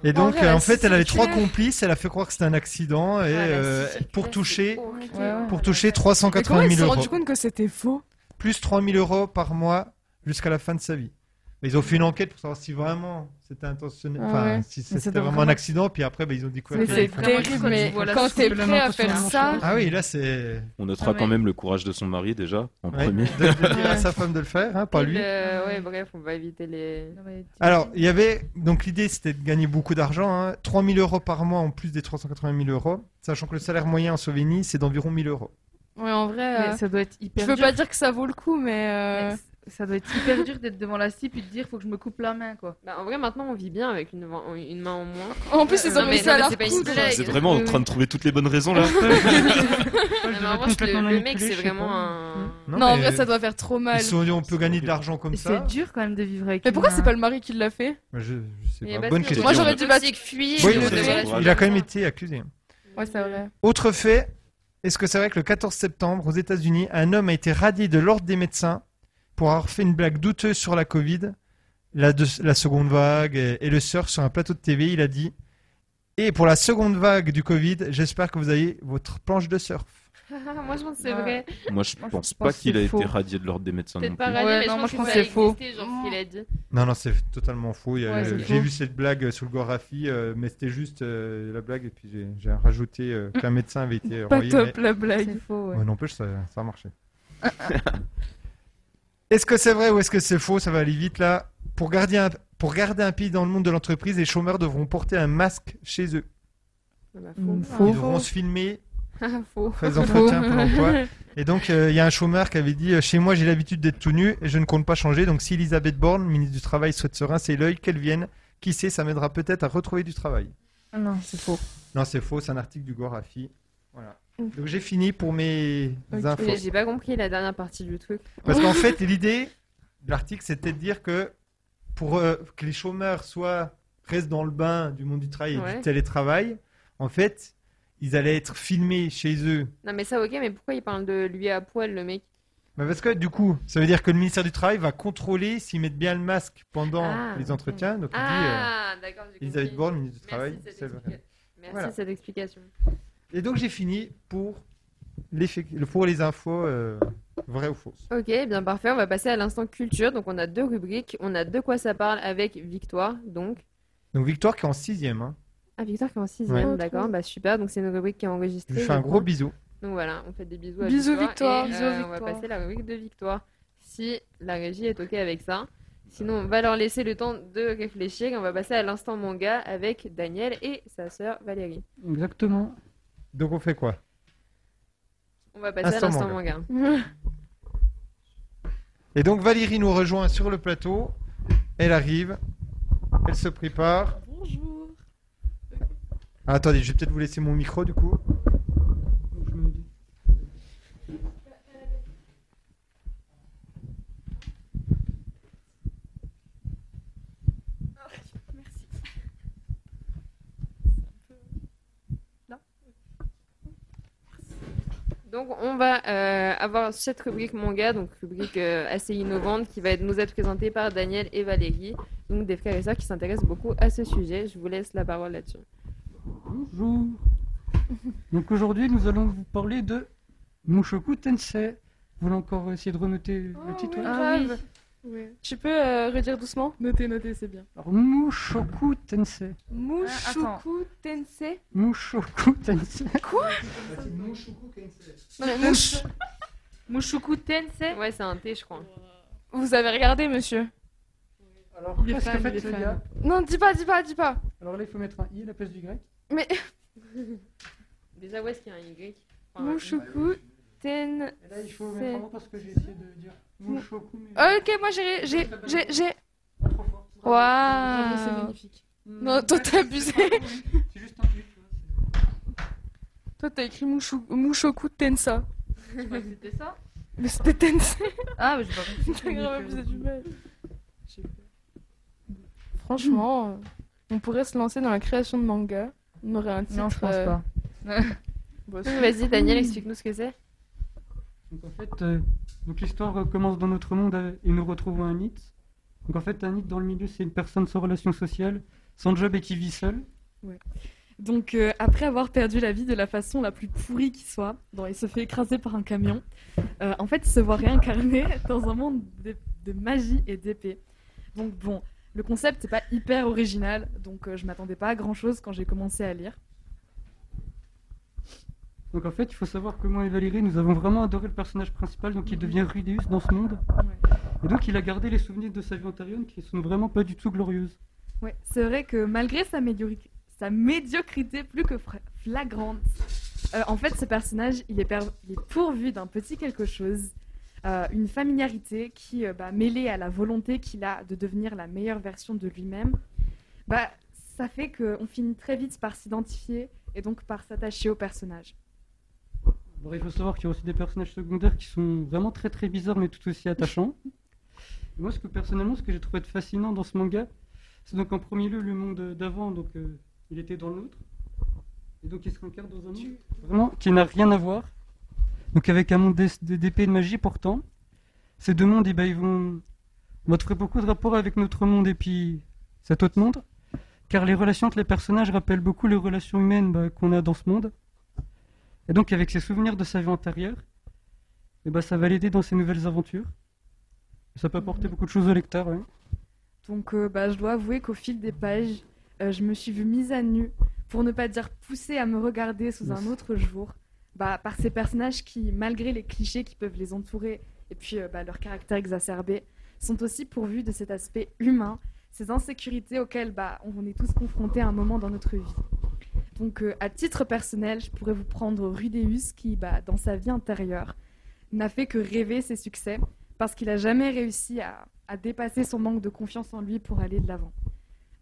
[SPEAKER 1] Et donc,
[SPEAKER 9] En vrai,
[SPEAKER 1] euh, en
[SPEAKER 9] la
[SPEAKER 1] fait, elle avait trois
[SPEAKER 9] circulaire.
[SPEAKER 1] complices. Elle a fait croire que c'était un accident
[SPEAKER 6] bah,
[SPEAKER 1] et euh, pour toucher,
[SPEAKER 6] Ouais,
[SPEAKER 1] pour toucher
[SPEAKER 6] Mais comment
[SPEAKER 1] 380
[SPEAKER 6] elle s'est
[SPEAKER 1] 000 euros,
[SPEAKER 6] rendu compte que c'était faux
[SPEAKER 1] plus 3 000 euros par mois jusqu'à la fin de sa vie. Mais ils ont fait une enquête pour savoir si vraiment c'était intentionnel,
[SPEAKER 6] Ah
[SPEAKER 1] enfin
[SPEAKER 6] ouais.
[SPEAKER 1] si
[SPEAKER 6] Mais
[SPEAKER 1] c'était
[SPEAKER 6] ça doit
[SPEAKER 1] vraiment, un
[SPEAKER 6] vraiment-
[SPEAKER 1] accident. Puis après, ben, ils ont découvert.
[SPEAKER 6] Mais
[SPEAKER 1] qu'il
[SPEAKER 6] c'est
[SPEAKER 1] avait fait un
[SPEAKER 6] terrible,
[SPEAKER 1] accident.
[SPEAKER 6] mais Voilà, quand t'es prêt à faire ça-
[SPEAKER 1] Ah oui, là c'est.
[SPEAKER 8] On
[SPEAKER 6] Ah
[SPEAKER 8] notera quand même le courage de son mari déjà, en
[SPEAKER 1] Ouais.
[SPEAKER 8] premier.
[SPEAKER 1] De- de dire à sa femme de le faire, hein, pas
[SPEAKER 2] Et
[SPEAKER 1] lui.
[SPEAKER 2] le- Ouais, bref, on va éviter les.
[SPEAKER 1] Alors, il y avait. Donc, l'idée, c'était de gagner beaucoup d'argent. Hein. 3 000 euros par mois en plus des 380 000 euros. Sachant que le salaire moyen en Slovénie, c'est d'environ 1 000 euros.
[SPEAKER 6] Ouais, en vrai.
[SPEAKER 9] Mais
[SPEAKER 6] euh,
[SPEAKER 9] ça doit être hyper
[SPEAKER 6] Je veux
[SPEAKER 9] dur.
[SPEAKER 6] pas dire que ça vaut le coup, mais. euh,
[SPEAKER 9] Mais c- ça doit être hyper dur d'être devant la scie puis de dire faut que je me coupe la main quoi.
[SPEAKER 2] Bah, en vrai, maintenant, on vit bien avec une, une main en moins. Euh,
[SPEAKER 6] En plus, ils ont
[SPEAKER 2] mais-
[SPEAKER 6] mis ça à
[SPEAKER 2] mais
[SPEAKER 6] leur
[SPEAKER 2] c'est pas une
[SPEAKER 6] coude.
[SPEAKER 2] blague.
[SPEAKER 8] C'est vraiment en train de trouver toutes les bonnes raisons là.
[SPEAKER 2] Non, mais en
[SPEAKER 6] devrais
[SPEAKER 2] revanche, le,
[SPEAKER 6] complètement
[SPEAKER 2] le mec,
[SPEAKER 6] manipuler,
[SPEAKER 2] c'est
[SPEAKER 6] je sais
[SPEAKER 2] vraiment
[SPEAKER 6] pas.
[SPEAKER 8] hein.
[SPEAKER 9] Hmm.
[SPEAKER 2] un.
[SPEAKER 6] Non, en vrai, ça doit faire trop mal.
[SPEAKER 1] Ils se sont dit, on peut gagner de l'argent comme ça.
[SPEAKER 9] dur quand même de vivre avec.
[SPEAKER 6] Mais pourquoi c'est pas le mari qui l'a fait
[SPEAKER 1] Bah, Je, je sais
[SPEAKER 6] Mais
[SPEAKER 1] pas.
[SPEAKER 6] parce
[SPEAKER 1] Bonne
[SPEAKER 6] que-
[SPEAKER 1] question.
[SPEAKER 6] Eh Moi, j'aurais dû
[SPEAKER 2] Toxique,
[SPEAKER 6] battre-
[SPEAKER 2] fuir,
[SPEAKER 1] Oui,
[SPEAKER 2] le
[SPEAKER 1] c'est
[SPEAKER 2] vrai.
[SPEAKER 1] vrai. il a quand même été accusé.
[SPEAKER 6] Ouais, c'est vrai.
[SPEAKER 1] Autre fait, est-ce que c'est vrai que le 14 septembre, aux États-Unis, un homme a été radié de l'ordre des médecins pour avoir fait une blague douteuse sur la Covid, la, deux- la seconde vague et, et le surf sur un plateau de TV Il a dit Et pour la seconde vague du Covid, j'espère que vous avez votre planche de surf.
[SPEAKER 2] Moi, je pense que c'est vrai.
[SPEAKER 8] Moi, je pense
[SPEAKER 2] que
[SPEAKER 8] pas qu'il a
[SPEAKER 2] c'est
[SPEAKER 8] été
[SPEAKER 2] faux.
[SPEAKER 8] radié de l'ordre des médecins non
[SPEAKER 2] Peut-être
[SPEAKER 8] plus.
[SPEAKER 2] pas radié,
[SPEAKER 9] Ouais,
[SPEAKER 2] mais
[SPEAKER 9] non, moi,
[SPEAKER 2] je pense que ça a existé, genre ce qu'il a dit.
[SPEAKER 1] Non, non, c'est totalement faux. Il y a-
[SPEAKER 2] Ouais, c'est
[SPEAKER 1] j'ai
[SPEAKER 2] faux.
[SPEAKER 1] vu cette blague sur le Gorafi, euh, mais c'était juste euh, la blague, et puis j'ai- j'ai rajouté euh, qu'un médecin avait été
[SPEAKER 6] Pas
[SPEAKER 1] renvoyé,
[SPEAKER 6] top
[SPEAKER 1] mais-
[SPEAKER 6] la blague.
[SPEAKER 1] Ouais, N'empêche, ça, ça a marché. est-ce que c'est vrai ou est-ce que c'est faux Ça va aller vite là. Pour garder, un, pour garder un pays dans le monde de l'entreprise, les chômeurs devront porter un masque chez eux.
[SPEAKER 4] Mm,
[SPEAKER 2] Faux.
[SPEAKER 1] Ils devront se filmer
[SPEAKER 2] Faux.
[SPEAKER 1] faire des entretiens pour l'emploi. Et donc, euh, il y a un chômeur qui avait dit euh, Chez moi, j'ai l'habitude d'être tout nu et je ne compte pas changer. Donc, si Elisabeth Borne, ministre du Travail, souhaite se rincer l'œil, qu'elle vienne. Qui sait, ça m'aidera peut-être à retrouver du travail.
[SPEAKER 9] Ah Non, c'est faux.
[SPEAKER 1] Non, c'est faux, c'est un article du Gorafi. Voilà. Donc, j'ai fini pour mes infos.
[SPEAKER 2] J'ai- J'ai pas compris la dernière partie du truc.
[SPEAKER 1] Parce qu'en fait, l'idée de l'article, c'était de dire que pour euh, que les chômeurs soient restent dans le bain du monde du travail et
[SPEAKER 2] Ouais.
[SPEAKER 1] du télétravail, en fait, ils allaient être filmés chez eux.
[SPEAKER 2] Non, mais ça, ok, mais pourquoi il parle de lui à poil, le mec
[SPEAKER 1] Bah, parce que du coup, ça veut dire que le ministère du Travail va contrôler s'ils mettent bien le masque pendant
[SPEAKER 2] Ah,
[SPEAKER 1] les entretiens. Donc, il
[SPEAKER 2] Ah,
[SPEAKER 1] dit, euh,
[SPEAKER 2] d'accord, j'ai
[SPEAKER 1] Elisabeth
[SPEAKER 2] compris.
[SPEAKER 1] Borne, ministre du
[SPEAKER 2] Merci
[SPEAKER 1] Travail.
[SPEAKER 2] de cette
[SPEAKER 1] c'est vrai.
[SPEAKER 2] explica- Merci
[SPEAKER 1] Voilà.
[SPEAKER 2] de cette explication.
[SPEAKER 1] Et donc, j'ai fini pour les, faits- pour les infos euh, vraies ou fausses.
[SPEAKER 2] Ok, bien parfait. On va passer à l'instant culture. Donc, on a deux rubriques. On a de quoi ça parle avec Victoire. Donc,
[SPEAKER 1] Donc, Victoire qui est en sixième. hein.
[SPEAKER 2] ah, Victoire qui est en sixième,
[SPEAKER 1] Ouais.
[SPEAKER 2] d'accord. Bah, super. Donc, c'est une rubrique qui est
[SPEAKER 1] Je
[SPEAKER 2] enregistrée.
[SPEAKER 1] lui fais un gros
[SPEAKER 2] crois.
[SPEAKER 1] bisou.
[SPEAKER 2] Donc, voilà, on fait des bisous à
[SPEAKER 6] Bisous,
[SPEAKER 2] Victoire.
[SPEAKER 6] Victoire.
[SPEAKER 2] et,
[SPEAKER 6] Bisous,
[SPEAKER 2] euh, On va
[SPEAKER 6] Victoire.
[SPEAKER 2] passer à la rubrique de Victoire. Si la régie est ok avec ça. Sinon, on va leur laisser le temps de réfléchir. Et on va passer à l'instant manga avec Daniel et sa sœur Valérie.
[SPEAKER 4] Exactement.
[SPEAKER 1] Donc, on fait quoi
[SPEAKER 2] On va passer
[SPEAKER 1] Instant
[SPEAKER 2] à l'instant
[SPEAKER 1] manga.
[SPEAKER 2] manga.
[SPEAKER 1] Et donc Valérie nous rejoint sur le plateau. Elle arrive. Elle se prépare.
[SPEAKER 6] Bonjour.
[SPEAKER 1] Ah, attendez, je vais peut-être vous laisser mon micro du coup.
[SPEAKER 12] Merci.
[SPEAKER 2] Donc on va euh, avoir cette rubrique manga, donc rubrique euh, assez innovante, qui va être- nous être présentée par Daniel et Valérie, donc des frères et sœurs qui s'intéressent beaucoup à ce sujet. Je vous laisse la parole là-dessus.
[SPEAKER 4] Bonjour. Donc aujourd'hui, nous allons vous parler de Mushoku Tensei. Vous voulez encore essayer de renoter
[SPEAKER 6] Oh,
[SPEAKER 4] le Ah titre ouais
[SPEAKER 6] Ah
[SPEAKER 9] grave. Tu peux euh, redire doucement Notez, notez, c'est bien.
[SPEAKER 4] Alors, Mushoku Tensei.
[SPEAKER 9] Mushoku Tensei
[SPEAKER 4] Mushoku Tensei.
[SPEAKER 9] Quoi
[SPEAKER 13] Mushoku Tensei
[SPEAKER 2] Ouais, c'est un T, je crois.
[SPEAKER 9] Vous avez regardé, monsieur
[SPEAKER 4] Alors,
[SPEAKER 9] Il est
[SPEAKER 4] qu'est-ce que
[SPEAKER 9] fan,
[SPEAKER 4] fait
[SPEAKER 9] il est
[SPEAKER 4] ce
[SPEAKER 9] fan.
[SPEAKER 4] gars
[SPEAKER 9] Non, dis pas, dis pas, dis pas
[SPEAKER 4] Alors là, il faut mettre un I à la place du grec.
[SPEAKER 9] Mais
[SPEAKER 2] Déjà, où est-ce qu'il y a un Y Enfin,
[SPEAKER 9] Mushoku Tensei.
[SPEAKER 4] Et là, il faut mettre un mot parce que j'ai essayé de dire Mushoku. mais-
[SPEAKER 9] Ok, moi j'ai. J'ai. J'ai. j'ai- Waouh
[SPEAKER 4] Bravo, c'est magnifique.
[SPEAKER 9] Non, toi t'as abusé
[SPEAKER 4] Mm. C'est juste un U, tu vois.
[SPEAKER 9] Toi t'as écrit Mushu- Mushoku Tensa.
[SPEAKER 13] Je crois que c'était ça.
[SPEAKER 9] Mais c'était Tensei
[SPEAKER 13] Ah, mais j'ai pas compris.
[SPEAKER 9] T'as grave abusé du mal Franchement, euh, on pourrait se lancer dans la création de manga. On aurait un titre.
[SPEAKER 13] Non, je pense
[SPEAKER 9] euh,
[SPEAKER 13] pas.
[SPEAKER 9] bon, c'est-
[SPEAKER 2] Vas-y, Daniel, explique-nous ce que c'est.
[SPEAKER 4] Donc en fait, euh, donc l'histoire euh, commence dans notre monde euh, et nous retrouvons un nid. Donc en fait, un nid dans le milieu, c'est une personne sans relation sociale, sans job et qui vit seule.
[SPEAKER 6] Donc, euh, après avoir perdu la vie de la façon la plus pourrie qui soit, dont il se fait écraser par un camion, euh, en fait, il se voit réincarné dans un monde de, de magie et d'épée. Donc, bon, le concept, c'est pas hyper original, donc euh, je m'attendais pas à grand chose quand j'ai commencé à lire.
[SPEAKER 4] Donc en fait, il faut savoir que moi et Valérie, nous avons vraiment adoré le personnage principal, donc il devient Rudeus dans ce monde. Et donc il a gardé les souvenirs de sa vie antérieure qui sont vraiment pas du tout glorieuses.
[SPEAKER 6] Ouais, c'est vrai que malgré sa, médiocri- sa médiocrité plus que fra- flagrante, euh, en fait, ce personnage, il est, per- il est pourvu d'un petit quelque chose, euh, une familiarité qui, euh, bah, mêlée à la volonté qu'il a de devenir la meilleure version de lui-même, bah, ça fait qu'on finit très vite par s'identifier et donc par s'attacher au personnage.
[SPEAKER 4] Alors, il faut savoir qu'il y a aussi des personnages secondaires qui sont vraiment très très bizarres mais tout aussi attachants. Et Moi, ce que personnellement, ce que j'ai trouvé de fascinant dans ce manga, c'est donc en premier lieu le monde euh, d'avant, donc euh, il était dans l'autre, et donc il se réincarne dans un monde vraiment qui n'a rien à voir. Donc avec un monde d'es- de- d'épée et de magie pourtant, ces deux mondes, eh ben, ils vont, vont trouver beaucoup de rapports avec notre monde et puis cet autre monde, car les relations entre les personnages rappellent beaucoup les relations humaines bah, qu'on a dans ce monde. Et donc avec ses souvenirs de sa vie antérieure, eh ben, ça va l'aider dans ses nouvelles aventures. Ça peut apporter beaucoup de choses au lecteur. hein. oui.
[SPEAKER 6] Donc, euh, bah, je dois avouer qu'au fil des pages, euh, je me suis vue mise à nu, pour ne pas dire poussée à me regarder sous un autre jour, bah, par ces personnages qui, malgré les clichés qui peuvent les entourer et puis euh, bah, leur caractère exacerbé, sont aussi pourvus de cet aspect humain, ces insécurités auxquelles bah, on est tous confrontés à un moment dans notre vie. Donc, euh, à titre personnel, je pourrais vous prendre Rudeus qui, bah, dans sa vie intérieure, n'a fait que rêver ses succès parce qu'il n'a jamais réussi à, à dépasser son manque de confiance en lui pour aller de l'avant.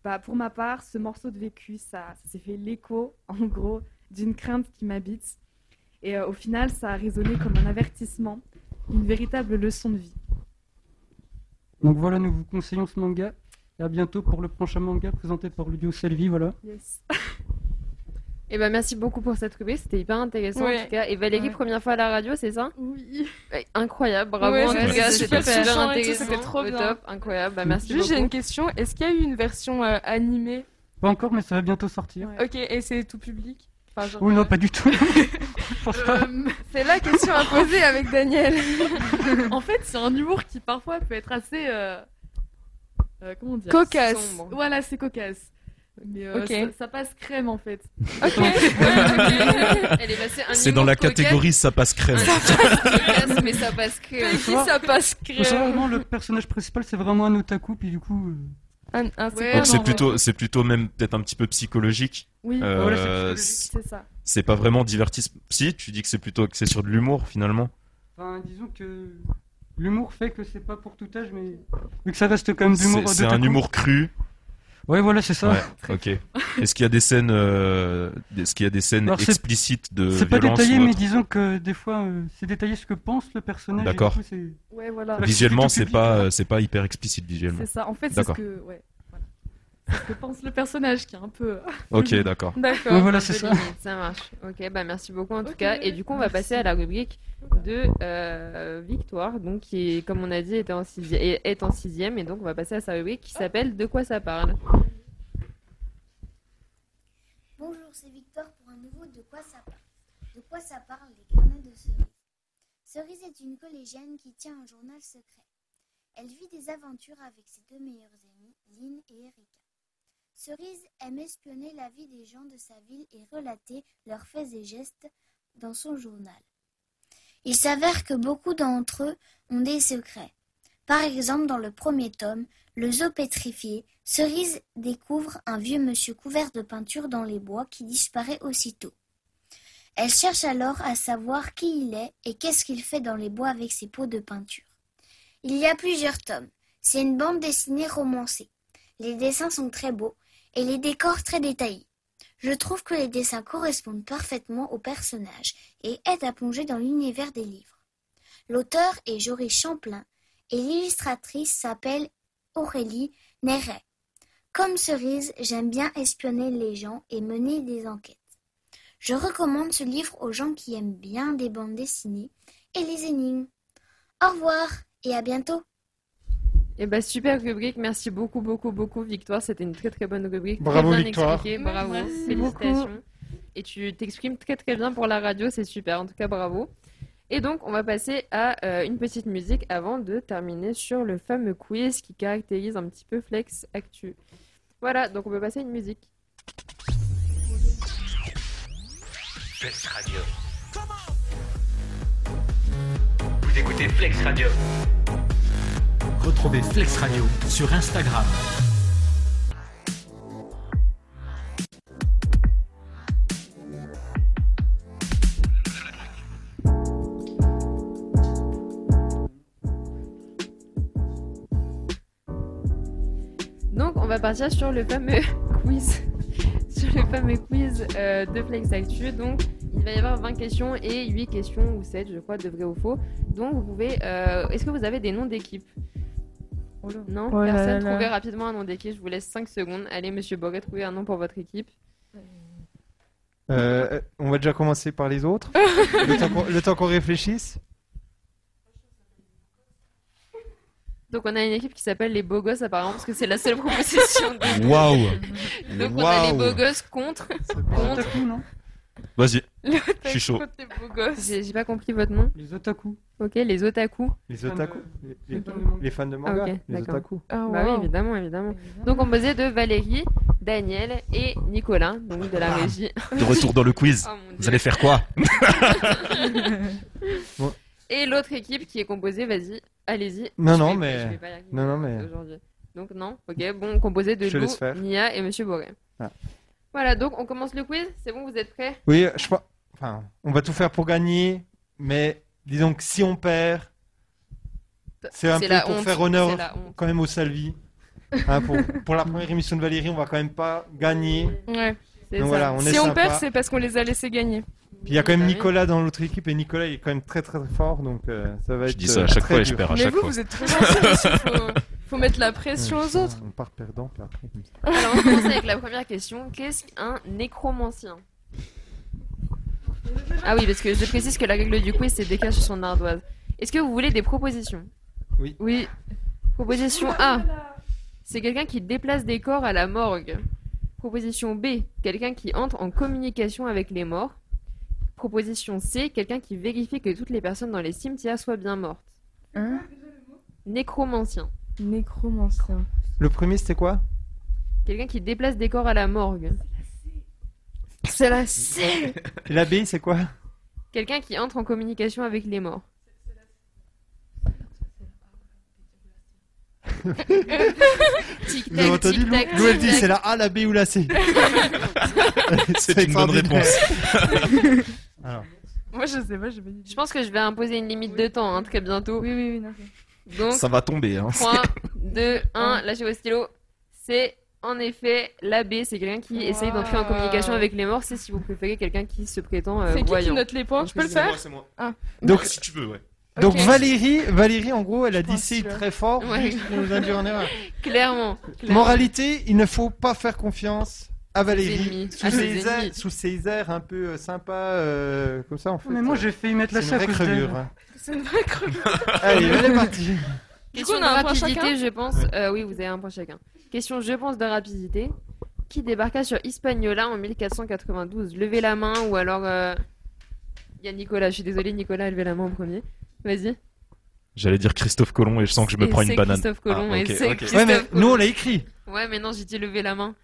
[SPEAKER 6] Bah, pour ma part, ce morceau de vécu, ça, ça s'est fait l'écho, en gros, d'une crainte qui m'habite. Et euh, au final, ça a résonné comme un avertissement, une véritable leçon de vie.
[SPEAKER 4] Donc voilà, nous vous conseillons ce manga. Et à bientôt pour le prochain manga présenté par Ludio Selvi. Voilà.
[SPEAKER 2] Et ben merci beaucoup pour cette rubrique, c'était hyper intéressant
[SPEAKER 9] Ouais.
[SPEAKER 2] en tout cas. Et Valérie,
[SPEAKER 9] Ouais.
[SPEAKER 2] première fois à la radio, c'est ça
[SPEAKER 9] Oui.
[SPEAKER 2] incroyable, bravo
[SPEAKER 9] Ouais,
[SPEAKER 2] en tout
[SPEAKER 9] c'était
[SPEAKER 2] cas,
[SPEAKER 9] super
[SPEAKER 2] c'était super,
[SPEAKER 9] touchant et tout,
[SPEAKER 2] intéressant,
[SPEAKER 9] c'était trop
[SPEAKER 2] au
[SPEAKER 9] bien.
[SPEAKER 2] top, incroyable. Bah, merci
[SPEAKER 9] Juste, j'ai
[SPEAKER 2] beaucoup.
[SPEAKER 9] une question. Est-ce qu'il y a eu une version euh, animée
[SPEAKER 4] Pas encore, mais ça va bientôt sortir.
[SPEAKER 9] Ok, et c'est tout public Enfin, genre,
[SPEAKER 4] Ou non,
[SPEAKER 9] euh,
[SPEAKER 4] pas du tout. Je pense pas.
[SPEAKER 6] Euh,
[SPEAKER 9] C'est la question à poser avec Daniel.
[SPEAKER 6] en fait, c'est un humour qui parfois peut être assez. euh, euh, comment dire
[SPEAKER 9] Cocasse.
[SPEAKER 6] Sombre. Voilà, c'est cocasse. Mais euh,
[SPEAKER 9] Ok.
[SPEAKER 6] ça, ça passe crème en fait.
[SPEAKER 9] Ok.
[SPEAKER 2] Elle est passée un
[SPEAKER 8] C'est dans la
[SPEAKER 2] humour cocasse.
[SPEAKER 8] catégorie ça passe crème.
[SPEAKER 2] Cocasse, mais ça passe crème.
[SPEAKER 9] Mais qui ça passe crème
[SPEAKER 4] Faut savoir, vraiment, le personnage principal, c'est vraiment un otaku, puis du coup. euh,
[SPEAKER 9] Un, un
[SPEAKER 8] Donc c'est plutôt, c'est plutôt même peut-être un petit peu psychologique.
[SPEAKER 6] Oui,
[SPEAKER 8] Euh,
[SPEAKER 6] voilà, c'est psychologique, c'est ça.
[SPEAKER 8] C'est pas vraiment divertissement. Si, tu dis que c'est plutôt que c'est sur de l'humour finalement.
[SPEAKER 4] Enfin, disons que l'humour fait que c'est pas pour tout âge, mais vu que ça reste quand même
[SPEAKER 8] C'est-
[SPEAKER 4] d'humour.
[SPEAKER 8] C'est un humour cru.
[SPEAKER 4] Ouais, voilà, c'est ça.
[SPEAKER 8] Ouais, ok. Est-ce qu'il y a des scènes, euh, est-ce qu'il y a des scènes
[SPEAKER 4] Alors, c'est-
[SPEAKER 8] explicites de
[SPEAKER 4] C'est pas
[SPEAKER 8] violence
[SPEAKER 4] détaillé,
[SPEAKER 8] ou
[SPEAKER 4] mais
[SPEAKER 8] autre
[SPEAKER 4] disons que des fois, euh, c'est détaillé ce que pense le personnage. et du
[SPEAKER 8] D'accord.
[SPEAKER 4] coup, c'est-
[SPEAKER 6] Ouais, voilà.
[SPEAKER 8] Visuellement, c'est pas, euh, c'est pas hyper explicite visuellement.
[SPEAKER 6] C'est ça. En fait, c'est ce
[SPEAKER 8] D'accord.
[SPEAKER 6] que. Ouais. voilà. ce que pense le personnage qui est un peu. euh,
[SPEAKER 14] Ok, d'accord.
[SPEAKER 2] D'accord.
[SPEAKER 14] Ouais, voilà,
[SPEAKER 2] un peu
[SPEAKER 14] c'est ça.
[SPEAKER 2] limite, Ça marche. Ok, bah merci beaucoup en tout cas. Et du coup, on va passer à la rubrique de euh, Victoire, donc qui, est, comme on a dit, était en sixi- et- est en sixième, et donc on va passer à sa rubrique
[SPEAKER 9] Ah.
[SPEAKER 2] qui s'appelle De quoi ça parle.
[SPEAKER 15] Bonjour, c'est Victor pour un nouveau De quoi ça parle. De quoi ça parle les carnets de Cerise. Cerise est une collégienne qui tient un journal secret. Elle vit des aventures avec ses deux meilleures amies, Lynn et Erika. Cerise aime espionner la vie des gens de sa ville et relater leurs faits et gestes dans son journal. Il s'avère que beaucoup d'entre eux ont des secrets. Par exemple, dans le premier tome, le zoo pétrifié, Cerise découvre un vieux monsieur couvert de peinture dans les bois qui disparaît aussitôt. Elle cherche alors à savoir qui il est et qu'est-ce qu'il fait dans les bois avec ses pots de peinture. Il y a plusieurs tomes. C'est une bande dessinée romancée. Les dessins sont très beaux et les décors très détaillés. Je trouve que les dessins correspondent parfaitement aux personnages et aident à plonger dans l'univers des livres. L'auteur est Jory Champlain et l'illustratrice s'appelle Aurélie Néret. Comme cerise, j'aime bien espionner les gens et mener des enquêtes. Je recommande ce livre aux gens qui aiment bien des bandes dessinées et les énigmes. Au revoir et à bientôt.
[SPEAKER 2] Et bah super rubrique, merci beaucoup, beaucoup, beaucoup Victoire. C'était une très très bonne rubrique.
[SPEAKER 1] Bravo,
[SPEAKER 2] très bien
[SPEAKER 1] Victoire.
[SPEAKER 2] expliquée,
[SPEAKER 1] Oui,
[SPEAKER 2] bravo,
[SPEAKER 1] merci
[SPEAKER 2] félicitations.
[SPEAKER 1] beaucoup.
[SPEAKER 2] Et tu t'exprimes très très bien pour la radio, c'est super, en tout cas bravo. Et donc on va passer à euh, une petite musique avant de terminer sur le fameux quiz qui caractérise un petit peu Flex Actu. Voilà, donc on peut passer à une musique.
[SPEAKER 16] Flex Radio. Vous écoutez Flex Radio.
[SPEAKER 3] Retrouvez Flex Radio sur Instagram.
[SPEAKER 2] Donc, on va partir sur le fameux quiz. sur le fameux quiz euh, de Flex Actu. Donc, il va y avoir 20 questions et 8 questions ou 7, je crois, de vrai ou faux. Donc, vous pouvez. euh, Est-ce que vous avez des noms d'équipe Non
[SPEAKER 6] Oh là
[SPEAKER 2] Personne
[SPEAKER 6] là là.
[SPEAKER 2] Trouvez rapidement un nom d'équipe. Je vous laisse 5 secondes. Allez, monsieur Boré, trouvez un nom pour votre équipe.
[SPEAKER 1] Euh, euh, on va déjà commencer par les autres. le temps qu'on- le temps qu'on réfléchisse.
[SPEAKER 2] Donc, on a une équipe qui s'appelle les Beaux Gosses, apparemment, parce que c'est la seule proposition. de-
[SPEAKER 14] Waouh
[SPEAKER 2] Donc, on a les
[SPEAKER 14] Waouh.
[SPEAKER 2] Beaux Gosses contre. contre... non
[SPEAKER 14] Vas-y, je suis chaud.
[SPEAKER 2] Les Beaux Gosses. J'ai j'ai pas compris votre nom.
[SPEAKER 4] Les otaku.
[SPEAKER 2] Ok, les otaku.
[SPEAKER 1] Les otaku. Les, les-
[SPEAKER 2] Ok.
[SPEAKER 1] les fans de
[SPEAKER 2] Ah,
[SPEAKER 1] manga.
[SPEAKER 2] ok,
[SPEAKER 1] les
[SPEAKER 2] d'accord.
[SPEAKER 1] otaku.
[SPEAKER 2] Bah oui, évidemment, évidemment. Donc composé de Valérie, Daniel et Nicolas, donc de la
[SPEAKER 14] Ah,
[SPEAKER 2] régie.
[SPEAKER 14] De retour dans le quiz.
[SPEAKER 2] Oh mon
[SPEAKER 14] Vous allez faire quoi
[SPEAKER 1] Bon.
[SPEAKER 2] et l'autre équipe qui est composée, vas-y, allez-y.
[SPEAKER 1] Non,
[SPEAKER 2] Je
[SPEAKER 1] non,
[SPEAKER 2] vais-
[SPEAKER 1] mais-
[SPEAKER 2] je vais pas y arriver
[SPEAKER 1] non, non, mais-
[SPEAKER 2] aujourd'hui. Donc non, ok, bon, composé de
[SPEAKER 1] Je te
[SPEAKER 2] Lou,
[SPEAKER 1] laisse faire.
[SPEAKER 2] Nia et Monsieur Boré.
[SPEAKER 1] Ah.
[SPEAKER 2] Voilà, donc on commence le quiz. C'est bon, vous êtes prêts
[SPEAKER 1] Oui, je crois. Enfin, on va tout faire pour gagner, mais disons que si on perd, c'est un
[SPEAKER 2] C'est
[SPEAKER 1] peu
[SPEAKER 2] la
[SPEAKER 1] pour
[SPEAKER 2] honte,
[SPEAKER 1] faire
[SPEAKER 2] c'est
[SPEAKER 1] honneur
[SPEAKER 2] la honte.
[SPEAKER 1] quand même au Salvi. Hein, pour, pour la première émission de Valérie, on va quand même pas gagner.
[SPEAKER 6] Ouais.
[SPEAKER 1] c'est Donc ça. voilà, on est
[SPEAKER 6] si on
[SPEAKER 1] sympa.
[SPEAKER 6] perd, c'est parce qu'on les a laissés gagner.
[SPEAKER 1] Puis il y a quand même Nicolas dans l'autre équipe et Nicolas il est quand même très très, très fort, donc euh, ça va être.
[SPEAKER 14] dis ça à
[SPEAKER 1] euh,
[SPEAKER 14] chaque
[SPEAKER 1] très
[SPEAKER 14] fois et je
[SPEAKER 1] dur.
[SPEAKER 14] perds à
[SPEAKER 6] Mais vous, vous êtes trop gentils aussi. Faut, faut mettre la pression aux autres.
[SPEAKER 1] On part perdant puis après. comme ça.
[SPEAKER 2] Alors on commence avec la première question. Qu'est-ce qu'un nécromancien Ah oui, parce que je précise que la règle du quiz, c'est des cas sur son ardoise. Est-ce que vous voulez des propositions
[SPEAKER 1] Oui.
[SPEAKER 2] Oui. Proposition A. C'est quelqu'un qui déplace des corps à la morgue. Proposition B. Quelqu'un qui entre en communication avec les morts. Proposition C. Quelqu'un qui vérifie que toutes les personnes dans les cimetières soient bien mortes. Nécromancien.
[SPEAKER 6] Nécromancien.
[SPEAKER 1] Le premier c'était quoi
[SPEAKER 2] Quelqu'un qui déplace des corps à la morgue. C'est la C.
[SPEAKER 1] Et la B c'est quoi
[SPEAKER 2] Quelqu'un qui entre en communication avec les morts.
[SPEAKER 1] Vous avez entendu Lou Lou, elle dit c'est la A, la B ou la C
[SPEAKER 14] C'est une bonne
[SPEAKER 1] extraordinaire.
[SPEAKER 14] réponse.
[SPEAKER 1] Alors,
[SPEAKER 6] Moi, je sais pas, je vais
[SPEAKER 2] Je pense que je vais imposer une limite de temps hein, très bientôt.
[SPEAKER 6] Oui, oui, oui, non.
[SPEAKER 2] Donc,
[SPEAKER 14] Ça va tomber. Hein.
[SPEAKER 2] 3, 2, 1, lâchez vos stylos. C'est en effet la B. C'est quelqu'un qui essaye d'entrer en communication avec les morts. C'est si vous préférez quelqu'un qui se prétend euh,
[SPEAKER 6] C'est qui qui
[SPEAKER 2] voyant.
[SPEAKER 6] note les points Je peux le
[SPEAKER 14] C'est moi,
[SPEAKER 6] faire
[SPEAKER 14] c'est moi.
[SPEAKER 6] Ah.
[SPEAKER 14] Donc, si tu veux, ouais.
[SPEAKER 1] Donc
[SPEAKER 2] Ok.
[SPEAKER 1] Valérie, Valérie, en gros, elle a
[SPEAKER 2] Je
[SPEAKER 1] dit
[SPEAKER 2] pense
[SPEAKER 1] c'est
[SPEAKER 2] que-
[SPEAKER 1] très fort
[SPEAKER 2] Ouais.
[SPEAKER 1] juste pour nous induire en erreur.
[SPEAKER 2] Clairement. clairement.
[SPEAKER 1] Moralité, il ne faut pas faire confiance à Valérie
[SPEAKER 2] ennemis,
[SPEAKER 1] sous,
[SPEAKER 2] à
[SPEAKER 1] ses
[SPEAKER 2] ses
[SPEAKER 1] airs,
[SPEAKER 2] ennemis.
[SPEAKER 1] sous ses airs un peu euh, sympas, euh, comme ça en fait.
[SPEAKER 4] Mais moi, j'ai failli mettre la
[SPEAKER 1] C'est une
[SPEAKER 4] chaîne à
[SPEAKER 1] vraie
[SPEAKER 4] cause d'elle.
[SPEAKER 1] crevure, hein.
[SPEAKER 5] C'est une vraie crevure.
[SPEAKER 1] Allez, elle est partie.
[SPEAKER 5] Du coup,
[SPEAKER 2] Question
[SPEAKER 5] on
[SPEAKER 2] de
[SPEAKER 5] a un point
[SPEAKER 2] rapidité,
[SPEAKER 5] chacun
[SPEAKER 2] je pense. Euh, oui, vous avez un point chacun. Question, je pense, de rapidité. Qui débarqua sur Hispaniola en 1492 Levez la main ou alors. euh, Il y a Nicolas. Je suis désolée, Nicolas, levez la main en premier. Vas-y.
[SPEAKER 14] J'allais dire Christophe Colomb et je sens que je me
[SPEAKER 2] Et
[SPEAKER 14] prends
[SPEAKER 2] c'est
[SPEAKER 14] une banane.
[SPEAKER 2] Christophe Colomb,
[SPEAKER 14] Ah,
[SPEAKER 2] et
[SPEAKER 14] ok,
[SPEAKER 2] c'est
[SPEAKER 14] ok.
[SPEAKER 2] Christophe Ouais, mais Colomb.
[SPEAKER 1] nous, on l'a écrit.
[SPEAKER 2] Ouais, mais non, j'ai dit levez la main.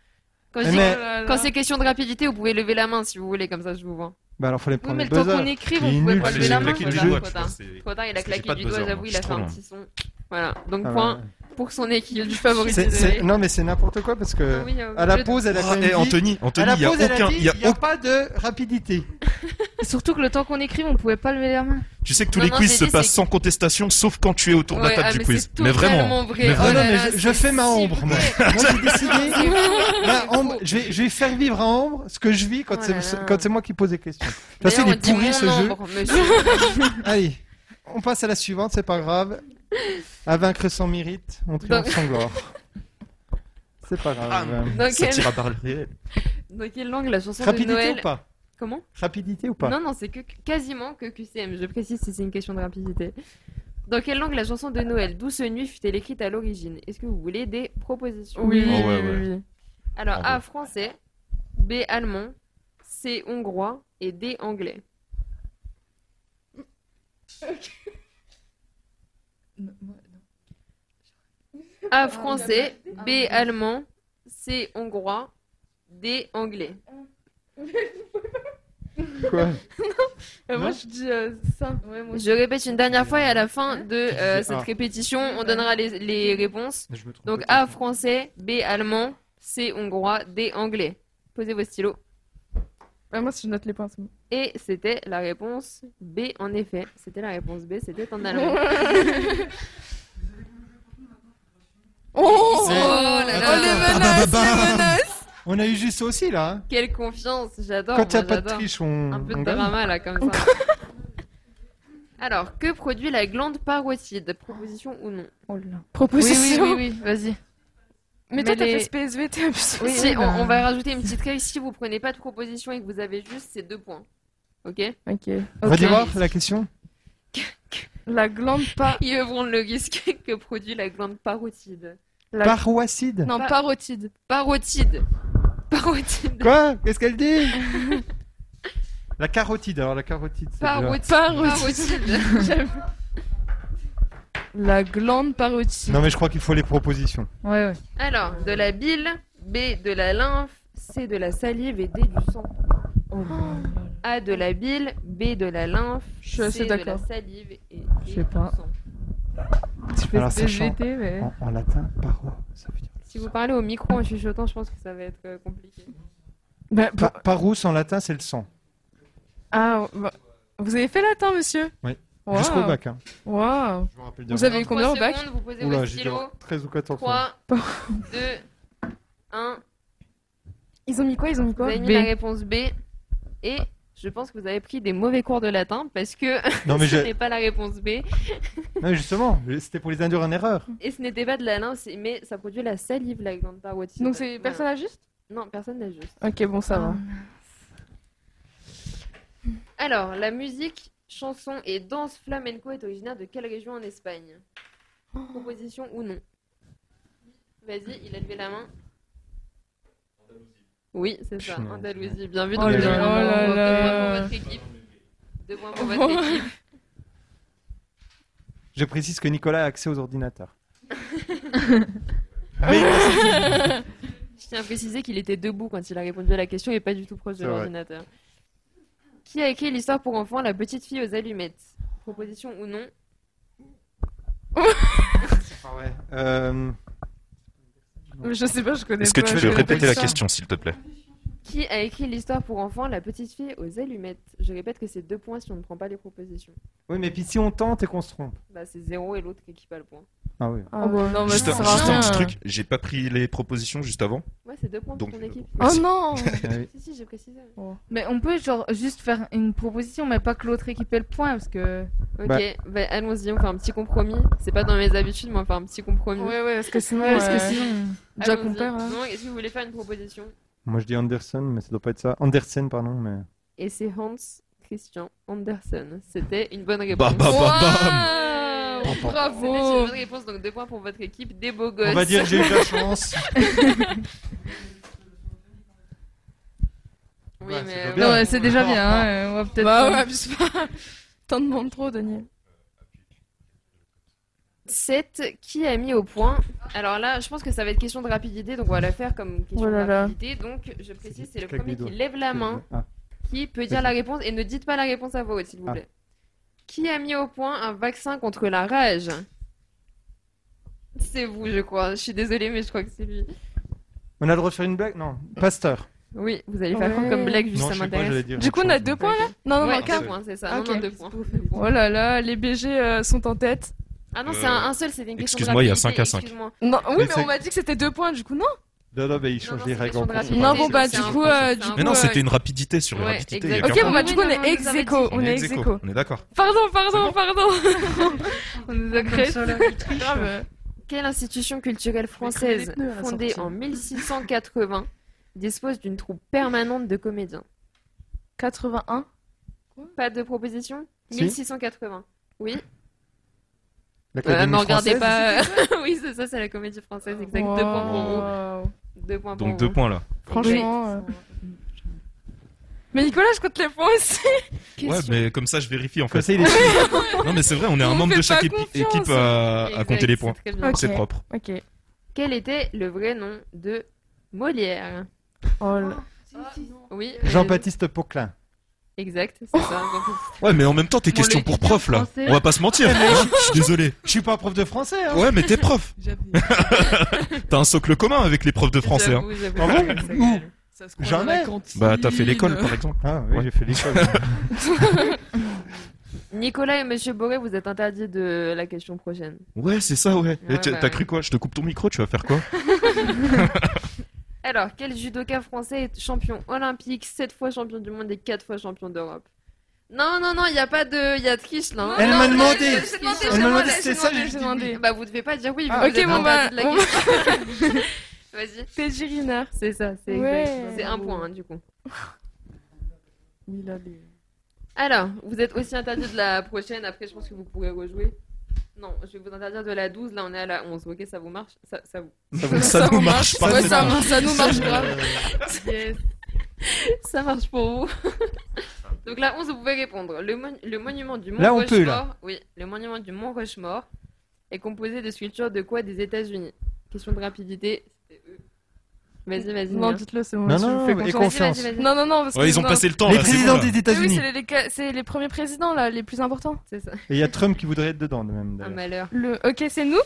[SPEAKER 2] Quand, je
[SPEAKER 1] Mais-
[SPEAKER 2] dis-
[SPEAKER 1] Eh Mais-
[SPEAKER 2] quand c'est question de rapidité, vous pouvez lever la main si vous voulez, comme ça je vous vois.
[SPEAKER 1] Bah alors, fallait
[SPEAKER 2] Oui,
[SPEAKER 1] prendre
[SPEAKER 2] mais le
[SPEAKER 1] le
[SPEAKER 2] temps
[SPEAKER 1] buzzer.
[SPEAKER 2] qu'on écrive,
[SPEAKER 1] Il est
[SPEAKER 2] on pouvait
[SPEAKER 1] nul,
[SPEAKER 2] pas
[SPEAKER 1] ce
[SPEAKER 2] lever la
[SPEAKER 1] jeu.
[SPEAKER 2] main.
[SPEAKER 1] Claquer du
[SPEAKER 2] Trop
[SPEAKER 1] doigt, je
[SPEAKER 2] tard,
[SPEAKER 1] pense, c'est-
[SPEAKER 2] Trop tard, il a
[SPEAKER 1] parce que j'ai
[SPEAKER 2] claqué
[SPEAKER 1] pas
[SPEAKER 2] du
[SPEAKER 1] de
[SPEAKER 2] doigt,
[SPEAKER 1] buzzer,
[SPEAKER 2] j'avoue,
[SPEAKER 1] moi,
[SPEAKER 2] il a
[SPEAKER 1] je
[SPEAKER 2] fait
[SPEAKER 1] suis
[SPEAKER 2] un
[SPEAKER 1] trop
[SPEAKER 2] petit son. Voilà, donc
[SPEAKER 1] Ah
[SPEAKER 2] point
[SPEAKER 1] ouais.
[SPEAKER 2] pour son équipe du favori.
[SPEAKER 1] C'est- c'est-
[SPEAKER 2] désolé.
[SPEAKER 1] Non mais c'est n'importe quoi parce que
[SPEAKER 2] Ah oui, euh, il y a
[SPEAKER 1] à la
[SPEAKER 2] obligé de-
[SPEAKER 1] pause elle a quand
[SPEAKER 14] Ah,
[SPEAKER 1] même
[SPEAKER 14] eh,
[SPEAKER 1] dit-
[SPEAKER 14] Anthony, Anthony,
[SPEAKER 1] à la
[SPEAKER 14] il y a
[SPEAKER 1] pause, elle
[SPEAKER 14] aucun-
[SPEAKER 1] dit,
[SPEAKER 14] il y a
[SPEAKER 1] il y a pas de rapidité.
[SPEAKER 9] Surtout que le temps qu'on écrive, on pouvait pas lever la main.
[SPEAKER 14] Tu sais que tous
[SPEAKER 9] Non,
[SPEAKER 14] les
[SPEAKER 9] non,
[SPEAKER 14] quiz
[SPEAKER 9] j'ai
[SPEAKER 14] se
[SPEAKER 9] dit,
[SPEAKER 14] passent
[SPEAKER 9] c'est-
[SPEAKER 14] sans contestation, sauf quand tu es autour de
[SPEAKER 9] Ouais,
[SPEAKER 14] la table
[SPEAKER 9] ah,
[SPEAKER 14] du
[SPEAKER 9] mais
[SPEAKER 14] quiz.
[SPEAKER 9] c'est
[SPEAKER 14] Mais vraiment.
[SPEAKER 9] totalement vrai.
[SPEAKER 14] mais
[SPEAKER 9] Oh là
[SPEAKER 14] vraiment.
[SPEAKER 1] Ah, Non, mais je, je fais ma ombre. Moi, Moi, j'ai décidé. Là, Ambre, je vais, je vais faire vivre à Ambre ce que je vis quand
[SPEAKER 2] Oh
[SPEAKER 1] c'est
[SPEAKER 2] là là.
[SPEAKER 1] quand c'est moi qui pose les questions. De toute façon, il est
[SPEAKER 2] D'ailleurs, on dit
[SPEAKER 1] pourri ce
[SPEAKER 2] mon
[SPEAKER 1] jeu.
[SPEAKER 2] ombre, monsieur.
[SPEAKER 1] Allez, on passe à la suivante, c'est pas grave. À vaincre sans mérite, on triomphe
[SPEAKER 2] Donc-
[SPEAKER 1] sans gloire. C'est pas
[SPEAKER 14] Ah,
[SPEAKER 1] grave.
[SPEAKER 2] Dans quel-
[SPEAKER 14] tira par le réel.
[SPEAKER 2] Dans quelle langue la chanson
[SPEAKER 1] Rapidité
[SPEAKER 2] de Noël
[SPEAKER 1] ou pas
[SPEAKER 2] Comment
[SPEAKER 1] Rapidité ou pas
[SPEAKER 2] Non, non, c'est que quasiment que QCM. Je précise si c'est une question de rapidité. Dans quelle langue la chanson de Noël Douce Nuit fut-elle écrite à l'origine Est-ce que vous voulez des propositions
[SPEAKER 9] Oui, Oh ouais, oui, ouais. oui.
[SPEAKER 2] Alors
[SPEAKER 9] En
[SPEAKER 2] A français, B allemand, C hongrois et D anglais.
[SPEAKER 9] Ah,
[SPEAKER 2] A français, B allemand, C hongrois, D anglais.
[SPEAKER 1] Quoi
[SPEAKER 9] Euh, moi,
[SPEAKER 2] Non.
[SPEAKER 9] je dis euh, ça. Ouais, moi,
[SPEAKER 2] Je répète une dernière fois et à la fin de euh, cette
[SPEAKER 9] Ah.
[SPEAKER 2] répétition, on donnera les, les réponses. Donc A français, B allemand, C hongrois, D anglais. Posez vos stylos.
[SPEAKER 9] Ouais, Bah, moi, je note les points. c'est bon.
[SPEAKER 2] Et c'était la réponse B en effet. C'était la réponse B, c'était en allemand.
[SPEAKER 1] Oh,
[SPEAKER 2] Oh là là. Oh, les menaces, les menaces.
[SPEAKER 1] On a eu juste ça aussi là. hein.
[SPEAKER 2] Quelle confiance, j'adore.
[SPEAKER 1] Quand t'as
[SPEAKER 2] moi,
[SPEAKER 1] pas de
[SPEAKER 2] j'adore.
[SPEAKER 1] triche, on-
[SPEAKER 2] Un peu
[SPEAKER 1] on
[SPEAKER 2] de
[SPEAKER 1] gagne.
[SPEAKER 2] drama là, comme ça. Alors, que produit la glande parotide Proposition ou non
[SPEAKER 6] Oh
[SPEAKER 9] Proposition.
[SPEAKER 2] Oui, oui, oui, oui, vas-y.
[SPEAKER 6] Mais toi, t'as fait ce
[SPEAKER 2] PSV,
[SPEAKER 6] t'es absent.
[SPEAKER 2] Oui,
[SPEAKER 6] Si,
[SPEAKER 2] on,
[SPEAKER 6] bah.
[SPEAKER 2] on va rajouter une petite règle. Si vous prenez pas de proposition et que vous avez juste ces deux points. Ok
[SPEAKER 9] Ok.
[SPEAKER 1] On va voir la question.
[SPEAKER 2] La glande pas. Ils devront le risque que produit la glande parotide.
[SPEAKER 1] Paroacide.
[SPEAKER 9] Non,
[SPEAKER 2] Pa-
[SPEAKER 9] parotide.
[SPEAKER 2] Parotide. Parotide.
[SPEAKER 1] Quoi Qu'est-ce qu'elle dit La carotide. Alors la carotide. c'est
[SPEAKER 9] Parotide.
[SPEAKER 1] déjà-
[SPEAKER 9] Parotide. J'aime. La glande parotide.
[SPEAKER 1] Non mais je crois qu'il faut les propositions.
[SPEAKER 9] Ouais, ouais.
[SPEAKER 2] Alors, de la bile, B, de la lymphe, C, de la salive et D, du sang. A, de la bile, B, de la lymphe,
[SPEAKER 9] Je suis assez
[SPEAKER 2] C, de la
[SPEAKER 9] d'accord.
[SPEAKER 2] salive et D,
[SPEAKER 9] Je sais pas.
[SPEAKER 2] du sang.
[SPEAKER 9] Je fais
[SPEAKER 1] Alors,
[SPEAKER 9] ce
[SPEAKER 1] sachant-
[SPEAKER 9] BVT, mais.
[SPEAKER 1] en, en latin, paro.
[SPEAKER 2] Si vous parlez au micro en chuchotant, je pense que ça va être euh, compliqué.
[SPEAKER 9] Bah,
[SPEAKER 1] Pa- parous en latin, c'est le sang.
[SPEAKER 6] Ah, bah, vous avez fait latin, monsieur
[SPEAKER 1] Oui.
[SPEAKER 6] Waouh.
[SPEAKER 1] Jusqu'au bac, hein.
[SPEAKER 6] Waouh.
[SPEAKER 1] Je me rappelle de
[SPEAKER 6] Ah. Vous
[SPEAKER 1] rien.
[SPEAKER 6] avez eu
[SPEAKER 1] Dans
[SPEAKER 6] combien au
[SPEAKER 2] Trois
[SPEAKER 6] bac
[SPEAKER 2] secondes, vous posez
[SPEAKER 1] Oula,
[SPEAKER 2] vos
[SPEAKER 1] j'ai dû
[SPEAKER 2] stylos.
[SPEAKER 1] avoir 13 ou 14
[SPEAKER 2] 3, 2, 1.
[SPEAKER 6] Ils ont mis quoi Ils ont mis
[SPEAKER 2] Vous
[SPEAKER 6] quoi
[SPEAKER 2] avez mis la réponse B. Et je pense que vous avez pris des mauvais cours de latin parce que
[SPEAKER 1] Non, mais
[SPEAKER 2] ce
[SPEAKER 1] je-
[SPEAKER 2] n'est pas la réponse B.
[SPEAKER 1] Non, mais justement, c'était pour les induire en erreur.
[SPEAKER 2] Et ce n'était pas de la lymphe, c'est- mais ça produit la salive, la glande parotide.
[SPEAKER 9] Donc c'est- personne n'a
[SPEAKER 2] juste Non, personne n'a juste.
[SPEAKER 9] Ok, bon, ça va.
[SPEAKER 2] Alors, la musique, chanson et danse flamenco est originaire de quelle région en Espagne
[SPEAKER 6] Oh.
[SPEAKER 2] Proposition ou non Vas-y, il a levé la main. Oui, c'est ça,
[SPEAKER 9] Chinois.
[SPEAKER 2] Andalousie. Bien vu,
[SPEAKER 9] Oh
[SPEAKER 2] donc
[SPEAKER 9] là
[SPEAKER 2] deux
[SPEAKER 9] là
[SPEAKER 2] points pour-
[SPEAKER 9] là
[SPEAKER 2] deux points
[SPEAKER 9] là.
[SPEAKER 2] pour votre équipe. Deux points pour votre équipe.
[SPEAKER 1] Je précise que Nicolas a accès aux ordinateurs.
[SPEAKER 2] Je tiens à préciser qu'il était debout quand il a répondu à la question et pas du tout proche
[SPEAKER 1] C'est
[SPEAKER 2] de
[SPEAKER 1] vrai.
[SPEAKER 2] l'ordinateur. Qui a écrit l'histoire pour enfants La petite fille aux allumettes Proposition ou non
[SPEAKER 1] Ah ouais. Euh,
[SPEAKER 6] Je sais pas, je connais
[SPEAKER 14] Est-ce que
[SPEAKER 6] pas,
[SPEAKER 14] tu
[SPEAKER 6] je
[SPEAKER 14] peux
[SPEAKER 6] connais
[SPEAKER 14] répéter
[SPEAKER 6] pas
[SPEAKER 14] la
[SPEAKER 6] ça.
[SPEAKER 14] question, s'il te plaît
[SPEAKER 2] Qui a écrit l'histoire pour enfants La petite fille aux allumettes Je répète que c'est deux points si on ne prend pas les propositions.
[SPEAKER 1] Oui, mais puis si on tente et qu'on se trompe.
[SPEAKER 2] Bah, c'est zéro et l'autre qui pas le point.
[SPEAKER 1] Ah oui.
[SPEAKER 2] Ah ouais. Non, mais
[SPEAKER 14] juste
[SPEAKER 2] ça
[SPEAKER 14] un,
[SPEAKER 2] sert à
[SPEAKER 14] juste un
[SPEAKER 2] rien.
[SPEAKER 14] petit truc, j'ai pas pris les propositions juste avant.
[SPEAKER 2] Ouais, c'est deux points pour
[SPEAKER 14] Donc,
[SPEAKER 2] ton équipe.
[SPEAKER 6] Oh
[SPEAKER 2] Oh
[SPEAKER 14] euh, merci.
[SPEAKER 1] Eh
[SPEAKER 2] Si, si, j'ai précisé.
[SPEAKER 9] Oh. Mais on peut genre juste faire une proposition, mais pas que l'autre équipe ait le point, parce que.
[SPEAKER 2] Ok, bah, allons-y, on fait un petit compromis. C'est pas dans mes habitudes, mais on fait un petit compromis.
[SPEAKER 9] Ouais, ouais, parce que sinon,
[SPEAKER 2] Ouais,
[SPEAKER 9] euh,
[SPEAKER 6] déjà
[SPEAKER 2] Allons-y.
[SPEAKER 6] qu'on perd, là.
[SPEAKER 2] Non, est-ce que vous voulez faire une proposition
[SPEAKER 1] Moi je dis Anderson, mais ça doit pas être ça. Andersen, pardon, mais.
[SPEAKER 2] Et c'est Hans Christian Andersen. C'était une bonne
[SPEAKER 1] Bah, bah,
[SPEAKER 2] réponse.
[SPEAKER 1] bah, bam.
[SPEAKER 2] Ouais.
[SPEAKER 1] Pam, pam.
[SPEAKER 2] Bravo C'était une bonne réponse, donc deux points pour votre équipe, des beaux gosses.
[SPEAKER 1] On va dire que j'ai eu de la chance.
[SPEAKER 2] oui,
[SPEAKER 9] Ouais,
[SPEAKER 2] mais...
[SPEAKER 9] bien. Ouais, c'est déjà bien, hein, euh, on va peut-être-
[SPEAKER 6] Bah ouais, abuse pas. T'en demandes trop, Daniel.
[SPEAKER 2] 7. Qui a mis au point Alors là, je pense que ça va être question de rapidité, donc on va la faire comme question
[SPEAKER 6] Oh là
[SPEAKER 2] de
[SPEAKER 6] là.
[SPEAKER 2] rapidité. Donc je précise, c'est le
[SPEAKER 6] claque
[SPEAKER 2] premier
[SPEAKER 6] des
[SPEAKER 2] qui
[SPEAKER 6] doigts.
[SPEAKER 2] lève la main,
[SPEAKER 6] Ah.
[SPEAKER 2] qui peut dire la réponse, et ne dites pas la réponse à voix haute, s'il vous
[SPEAKER 6] Ah.
[SPEAKER 2] plaît. Qui a mis au point un vaccin contre la rage C'est vous, je crois. Je suis désolée, mais je crois que c'est lui.
[SPEAKER 1] On a le droit de faire une blague Non. Pasteur.
[SPEAKER 2] Oui, vous allez faire quoi comme blague, juste ça m'intéresse.
[SPEAKER 6] Du coup, on a deux points là Non, non,
[SPEAKER 2] Ouais,
[SPEAKER 6] non, quatre.
[SPEAKER 2] deux points, c'est ça. Non,
[SPEAKER 6] Ok.
[SPEAKER 2] non, deux points.
[SPEAKER 6] Oh là là, les BG euh, sont en tête.
[SPEAKER 2] Ah non,
[SPEAKER 1] Euh.
[SPEAKER 2] c'est un, un seul, c'était une question de
[SPEAKER 14] Euh, excuse-moi, il y a
[SPEAKER 2] rapidité,
[SPEAKER 14] cinq à cinq.
[SPEAKER 2] excuse-moi.
[SPEAKER 6] Non, oui,
[SPEAKER 14] Mais
[SPEAKER 6] mais
[SPEAKER 14] c'est-
[SPEAKER 6] on m'a dit que c'était deux points, du coup, non
[SPEAKER 1] Non, non, mais il change les règles en cours.
[SPEAKER 6] Non, bon, bah,
[SPEAKER 14] C'est
[SPEAKER 6] du
[SPEAKER 14] un
[SPEAKER 6] coup,
[SPEAKER 14] peu-
[SPEAKER 6] euh,
[SPEAKER 14] c'est
[SPEAKER 6] du
[SPEAKER 14] un
[SPEAKER 6] coup.
[SPEAKER 14] Mais non,
[SPEAKER 6] euh,
[SPEAKER 14] c'était une rapidité sur les rapidités. il y a
[SPEAKER 6] Ok,
[SPEAKER 14] qu'un
[SPEAKER 6] bon,
[SPEAKER 14] point.
[SPEAKER 6] bah, du coup, on
[SPEAKER 2] Oui, non,
[SPEAKER 6] est
[SPEAKER 2] mais
[SPEAKER 6] ex
[SPEAKER 2] vous avez dit.
[SPEAKER 6] aequo. On est ex
[SPEAKER 14] ex-aequo,
[SPEAKER 6] aequo.
[SPEAKER 14] On est d'accord.
[SPEAKER 6] Pardon, pardon, pardon.
[SPEAKER 9] on nous a
[SPEAKER 6] Comme
[SPEAKER 9] créé
[SPEAKER 6] ça, là, il triche.
[SPEAKER 9] Grave.
[SPEAKER 2] Quelle institution culturelle
[SPEAKER 9] des
[SPEAKER 2] française,
[SPEAKER 9] pneus à la
[SPEAKER 2] fondée
[SPEAKER 9] sortie.
[SPEAKER 2] en 1680, dispose d'une troupe permanente de comédiens
[SPEAKER 6] 81
[SPEAKER 2] Pas de proposition
[SPEAKER 6] Si.
[SPEAKER 2] 1680. Oui.
[SPEAKER 6] Euh,
[SPEAKER 2] ne regardez pas.
[SPEAKER 6] française,
[SPEAKER 2] oui, c'est ça, c'est la comédie française, exact.
[SPEAKER 6] Wow.
[SPEAKER 2] Deux points pour vous. Deux points pour
[SPEAKER 14] Donc deux
[SPEAKER 2] vous.
[SPEAKER 14] points là.
[SPEAKER 6] Franchement. euh, Mais Nicolas, je compte les points aussi.
[SPEAKER 14] Ouais, mais comme ça je vérifie en fait.
[SPEAKER 1] ça, il est-
[SPEAKER 14] non, mais c'est vrai, on est un
[SPEAKER 6] On
[SPEAKER 14] membre
[SPEAKER 6] fait
[SPEAKER 14] de chaque
[SPEAKER 6] pas
[SPEAKER 14] épi-
[SPEAKER 6] confiance.
[SPEAKER 14] équipe à, à
[SPEAKER 2] Exact,
[SPEAKER 14] compter les
[SPEAKER 2] c'est
[SPEAKER 14] points.
[SPEAKER 2] très bien.
[SPEAKER 14] C'est
[SPEAKER 2] Ok.
[SPEAKER 14] propre.
[SPEAKER 6] Ok.
[SPEAKER 2] Quel était le vrai nom de Molière Ah,
[SPEAKER 6] Oh
[SPEAKER 2] Oui. Euh,
[SPEAKER 1] Jean-Baptiste Poquelin.
[SPEAKER 2] Exact, c'est ça.
[SPEAKER 14] Ouais, mais en même temps, tes
[SPEAKER 2] Bon,
[SPEAKER 14] questions
[SPEAKER 2] les
[SPEAKER 14] pour prof là.
[SPEAKER 2] français.
[SPEAKER 14] On va pas se mentir.
[SPEAKER 2] Mais-
[SPEAKER 14] hein, Je suis désolé.
[SPEAKER 1] Je suis pas prof de français. hein.
[SPEAKER 14] Ouais, mais t'es prof. T'as un socle commun avec les profs de français. hein.
[SPEAKER 1] Ah bon Où
[SPEAKER 14] croit
[SPEAKER 1] Jamais.
[SPEAKER 14] dans la cantine. Bah, t'as fait l'école, par exemple.
[SPEAKER 1] Ah oui,
[SPEAKER 14] Ouais.
[SPEAKER 1] j'ai fait l'école.
[SPEAKER 2] Nicolas et Monsieur Boré, vous êtes interdits de la question prochaine.
[SPEAKER 14] Ouais, c'est ça, ouais. Eh,
[SPEAKER 2] Ouais,
[SPEAKER 14] t'as
[SPEAKER 2] bah
[SPEAKER 14] t'as
[SPEAKER 2] ouais.
[SPEAKER 14] cru quoi Je te coupe ton micro, tu vas faire quoi
[SPEAKER 2] Alors, quel judoka français est champion olympique, 7 fois champion du monde et 4 fois champion d'Europe Non, non, non, il n'y a pas de. Il y a triche là. hein.
[SPEAKER 1] Elle
[SPEAKER 2] Non,
[SPEAKER 1] m'a
[SPEAKER 2] non,
[SPEAKER 1] demandé.
[SPEAKER 2] j'ai- j'ai demandé,
[SPEAKER 1] Elle
[SPEAKER 2] j'ai
[SPEAKER 1] m'a demandé
[SPEAKER 2] demandé,
[SPEAKER 1] si c'était
[SPEAKER 2] j'ai
[SPEAKER 1] ça,
[SPEAKER 2] demandé,
[SPEAKER 1] j'ai
[SPEAKER 2] j'ai
[SPEAKER 1] dit
[SPEAKER 2] demandé.
[SPEAKER 1] oui.
[SPEAKER 2] Bah, vous devez pas dire oui.
[SPEAKER 6] Ah,
[SPEAKER 2] vous
[SPEAKER 6] ok,
[SPEAKER 2] êtes
[SPEAKER 6] bon,
[SPEAKER 2] interdit
[SPEAKER 6] bah,
[SPEAKER 2] de la
[SPEAKER 6] on
[SPEAKER 2] question. Vas-y.
[SPEAKER 6] C'est Giriner.
[SPEAKER 2] C'est ça, c'est exact. C'est un point, hein, du coup.
[SPEAKER 6] Oui, là,
[SPEAKER 2] Alors, vous êtes aussi interdit de la prochaine. Après, je pense que vous pourrez rejouer. Non, je vais vous interdire de la 12. Là, on est à la 11. Ok, ça vous marche Ça, ça vous.
[SPEAKER 14] Ça vous- Ça nous marche
[SPEAKER 6] pas. Ouais, ça-
[SPEAKER 2] parfaitement.
[SPEAKER 6] ça nous marche grave.
[SPEAKER 2] Yes. Ça marche pour vous. Donc là, 11, vous pouvez répondre. Le, mon- le monument du Mont
[SPEAKER 1] Là, on
[SPEAKER 2] Rushmore.
[SPEAKER 1] peut, là.
[SPEAKER 2] Oui, le monument du Mont Rushmore est composé de sculptures de quoi des États-Unis Question de rapidité. c'était eux. Vas-y, vas-y.
[SPEAKER 6] Non,
[SPEAKER 2] viens.
[SPEAKER 6] dites-le, c'est bon.
[SPEAKER 1] Non,
[SPEAKER 6] je
[SPEAKER 1] non,
[SPEAKER 6] vous fais
[SPEAKER 1] non, et confiance.
[SPEAKER 6] confiance. Vas-y, vas-y, vas-y. Non, non, non, parce
[SPEAKER 14] Ouais,
[SPEAKER 6] que
[SPEAKER 14] ils ont
[SPEAKER 6] non.
[SPEAKER 14] passé le temps, Les là, c'est
[SPEAKER 1] présidents bon, là. des États-Unis.
[SPEAKER 6] Mais Oui, c'est les, ca- c'est les premiers présidents, là, les plus importants.
[SPEAKER 2] C'est ça.
[SPEAKER 1] Et il y a Trump qui voudrait être dedans, de même.
[SPEAKER 2] Un
[SPEAKER 1] d'ailleurs.
[SPEAKER 2] malheur.
[SPEAKER 6] Le... Ok, c'est nous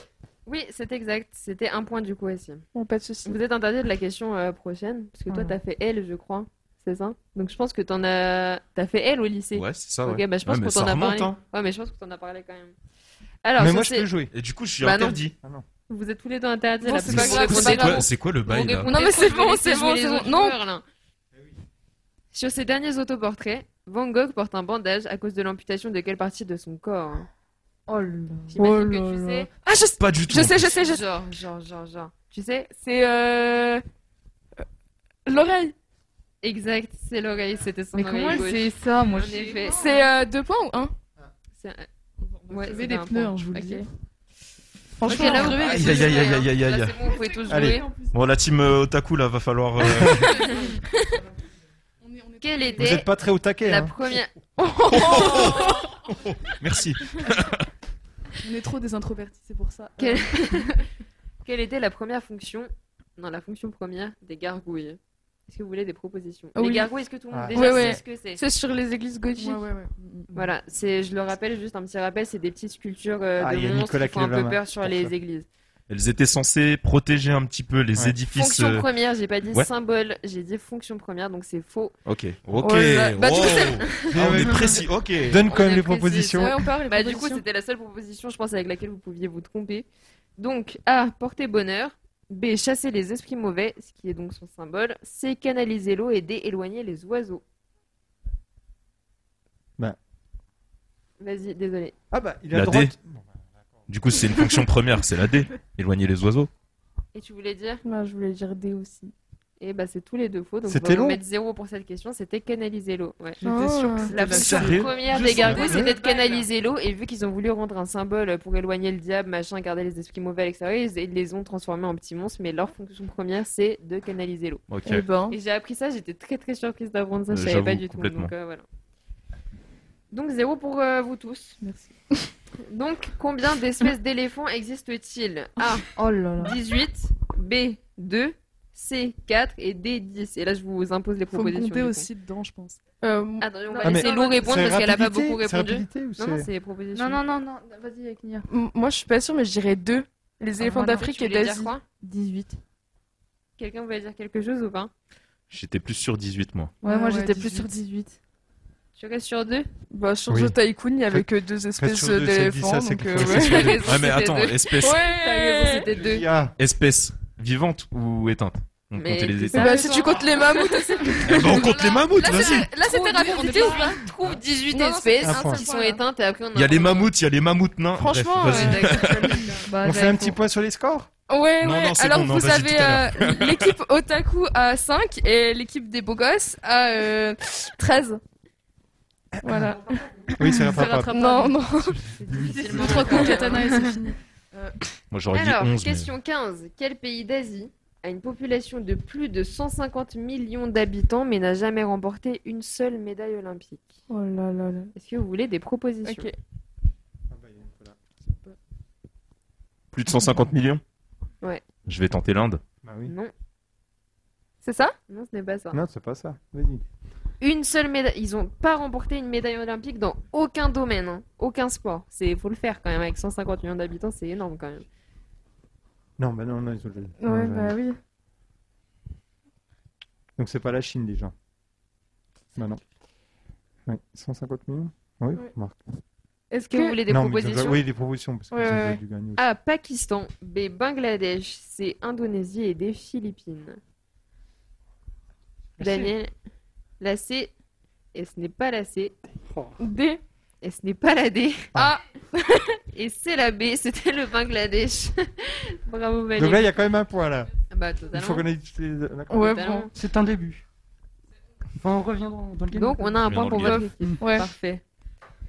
[SPEAKER 2] Oui, c'est exact. C'était un point du coup aussi.
[SPEAKER 6] Bon, pas de soucis.
[SPEAKER 2] Vous êtes interdit de la question euh, prochaine, parce que toi,
[SPEAKER 6] Ah.
[SPEAKER 2] t'as fait L, je crois. C'est ça Donc je pense que t'en as... T'as fait L au lycée.
[SPEAKER 14] Ouais, c'est ça,
[SPEAKER 2] Ok,
[SPEAKER 14] ouais.
[SPEAKER 2] bah je pense
[SPEAKER 14] Ouais, mais
[SPEAKER 2] qu'on t'en
[SPEAKER 14] ça
[SPEAKER 2] a
[SPEAKER 14] remonte,
[SPEAKER 2] parlé.
[SPEAKER 14] hein.
[SPEAKER 2] Ouais, mais je pense qu'on t'en a parlé quand même. Alors,
[SPEAKER 14] Mais
[SPEAKER 2] ça,
[SPEAKER 14] moi, je
[SPEAKER 2] c'est-
[SPEAKER 14] peux jouer. Et du coup, je suis
[SPEAKER 2] Bah non.
[SPEAKER 14] interdit.
[SPEAKER 1] Ah, non.
[SPEAKER 2] Vous êtes tous les deux interdits.
[SPEAKER 6] Bon,
[SPEAKER 2] là,
[SPEAKER 6] c'est
[SPEAKER 2] parce
[SPEAKER 6] pas
[SPEAKER 2] que
[SPEAKER 6] grave,
[SPEAKER 2] vous
[SPEAKER 6] c'est pas
[SPEAKER 2] répondez
[SPEAKER 6] grave.
[SPEAKER 2] trop.
[SPEAKER 14] C'est quoi le
[SPEAKER 2] Vous
[SPEAKER 14] bail, là
[SPEAKER 2] répondez
[SPEAKER 6] Non, mais
[SPEAKER 2] trop,
[SPEAKER 6] c'est
[SPEAKER 2] je vais
[SPEAKER 6] bon,
[SPEAKER 2] laisser
[SPEAKER 6] c'est
[SPEAKER 2] jouer
[SPEAKER 6] bon,
[SPEAKER 2] les
[SPEAKER 6] c'est
[SPEAKER 2] autres
[SPEAKER 6] bon. Non
[SPEAKER 2] joueurs, là. Sur ses derniers autoportraits, Van Gogh porte un bandage à cause de l'amputation de quelle partie de son corps
[SPEAKER 6] Oh là
[SPEAKER 2] J'imagine
[SPEAKER 9] Oh
[SPEAKER 2] que tu sais.
[SPEAKER 6] Ah, je sais
[SPEAKER 14] Pas du tout,
[SPEAKER 6] Je
[SPEAKER 14] en
[SPEAKER 6] sais, je
[SPEAKER 14] plus.
[SPEAKER 6] sais, je sais.
[SPEAKER 2] Genre, genre, genre, genre. Tu sais
[SPEAKER 6] C'est euh... euh, L'oreille.
[SPEAKER 2] Exact, c'est l'oreille, c'était son
[SPEAKER 9] Mais
[SPEAKER 2] oreille
[SPEAKER 9] comment elle
[SPEAKER 2] gauche.
[SPEAKER 9] sait ça, moi,
[SPEAKER 2] En
[SPEAKER 9] je-
[SPEAKER 2] effet.
[SPEAKER 6] C'est euh, deux points ou un
[SPEAKER 2] C'est un- Ouais,
[SPEAKER 9] crever
[SPEAKER 2] c'est
[SPEAKER 9] des
[SPEAKER 2] un
[SPEAKER 9] pneus,
[SPEAKER 2] point.
[SPEAKER 9] hein, je vous le
[SPEAKER 2] Ok.
[SPEAKER 9] dis.
[SPEAKER 2] Ok,
[SPEAKER 9] Franchement,
[SPEAKER 2] là, vous
[SPEAKER 9] crever
[SPEAKER 2] pouvez
[SPEAKER 9] des
[SPEAKER 2] tous
[SPEAKER 14] pneus.
[SPEAKER 2] jouer,
[SPEAKER 14] Aïe, aïe,
[SPEAKER 2] hein.
[SPEAKER 14] aïe, aïe, aïe,
[SPEAKER 2] Là,
[SPEAKER 14] aïe.
[SPEAKER 2] c'est bon, vous pouvez tous
[SPEAKER 14] Allez.
[SPEAKER 2] jouer.
[SPEAKER 14] Bon, la team euh, Otaku là, va falloir. euh,
[SPEAKER 2] Quelle était
[SPEAKER 14] Vous êtes pas très au taquet,
[SPEAKER 2] La
[SPEAKER 14] hein.
[SPEAKER 2] première.
[SPEAKER 14] Merci.
[SPEAKER 6] On est trop des introvertis, c'est pour ça. Euh,
[SPEAKER 2] Quelle... Quelle était la première fonction Non, la fonction première des gargouilles. Est-ce que vous voulez des propositions
[SPEAKER 6] Ah
[SPEAKER 2] Les
[SPEAKER 6] oui.
[SPEAKER 2] gargouilles, est-ce que tout le monde
[SPEAKER 6] Ah.
[SPEAKER 2] déjà
[SPEAKER 6] Ouais,
[SPEAKER 2] sait
[SPEAKER 6] ouais.
[SPEAKER 2] ce que c'est
[SPEAKER 6] C'est sur les églises gothiques.
[SPEAKER 2] Voilà, c'est, je le rappelle, juste un petit rappel, c'est des petites sculptures euh,
[SPEAKER 1] Ah,
[SPEAKER 2] de
[SPEAKER 1] il y a
[SPEAKER 2] monstres
[SPEAKER 1] Nicolas
[SPEAKER 2] qui
[SPEAKER 1] qui
[SPEAKER 2] font un
[SPEAKER 1] lève la
[SPEAKER 2] peu
[SPEAKER 1] main,
[SPEAKER 2] peur sur
[SPEAKER 1] pour
[SPEAKER 2] les
[SPEAKER 1] ça.
[SPEAKER 2] églises.
[SPEAKER 14] Elles étaient censées protéger un petit peu les édifices.
[SPEAKER 2] Fonction
[SPEAKER 14] euh,
[SPEAKER 2] première, j'ai pas dit
[SPEAKER 14] ouais.
[SPEAKER 2] symbole, j'ai dit fonction première, donc c'est faux.
[SPEAKER 14] Ok,
[SPEAKER 6] Oh
[SPEAKER 14] ok.
[SPEAKER 2] Ouais, bah- bah, du coup,
[SPEAKER 14] wow.
[SPEAKER 2] c'est-
[SPEAKER 14] Ah, on est précis, ok.
[SPEAKER 1] Donne quand
[SPEAKER 2] On
[SPEAKER 1] même
[SPEAKER 2] est
[SPEAKER 1] les
[SPEAKER 2] précis.
[SPEAKER 1] propositions.
[SPEAKER 2] Ouais, on parle des Bah, du coup, c'était la seule proposition, je pense, avec laquelle vous pouviez vous tromper. Donc, A, porter bonheur. B, chasser les esprits mauvais, ce qui est donc son symbole. C, canaliser l'eau et D, éloigner les oiseaux.
[SPEAKER 1] Bah.
[SPEAKER 2] Vas-y, désolé.
[SPEAKER 1] Ah bah, il
[SPEAKER 14] La D. Du coup, c'est une fonction première, c'est la D. Éloigner les oiseaux.
[SPEAKER 2] Et tu voulais dire
[SPEAKER 6] Moi, Bah, je voulais dire D aussi.
[SPEAKER 2] Et bah, c'est tous les deux faux. Donc,
[SPEAKER 14] C'était
[SPEAKER 2] on va vous
[SPEAKER 14] long.
[SPEAKER 2] mettre zéro pour cette question. C'était canaliser l'eau. Ouais.
[SPEAKER 6] J'étais Ah. sûre que c'était
[SPEAKER 2] La
[SPEAKER 6] la
[SPEAKER 2] fonction
[SPEAKER 6] Sérieux
[SPEAKER 2] première
[SPEAKER 6] Je
[SPEAKER 2] des
[SPEAKER 6] savais
[SPEAKER 2] gargouilles,
[SPEAKER 6] pas.
[SPEAKER 2] c'était de canaliser l'eau. Et vu qu'ils ont voulu rendre un symbole pour éloigner le diable, machin, garder les esprits mauvais à l'extérieur, ils, ils les ont transformés en petits monstres. Mais leur fonction première, c'est de canaliser l'eau.
[SPEAKER 14] Ok. Eh ben.
[SPEAKER 2] Et j'ai appris ça. J'étais très très surprise d'apprendre ça.
[SPEAKER 14] Euh,
[SPEAKER 2] Je savais pas
[SPEAKER 14] j'avoue,
[SPEAKER 2] du tout.
[SPEAKER 14] complètement.
[SPEAKER 2] Donc, euh, voilà. Donc zéro pour euh, vous tous. Merci. Donc combien d'espèces d'éléphants existent-ils A.
[SPEAKER 6] Oh là là.
[SPEAKER 2] 18, B 2, C 4 et D 10. Et là je vous impose les
[SPEAKER 6] Faut me
[SPEAKER 2] propositions.
[SPEAKER 6] compter
[SPEAKER 2] du coup.
[SPEAKER 6] aussi dedans, je pense.
[SPEAKER 2] Attendez, on va
[SPEAKER 6] Ah, mais-
[SPEAKER 2] laisser Lou répondre
[SPEAKER 6] c'est
[SPEAKER 2] parce qu'elle a pas
[SPEAKER 6] rapidité,
[SPEAKER 2] beaucoup
[SPEAKER 6] c'est
[SPEAKER 2] répondu.
[SPEAKER 6] rapidité ou
[SPEAKER 2] non, non,
[SPEAKER 6] c'est-
[SPEAKER 2] c'est les propositions.
[SPEAKER 6] Non, non, non, non.
[SPEAKER 2] vas-y avec Nia.
[SPEAKER 6] M- Moi, je suis pas sûre, mais je dirais deux. Les éléphants
[SPEAKER 2] non,
[SPEAKER 6] d'Afrique
[SPEAKER 2] Ah, tu
[SPEAKER 6] et
[SPEAKER 2] voulais dire
[SPEAKER 6] d'Asie.
[SPEAKER 2] quoi
[SPEAKER 6] 18.
[SPEAKER 2] Quelqu'un voulait dire quelque chose ou pas
[SPEAKER 14] J'étais plus sur 18, moi.
[SPEAKER 6] Ouais,
[SPEAKER 2] Ouais,
[SPEAKER 6] moi
[SPEAKER 9] Ah
[SPEAKER 2] ouais,
[SPEAKER 6] j'étais plus sur
[SPEAKER 2] 18. Tu restes sur deux
[SPEAKER 6] Bah, sur
[SPEAKER 14] Oui.
[SPEAKER 6] The Tycoon, il y avait que deux espèces d'éléphants. Donc, euh, ouais.
[SPEAKER 14] Ah, mais attends, espèce.
[SPEAKER 2] T'as raison, c'était deux.
[SPEAKER 14] Espèce vivante ou éteinte On
[SPEAKER 2] Mais
[SPEAKER 14] comptait les
[SPEAKER 2] c'est
[SPEAKER 14] étapes.
[SPEAKER 6] Bah, si tu comptes les mammouths, c'est
[SPEAKER 14] Eh ben, on compte les mammouths, vas-y.
[SPEAKER 2] Là, c'était rapidité ou
[SPEAKER 6] hein.
[SPEAKER 2] pas Trouve 18 espèces
[SPEAKER 14] Un point.
[SPEAKER 2] qui sont éteintes et après on en
[SPEAKER 14] Il y a les mammouths, il y a les mammouths nains.
[SPEAKER 2] Franchement,
[SPEAKER 14] Bref,
[SPEAKER 6] euh,
[SPEAKER 14] vas-y.
[SPEAKER 1] On fait un petit point sur les scores
[SPEAKER 6] Ouais,
[SPEAKER 14] Non,
[SPEAKER 6] ouais.
[SPEAKER 14] non, c'est
[SPEAKER 6] Alors,
[SPEAKER 14] bon, non,
[SPEAKER 6] vous
[SPEAKER 14] vas-y,
[SPEAKER 6] avez
[SPEAKER 14] tout à
[SPEAKER 6] euh, l'équipe Otaku à 5 et l'équipe des beaux gosses à euh, 13. Voilà.
[SPEAKER 1] Oui, c'est
[SPEAKER 6] rattrapable.
[SPEAKER 1] rattrapable.
[SPEAKER 6] Non, non.
[SPEAKER 2] Montre
[SPEAKER 6] compte,
[SPEAKER 2] Katana, et c'est Euh,
[SPEAKER 6] fini.
[SPEAKER 14] Moi, j'aurais dit
[SPEAKER 2] Alors,
[SPEAKER 14] 11. mais-
[SPEAKER 2] question 15. Quel pays d'Asie a une population de plus de 150 millions d'habitants mais n'a jamais remporté une seule médaille olympique
[SPEAKER 6] Oh là là là.
[SPEAKER 2] Est-ce que vous voulez des propositions
[SPEAKER 6] Ok.
[SPEAKER 14] Plus de 150 millions
[SPEAKER 2] Ouais.
[SPEAKER 14] Je vais tenter l'Inde.
[SPEAKER 2] Non.
[SPEAKER 6] C'est ça
[SPEAKER 2] Non, ce n'est pas ça.
[SPEAKER 1] Non, c'est pas ça. Vas-y.
[SPEAKER 2] Une seule médaille. Ils n'ont pas remporté une médaille olympique dans aucun domaine, hein. aucun sport. C'est faut le faire quand même. Avec 150 millions d'habitants, c'est énorme quand même.
[SPEAKER 1] Non, bah non, non, ils ont le- non,
[SPEAKER 6] Ouais,
[SPEAKER 1] je-
[SPEAKER 6] bah oui.
[SPEAKER 1] Donc c'est pas la Chine déjà. Bah non. Ouais, 150 millions Ah Oui,
[SPEAKER 2] Ouais.
[SPEAKER 1] marque.
[SPEAKER 2] Est-ce que vous voulez des
[SPEAKER 1] Non, mais ils ont-
[SPEAKER 2] propositions
[SPEAKER 1] Oui, des propositions, parce qu'ils
[SPEAKER 2] Ouais,
[SPEAKER 1] ont
[SPEAKER 2] ouais, Ah,
[SPEAKER 1] dû
[SPEAKER 2] ouais.
[SPEAKER 1] gagner aussi.
[SPEAKER 2] A. Pakistan. B. Bangladesh. C. Indonésie et D. Philippines.
[SPEAKER 6] La C.
[SPEAKER 2] Daniel. La C. Et ce n'est pas la C.
[SPEAKER 6] Oh. D.
[SPEAKER 2] Et ce n'est pas la D.
[SPEAKER 1] Ah.
[SPEAKER 2] A. et c'est la B. C'était le Bangladesh. Bravo Valérie.
[SPEAKER 1] Donc là, il y a quand même un point là.
[SPEAKER 2] Ah Bah,
[SPEAKER 1] Il
[SPEAKER 2] totalement.
[SPEAKER 1] faut qu'on ait toutes les. d'accord.
[SPEAKER 2] Ouais, Totalement. bon.
[SPEAKER 4] C'est un début. Enfin, on revient dans, dans le game.
[SPEAKER 2] Donc on a un
[SPEAKER 14] Mais
[SPEAKER 2] point
[SPEAKER 14] dans
[SPEAKER 2] pour
[SPEAKER 14] le game.
[SPEAKER 2] votre équipe.
[SPEAKER 6] Ouais.
[SPEAKER 2] Parfait.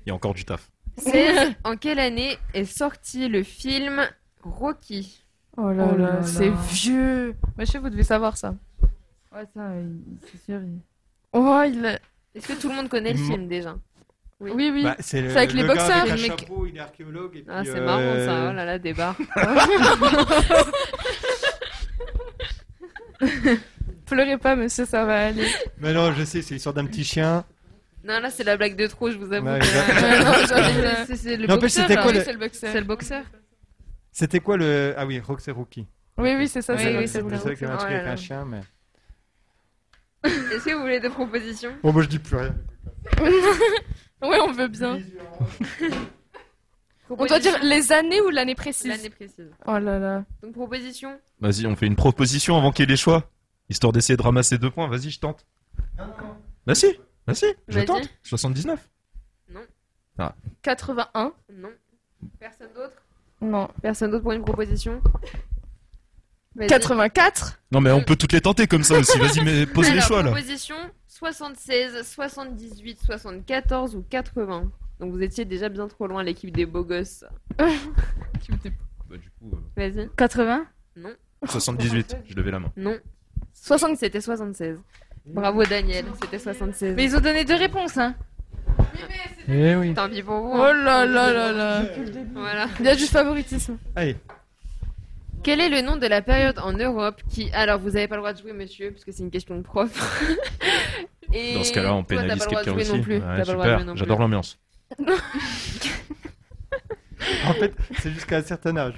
[SPEAKER 14] Il y a encore du taf.
[SPEAKER 2] 16. En quelle année est sorti le film Rocky
[SPEAKER 6] Oh là
[SPEAKER 2] Oh là
[SPEAKER 6] là,
[SPEAKER 2] là.
[SPEAKER 6] c'est vieux. Moi, je sais, vous devez savoir ça.
[SPEAKER 9] Ouais, ça, il- c'est sûr. il-
[SPEAKER 6] Oh, il a-
[SPEAKER 2] Est-ce que tout le monde connaît le
[SPEAKER 6] Mo-
[SPEAKER 2] film déjà
[SPEAKER 6] Oui, oui.
[SPEAKER 1] Mm. Bah, c'est le-
[SPEAKER 6] avec
[SPEAKER 1] le
[SPEAKER 6] les
[SPEAKER 1] gars
[SPEAKER 6] boxeurs.
[SPEAKER 1] avec un
[SPEAKER 6] Le mec-
[SPEAKER 1] chapeau, il est archéologue. Et
[SPEAKER 2] Ah,
[SPEAKER 1] puis,
[SPEAKER 2] c'est
[SPEAKER 1] euh,
[SPEAKER 2] marrant ça, oh là là, débat.
[SPEAKER 6] Pleurez pas, monsieur, ça va aller.
[SPEAKER 1] Mais non, je sais, c'est l'histoire d'un petit chien.
[SPEAKER 2] non, là c'est la blague de trop, je vous avoue.
[SPEAKER 1] Ouais,
[SPEAKER 2] que-
[SPEAKER 1] exact.
[SPEAKER 2] Ouais, non, j'en ai- c'est- c'est le
[SPEAKER 1] Non, en plus,
[SPEAKER 2] boxeur,
[SPEAKER 1] c'était quoi
[SPEAKER 2] oui,
[SPEAKER 1] le-
[SPEAKER 2] c'est le boxeur. C'est le boxeur.
[SPEAKER 1] C'était quoi le. Ah oui, Roxy Rookie.
[SPEAKER 6] Oui, oui, c'est ça,
[SPEAKER 1] Je
[SPEAKER 6] c'est Roxy
[SPEAKER 1] savais
[SPEAKER 6] Rookie.
[SPEAKER 1] qu'il y avait un
[SPEAKER 2] Oh
[SPEAKER 1] truc
[SPEAKER 2] là
[SPEAKER 1] avec
[SPEAKER 2] là.
[SPEAKER 1] un chien, mais.
[SPEAKER 2] Est-ce que vous voulez des propositions
[SPEAKER 1] Bon, moi je dis plus rien.
[SPEAKER 6] ouais, on veut bien. On doit dire les années ou l'année précise
[SPEAKER 2] L'année précise.
[SPEAKER 6] Oh là là.
[SPEAKER 2] Donc proposition
[SPEAKER 14] Vas-y, on fait une proposition avant qu'il y ait les choix. Histoire d'essayer de ramasser deux points. Vas-y, je tente. Bah si, bah si, je
[SPEAKER 6] Vas-y.
[SPEAKER 14] tente. 79.
[SPEAKER 2] Non.
[SPEAKER 14] Ah.
[SPEAKER 6] 81
[SPEAKER 2] Non. Personne d'autre
[SPEAKER 6] Non.
[SPEAKER 2] Personne d'autre pour une proposition Vas-y.
[SPEAKER 6] 84
[SPEAKER 14] Non, mais on peut toutes les tenter comme ça aussi. Vas-y, mais pose les
[SPEAKER 2] Alors,
[SPEAKER 14] choix là.
[SPEAKER 2] Proposition 76, 78, 74 ou 80. Donc vous étiez déjà bien trop loin, l'équipe des beaux gosses.
[SPEAKER 14] Bah, du coup, euh,
[SPEAKER 2] Vas-y.
[SPEAKER 6] 80
[SPEAKER 2] Non.
[SPEAKER 14] 78, je levais la main.
[SPEAKER 2] Non. 60, c'était 76. Bravo Daniel, c'était 76.
[SPEAKER 9] Mais ils ont donné deux réponses, hein.
[SPEAKER 1] Eh oui.
[SPEAKER 2] Tant pis pour vous.
[SPEAKER 6] Oh
[SPEAKER 2] hein.
[SPEAKER 6] là là là là.
[SPEAKER 2] Voilà.
[SPEAKER 6] Il y a du favoritisme.
[SPEAKER 1] Allez.
[SPEAKER 2] Quel est le nom de la période en Europe qui... Alors, vous n'avez pas le droit de jouer, monsieur, parce que c'est une question de prof. Et
[SPEAKER 14] Dans ce cas-là, on
[SPEAKER 2] toi, t'as
[SPEAKER 14] pénalise
[SPEAKER 2] pas le droit de
[SPEAKER 14] quelqu'un
[SPEAKER 2] jouer
[SPEAKER 14] aussi.
[SPEAKER 2] non plus.
[SPEAKER 14] Ouais,
[SPEAKER 2] T'as pas le droit de jouer non
[SPEAKER 14] super,
[SPEAKER 2] plus.
[SPEAKER 14] j'adore l'ambiance.
[SPEAKER 1] En fait, c'est jusqu'à un certain âge.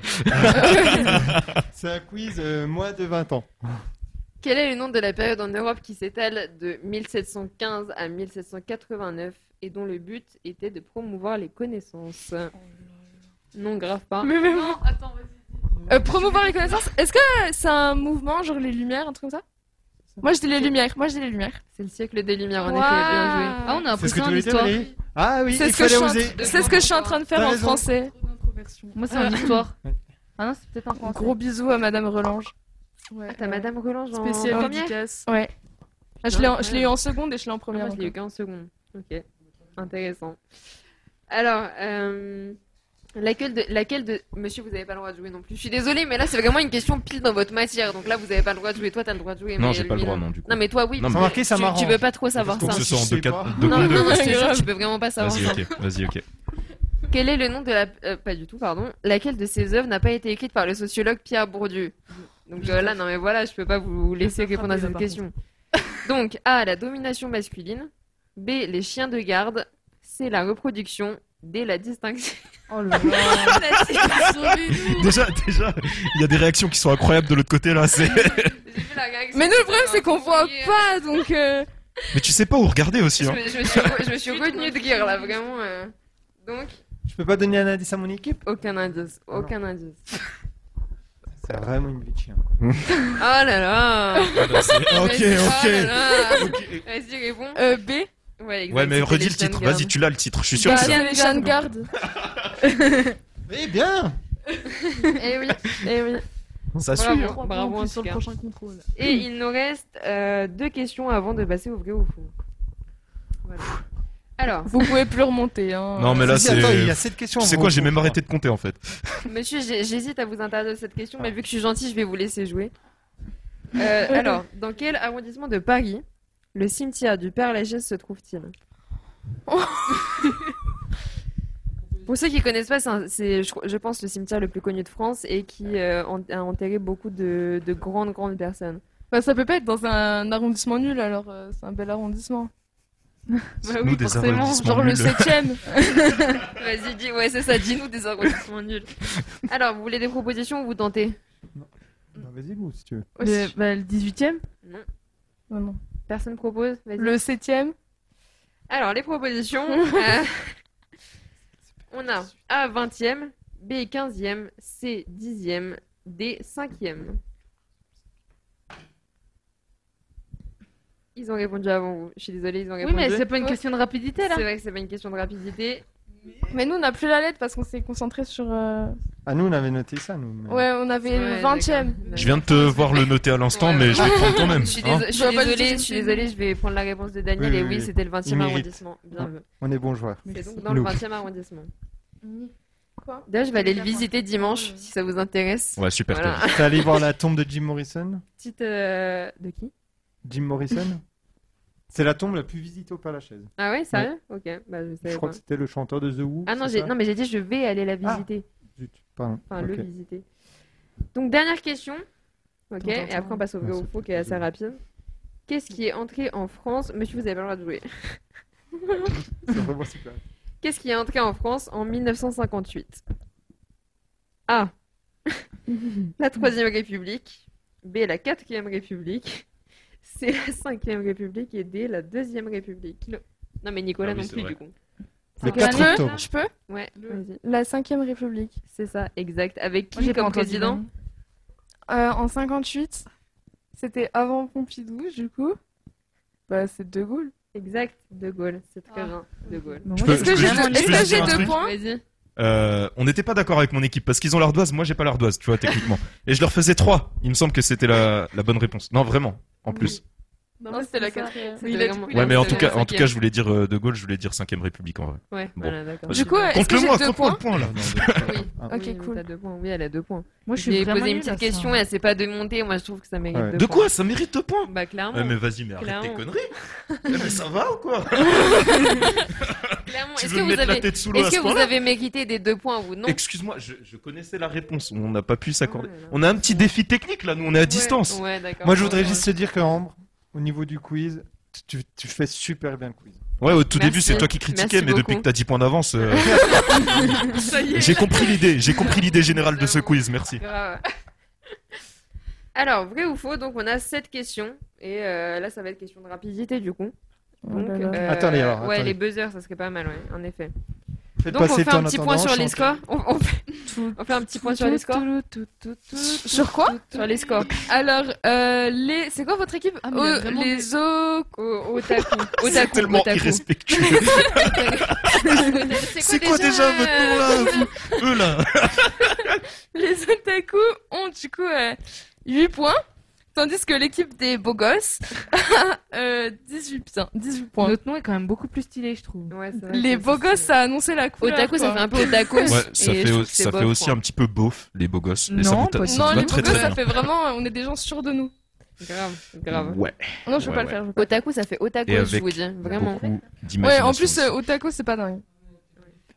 [SPEAKER 1] c'est un quiz euh, moins de 20 ans.
[SPEAKER 2] Quel est le nom de la période en Europe qui s'étale de 1715 à 1789 et dont le but était de promouvoir les connaissances Non, grave pas.
[SPEAKER 6] Mais vraiment. Non,
[SPEAKER 2] attends,
[SPEAKER 6] Euh, promouvoir les connaissances. Est-ce que c'est un mouvement, genre les Lumières, un truc comme ça Moi, je dis les Lumières. Moi, je dis les Lumières.
[SPEAKER 2] C'est le siècle des Lumières, en
[SPEAKER 6] Waouh.
[SPEAKER 2] effet. Bien joué.
[SPEAKER 6] Ah, on a
[SPEAKER 1] C'est ce que
[SPEAKER 6] l'impression
[SPEAKER 1] tu
[SPEAKER 6] en
[SPEAKER 1] voulais dire,
[SPEAKER 6] histoire.
[SPEAKER 1] Valérie Ah oui,
[SPEAKER 6] c'est
[SPEAKER 1] il
[SPEAKER 6] ce que je
[SPEAKER 1] fallait
[SPEAKER 6] suis en-
[SPEAKER 1] oser.
[SPEAKER 6] c'est ce que je suis en train de faire
[SPEAKER 1] T'as
[SPEAKER 6] en
[SPEAKER 1] raison.
[SPEAKER 6] français. Moi, c'est en histoire. Ah non, c'est peut-être en français. Gros bisous à Madame Relange.
[SPEAKER 2] Ouais, T'as Madame Relange en
[SPEAKER 6] Spécial
[SPEAKER 2] première
[SPEAKER 6] dédicace. Ouais. Ah, je l'ai en- je l'ai eu en seconde et je l'ai en première
[SPEAKER 2] Ah, moi, je l'ai eu
[SPEAKER 6] encore.
[SPEAKER 2] qu'en seconde. Ok. Intéressant. Alors, euh, laquelle, de, laquelle de. Monsieur, vous n'avez pas le droit de jouer non plus. Je suis désolée, mais là, c'est vraiment une question pile dans votre matière. Donc là, vous n'avez pas le droit de jouer. Toi, t'as le droit de jouer.
[SPEAKER 14] Non,
[SPEAKER 2] mais
[SPEAKER 14] j'ai pas
[SPEAKER 2] lui,
[SPEAKER 14] le droit, non, du coup.
[SPEAKER 2] Non, mais toi, oui.
[SPEAKER 14] Non, mais-
[SPEAKER 2] parce que
[SPEAKER 14] Remarquez, ça
[SPEAKER 2] tu-
[SPEAKER 14] m'arrête.
[SPEAKER 2] Tu veux pas trop savoir
[SPEAKER 14] Faut
[SPEAKER 2] ça.
[SPEAKER 14] que ce soit en
[SPEAKER 2] Je
[SPEAKER 14] deux,
[SPEAKER 2] sais
[SPEAKER 14] quatre-
[SPEAKER 2] pas.
[SPEAKER 14] deux
[SPEAKER 2] Non,
[SPEAKER 14] secondes.
[SPEAKER 2] non, non, je te jure,
[SPEAKER 14] Grave.
[SPEAKER 2] tu peux vraiment pas savoir
[SPEAKER 14] Vas-y,
[SPEAKER 2] ça.
[SPEAKER 14] ok, vas-y, ok.
[SPEAKER 2] Quel est le nom de la. euh, pas du tout, pardon. Laquelle de ces œuvres n'a pas été écrite par le sociologue Pierre Bourdieu Donc euh, là, non, mais voilà, je peux pas vous laisser répondre à
[SPEAKER 6] frapper,
[SPEAKER 2] cette
[SPEAKER 6] là,
[SPEAKER 2] question. Donc, A, la domination masculine. B, les chiens de garde. C, la reproduction. D, la distinction.
[SPEAKER 6] Oh là
[SPEAKER 2] La distinction du loup.
[SPEAKER 14] Déjà, déjà, il y a des réactions qui sont incroyables de l'autre côté là. c'est-
[SPEAKER 6] Mais nous, le problème, c'est qu'on voit pas, donc. euh,
[SPEAKER 14] Mais tu sais pas où regarder aussi.
[SPEAKER 2] Je
[SPEAKER 14] Hein.
[SPEAKER 2] me, je me suis, re- je me suis retenue de rire, là, vraiment. euh. Donc,
[SPEAKER 1] Je peux pas donner un indice à mon équipe Ah
[SPEAKER 2] aucun indice. Aucun indice.
[SPEAKER 1] C'est vraiment une vie de chien.
[SPEAKER 2] Oh là là
[SPEAKER 14] Ah bah, c'est- ok,
[SPEAKER 2] Vas-y, oh
[SPEAKER 14] ok.
[SPEAKER 2] là là.
[SPEAKER 14] Ok.
[SPEAKER 2] Vas-y, réponds.
[SPEAKER 6] ah Euh, B
[SPEAKER 2] Ouais, exact,
[SPEAKER 14] Ouais, mais
[SPEAKER 2] c'était
[SPEAKER 14] redis
[SPEAKER 2] les
[SPEAKER 14] le titre.
[SPEAKER 2] Stone
[SPEAKER 14] Vas-y,
[SPEAKER 2] Guard.
[SPEAKER 14] tu l'as le titre. Je suis sûr que
[SPEAKER 6] Bah,
[SPEAKER 14] c'est ça.
[SPEAKER 6] Jeanne- Jeanne Garde.
[SPEAKER 1] Eh bien
[SPEAKER 2] Eh oui, eh oui.
[SPEAKER 14] Ça
[SPEAKER 2] Bravo,
[SPEAKER 14] suit, hein. Trois
[SPEAKER 2] Bravo,
[SPEAKER 14] points
[SPEAKER 2] en
[SPEAKER 14] sur
[SPEAKER 2] tout
[SPEAKER 14] le
[SPEAKER 2] cas.
[SPEAKER 14] prochain
[SPEAKER 6] contrôle.
[SPEAKER 2] Et il nous reste euh, deux questions avant de passer au vrai ou faux. Voilà. Alors,
[SPEAKER 6] Vous pouvez plus remonter, hein.
[SPEAKER 14] Non, mais là,
[SPEAKER 1] Si,
[SPEAKER 14] c'est.
[SPEAKER 1] attends, il y a sept questions,
[SPEAKER 14] Tu sais
[SPEAKER 1] on
[SPEAKER 14] quoi,
[SPEAKER 1] va
[SPEAKER 14] j'ai même
[SPEAKER 1] répondre.
[SPEAKER 14] arrêté de compter en fait.
[SPEAKER 2] monsieur, j'ai- j'hésite à vous interdire cette question,
[SPEAKER 6] Ah.
[SPEAKER 2] mais vu que je suis gentille, je vais vous laisser jouer. Euh, alors, dans quel arrondissement de Paris le cimetière du Père Lachaise se trouve-t-il Pour ceux qui connaissent pas, c'est, un- c'est, je, crois- je pense, le cimetière le plus connu de France et qui euh, en- a enterré beaucoup de, de grandes, grandes personnes.
[SPEAKER 6] Bah, ça peut pas être dans un arrondissement nul, alors euh, c'est un bel arrondissement.
[SPEAKER 2] Bah
[SPEAKER 14] Nous, des arrondissements
[SPEAKER 6] genre le
[SPEAKER 14] nuls.
[SPEAKER 6] 7ème.
[SPEAKER 2] Vas-y, dis, ouais, c'est ça, dis-nous des arrondissements nuls. Alors, vous voulez des propositions ou vous tentez
[SPEAKER 1] Bah, Vas-y, vous, si tu veux.
[SPEAKER 6] Le, bah, le 18ème
[SPEAKER 2] Non.
[SPEAKER 6] Oh non.
[SPEAKER 2] Personne propose Vas-y.
[SPEAKER 6] Le 7ème
[SPEAKER 2] Alors, les propositions. euh, on a A, 20e, B, 15e, C, 10e, D, 5e. Ils ont répondu avant vous. Je suis désolée, ils ont
[SPEAKER 6] Oui,
[SPEAKER 2] répondu.
[SPEAKER 6] mais c'est pas une question de rapidité, là.
[SPEAKER 2] C'est vrai que c'est pas une question de rapidité.
[SPEAKER 6] Mais nous, on a plus la lettre parce qu'on s'est concentré sur. euh,
[SPEAKER 1] Ah, nous, on avait noté ça, nous. mais-
[SPEAKER 6] Ouais, on avait
[SPEAKER 2] Ouais,
[SPEAKER 6] le 20ème.
[SPEAKER 14] Je viens de te voir le noter à l'instant, mais je vais le prendre quand même.
[SPEAKER 2] Je suis,
[SPEAKER 14] hein.
[SPEAKER 2] déso- je suis
[SPEAKER 6] Je vois pas du
[SPEAKER 2] désolée,
[SPEAKER 6] tout
[SPEAKER 2] je
[SPEAKER 6] ce
[SPEAKER 2] suis
[SPEAKER 6] que c'est.
[SPEAKER 2] désolée, je vais prendre la réponse de Daniel.
[SPEAKER 1] Oui,
[SPEAKER 2] et
[SPEAKER 1] oui,
[SPEAKER 2] oui,
[SPEAKER 1] oui.
[SPEAKER 2] c'était le 20e
[SPEAKER 1] Il mérite.
[SPEAKER 2] arrondissement. Bien vu.
[SPEAKER 1] On est bon joueur.
[SPEAKER 2] C'est donc dans le
[SPEAKER 1] Loup.
[SPEAKER 2] 20e arrondissement.
[SPEAKER 6] Quoi
[SPEAKER 2] D'ailleurs, je vais aller le visiter dimanche si ça vous intéresse.
[SPEAKER 14] Ouais, super,
[SPEAKER 2] Voilà.
[SPEAKER 1] T'es allé voir la tombe de Jim Morrison
[SPEAKER 2] Petite. euh, De qui
[SPEAKER 1] Jim Morrison C'est la tombe la plus visitée au Père Lachaise.
[SPEAKER 2] Ah ouais, sérieux Ok, bah je
[SPEAKER 1] Je
[SPEAKER 2] savais
[SPEAKER 1] crois
[SPEAKER 2] pas.
[SPEAKER 1] que c'était le chanteur de The Who.
[SPEAKER 2] Ah non,
[SPEAKER 1] c'est
[SPEAKER 2] j'ai...
[SPEAKER 1] ça
[SPEAKER 2] non, mais j'ai dit je vais aller la visiter.
[SPEAKER 1] Zut, pardon.
[SPEAKER 2] Enfin,
[SPEAKER 1] Ok.
[SPEAKER 2] le visiter. Donc, dernière question. Ok,
[SPEAKER 6] Attends,
[SPEAKER 2] et
[SPEAKER 6] attends.
[SPEAKER 2] après on passe au vrai ou faux qui est assez rapide. Qu'est-ce qui est entré en France Monsieur, vous avez pas le droit de jouer.
[SPEAKER 1] C'est vraiment super.
[SPEAKER 2] Qu'est-ce qui est entré en France en 1958 A. La Troisième République. B. La Quatrième République. C. La Cinquième République. Et D. La Deuxième République. Le- Non, mais Nicolas
[SPEAKER 14] Ah oui,
[SPEAKER 2] non
[SPEAKER 14] c'est
[SPEAKER 2] plus,
[SPEAKER 14] vrai.
[SPEAKER 2] du coup.
[SPEAKER 1] Le
[SPEAKER 2] Ok.
[SPEAKER 1] 4
[SPEAKER 2] Le-
[SPEAKER 1] octobre.
[SPEAKER 6] Je peux
[SPEAKER 2] Ouais, vas-y.
[SPEAKER 6] La 5ème République.
[SPEAKER 2] C'est ça, exact. Avec
[SPEAKER 6] Moi,
[SPEAKER 2] qui
[SPEAKER 6] j'ai pas
[SPEAKER 2] comme
[SPEAKER 6] entendu
[SPEAKER 2] président
[SPEAKER 6] Euh, en 58, c'était avant Pompidou, du coup. Bah, c'est De Gaulle.
[SPEAKER 2] Exact, De Gaulle. C'est très
[SPEAKER 6] Ah.
[SPEAKER 2] bien, De Gaulle.
[SPEAKER 14] Je peux- Est-ce que je peux j'ai- juste- est-ce je peux que juste j'ai dire un deux truc
[SPEAKER 6] points
[SPEAKER 2] Vas-y.
[SPEAKER 14] Euh, on n'était pas d'accord avec mon équipe parce qu'ils ont l'ardoise, moi j'ai pas l'ardoise, tu vois, techniquement. Et je leur faisais trois. Il me semble que c'était la, la bonne réponse. Non, vraiment, en plus.
[SPEAKER 6] Non, c'était la 4ème. Oui,
[SPEAKER 2] C'était
[SPEAKER 6] il a dit
[SPEAKER 2] vraiment-
[SPEAKER 6] oui,
[SPEAKER 14] Ouais, mais en
[SPEAKER 2] c'est
[SPEAKER 14] tout
[SPEAKER 2] la
[SPEAKER 14] cas, en tout
[SPEAKER 2] cinquième.
[SPEAKER 14] cas, je voulais dire euh, De Gaulle, je voulais dire 5ème République en vrai.
[SPEAKER 2] Ouais,
[SPEAKER 14] Bon.
[SPEAKER 2] voilà, d'accord.
[SPEAKER 14] Vas-y.
[SPEAKER 6] Du coup, est-ce que j'ai
[SPEAKER 14] compte-le-moi,
[SPEAKER 6] deux
[SPEAKER 14] compte-moi le point
[SPEAKER 6] points
[SPEAKER 14] là.
[SPEAKER 6] Ah,
[SPEAKER 2] Oui.
[SPEAKER 6] Ok,
[SPEAKER 2] Oui,
[SPEAKER 6] cool.
[SPEAKER 2] T'as deux points. Oui, elle a deux points.
[SPEAKER 6] Moi, je suis
[SPEAKER 2] J'ai
[SPEAKER 6] vraiment
[SPEAKER 2] posé une
[SPEAKER 6] nulle à
[SPEAKER 2] petite
[SPEAKER 6] ça.
[SPEAKER 2] question, elle s'est pas deux montée. Moi, je trouve que ça mérite
[SPEAKER 14] Ouais.
[SPEAKER 2] deux
[SPEAKER 14] De
[SPEAKER 2] points.
[SPEAKER 14] quoi Ça mérite deux points
[SPEAKER 2] Bah, clairement.
[SPEAKER 14] Ouais, mais vas-y, mais arrête
[SPEAKER 2] Clairement.
[SPEAKER 14] tes conneries. Eh, mais ça va ou quoi
[SPEAKER 2] Clairement,
[SPEAKER 14] Tu
[SPEAKER 2] est-ce
[SPEAKER 14] veux me
[SPEAKER 2] que vous
[SPEAKER 14] mettre la
[SPEAKER 2] avez,
[SPEAKER 14] tête sous l'eau à
[SPEAKER 2] est-ce
[SPEAKER 14] ce
[SPEAKER 2] que vous
[SPEAKER 14] point-là
[SPEAKER 2] avez mérité des deux points ou non
[SPEAKER 14] Excuse-moi, je, je connaissais la réponse. On n'a pas pu s'accorder. On a un petit défi technique là, nous on est à distance.
[SPEAKER 2] Ouais, d'accord.
[SPEAKER 1] Moi, je voudrais juste te dire que, Ambre, au niveau du quiz, tu, tu fais super bien le quiz.
[SPEAKER 14] Ouais, au tout
[SPEAKER 8] Merci.
[SPEAKER 14] début, c'est toi qui critiquais,
[SPEAKER 8] Merci
[SPEAKER 14] mais depuis
[SPEAKER 8] beaucoup.
[SPEAKER 14] que t'as 10 points d'avance, euh,
[SPEAKER 6] Ça y est.
[SPEAKER 14] j'ai compris l'idée, j'ai compris l'idée générale de ce quiz, merci.
[SPEAKER 2] Grave. Alors, vrai ou faux, donc on a sept questions. Et euh, là, ça va être question de rapidité du coup.
[SPEAKER 6] Oh
[SPEAKER 2] Donc, euh,
[SPEAKER 1] là là. Attendez, alors,
[SPEAKER 2] ouais,
[SPEAKER 1] attendez.
[SPEAKER 2] les buzzers, ça serait pas mal, ouais, en effet.
[SPEAKER 1] Faites
[SPEAKER 2] donc, on
[SPEAKER 1] passer le
[SPEAKER 2] fait
[SPEAKER 1] temps
[SPEAKER 2] un
[SPEAKER 1] en
[SPEAKER 2] petit point
[SPEAKER 1] attendant,
[SPEAKER 2] sur
[SPEAKER 1] je
[SPEAKER 2] les
[SPEAKER 1] suis en
[SPEAKER 2] scores. On, on fait, on fait un petit point sur les scores.
[SPEAKER 6] Sur quoi
[SPEAKER 2] Sur les scores.
[SPEAKER 6] Alors, euh, les... c'est quoi votre équipe
[SPEAKER 2] Ah, mais il y a
[SPEAKER 6] Oh,
[SPEAKER 2] vraiment des-
[SPEAKER 6] Les Otaku.
[SPEAKER 2] C'est Otaku, tellement otaku.
[SPEAKER 14] irrespectueux.
[SPEAKER 6] c'est quoi, déjà votre nom
[SPEAKER 14] Eux là
[SPEAKER 6] Les Otaku ont du coup euh, 8 points, tandis que l'équipe des beaux gosses a euh, 18, putain, 18 points.
[SPEAKER 17] Notre nom est quand même beaucoup plus stylé, je trouve.
[SPEAKER 6] Les beaux gosses, ça a annoncé la couleur.
[SPEAKER 17] Otaku, ça
[SPEAKER 6] quoi.
[SPEAKER 17] fait un peu otaku.
[SPEAKER 14] Ouais, ça fait, au- ça fait aussi un petit peu beauf, les beaux gosses. et ça
[SPEAKER 6] Non,
[SPEAKER 14] me ta-
[SPEAKER 6] pas
[SPEAKER 14] ça
[SPEAKER 6] du tout.
[SPEAKER 14] me va
[SPEAKER 6] Non,
[SPEAKER 14] très
[SPEAKER 6] les beaux gosses,
[SPEAKER 14] très
[SPEAKER 6] ça
[SPEAKER 14] bien.
[SPEAKER 6] fait vraiment, euh, on est des gens sûrs de nous.
[SPEAKER 2] Grave, grave.
[SPEAKER 14] Ouais.
[SPEAKER 6] Non, je peux
[SPEAKER 14] Ouais,
[SPEAKER 6] pas
[SPEAKER 14] ouais.
[SPEAKER 6] le faire. Je peux pas.
[SPEAKER 2] Otaku, ça fait otaku,
[SPEAKER 14] Et euh,
[SPEAKER 2] je
[SPEAKER 14] avec
[SPEAKER 2] vous dis, vraiment.
[SPEAKER 14] beaucoup
[SPEAKER 6] Ouais,
[SPEAKER 14] d'imagination.
[SPEAKER 6] en plus, euh, otaku, c'est pas dingue.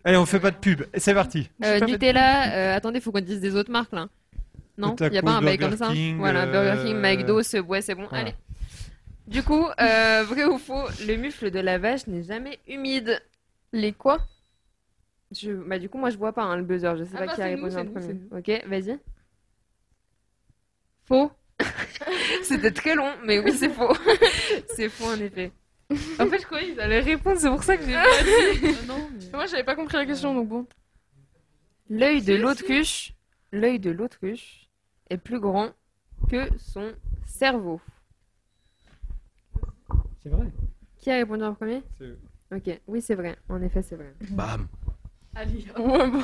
[SPEAKER 1] Allez, on fait pas de pub. C'est parti.
[SPEAKER 2] Euh, Nutella, euh, attendez, faut qu'on dise des autres marques là. Non, il
[SPEAKER 1] Otaku,
[SPEAKER 2] n'y a pas un bail
[SPEAKER 1] Burger
[SPEAKER 2] comme ça.
[SPEAKER 1] King,
[SPEAKER 2] voilà, Burger
[SPEAKER 1] euh,
[SPEAKER 2] King, McDo, Subway, c'est bon.
[SPEAKER 1] voilà.
[SPEAKER 2] Allez. Du coup, euh, vrai ou faux, le mufle de la vache n'est jamais humide.
[SPEAKER 6] Les quoi
[SPEAKER 2] je... bah, Du coup, moi je vois pas hein, le buzzer, je sais
[SPEAKER 6] Ah
[SPEAKER 2] pas
[SPEAKER 6] bah,
[SPEAKER 2] qui a
[SPEAKER 6] c'est
[SPEAKER 2] répondu
[SPEAKER 6] nous,
[SPEAKER 2] en
[SPEAKER 6] c'est
[SPEAKER 2] premier.
[SPEAKER 6] nous,
[SPEAKER 2] Ok, vas-y. Faux. C'était très long, mais oui, c'est faux. c'est faux en effet.
[SPEAKER 6] En fait, je croyais qu'ils allaient répondre, c'est pour ça que j'ai pas dit. Moi, j'avais pas compris la question, donc bon.
[SPEAKER 2] L'œil de
[SPEAKER 6] Si,
[SPEAKER 2] l'autruche, l'œil de l'autruche est plus grand que son cerveau.
[SPEAKER 4] C'est vrai.
[SPEAKER 2] Qui a répondu en premier
[SPEAKER 4] C'est eux.
[SPEAKER 2] Ok, oui, c'est vrai. En effet, c'est vrai.
[SPEAKER 14] Bam.
[SPEAKER 2] Ouais, bon.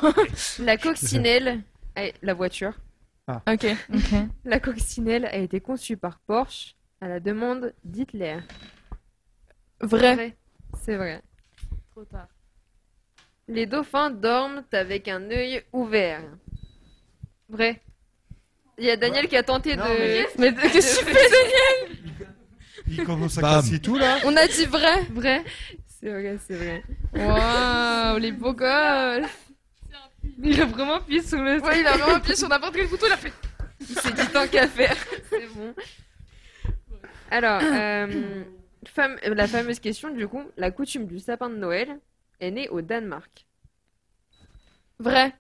[SPEAKER 2] La coccinelle, a- la voiture.
[SPEAKER 1] Ah.
[SPEAKER 6] Ok.
[SPEAKER 2] La coccinelle a été conçue par Porsche à la demande d'Hitler.
[SPEAKER 6] Vrai.
[SPEAKER 2] C'est vrai.
[SPEAKER 17] Trop tard.
[SPEAKER 2] Les dauphins dorment avec un œil ouvert. Vrai. Il y a Daniel qui a tenté
[SPEAKER 6] Non,
[SPEAKER 2] de.
[SPEAKER 6] mais- Mais qu'est-ce que tu fais,
[SPEAKER 2] Daniel
[SPEAKER 1] Il commence à
[SPEAKER 14] Bam.
[SPEAKER 1] casser tout là.
[SPEAKER 6] On a dit vrai. Vrai.
[SPEAKER 2] C'est vrai, c'est vrai.
[SPEAKER 6] Waouh, les beaux gosses. Il a vraiment appuyé sur le. Ouais, il a vraiment appuyé sur n'importe quel bouton, il a fait.
[SPEAKER 2] Il s'est dit tant qu'à faire. C'est bon. Alors, euh, fam- euh, la fameuse question du coup, la coutume du sapin de Noël est née au Danemark.
[SPEAKER 6] Vrai.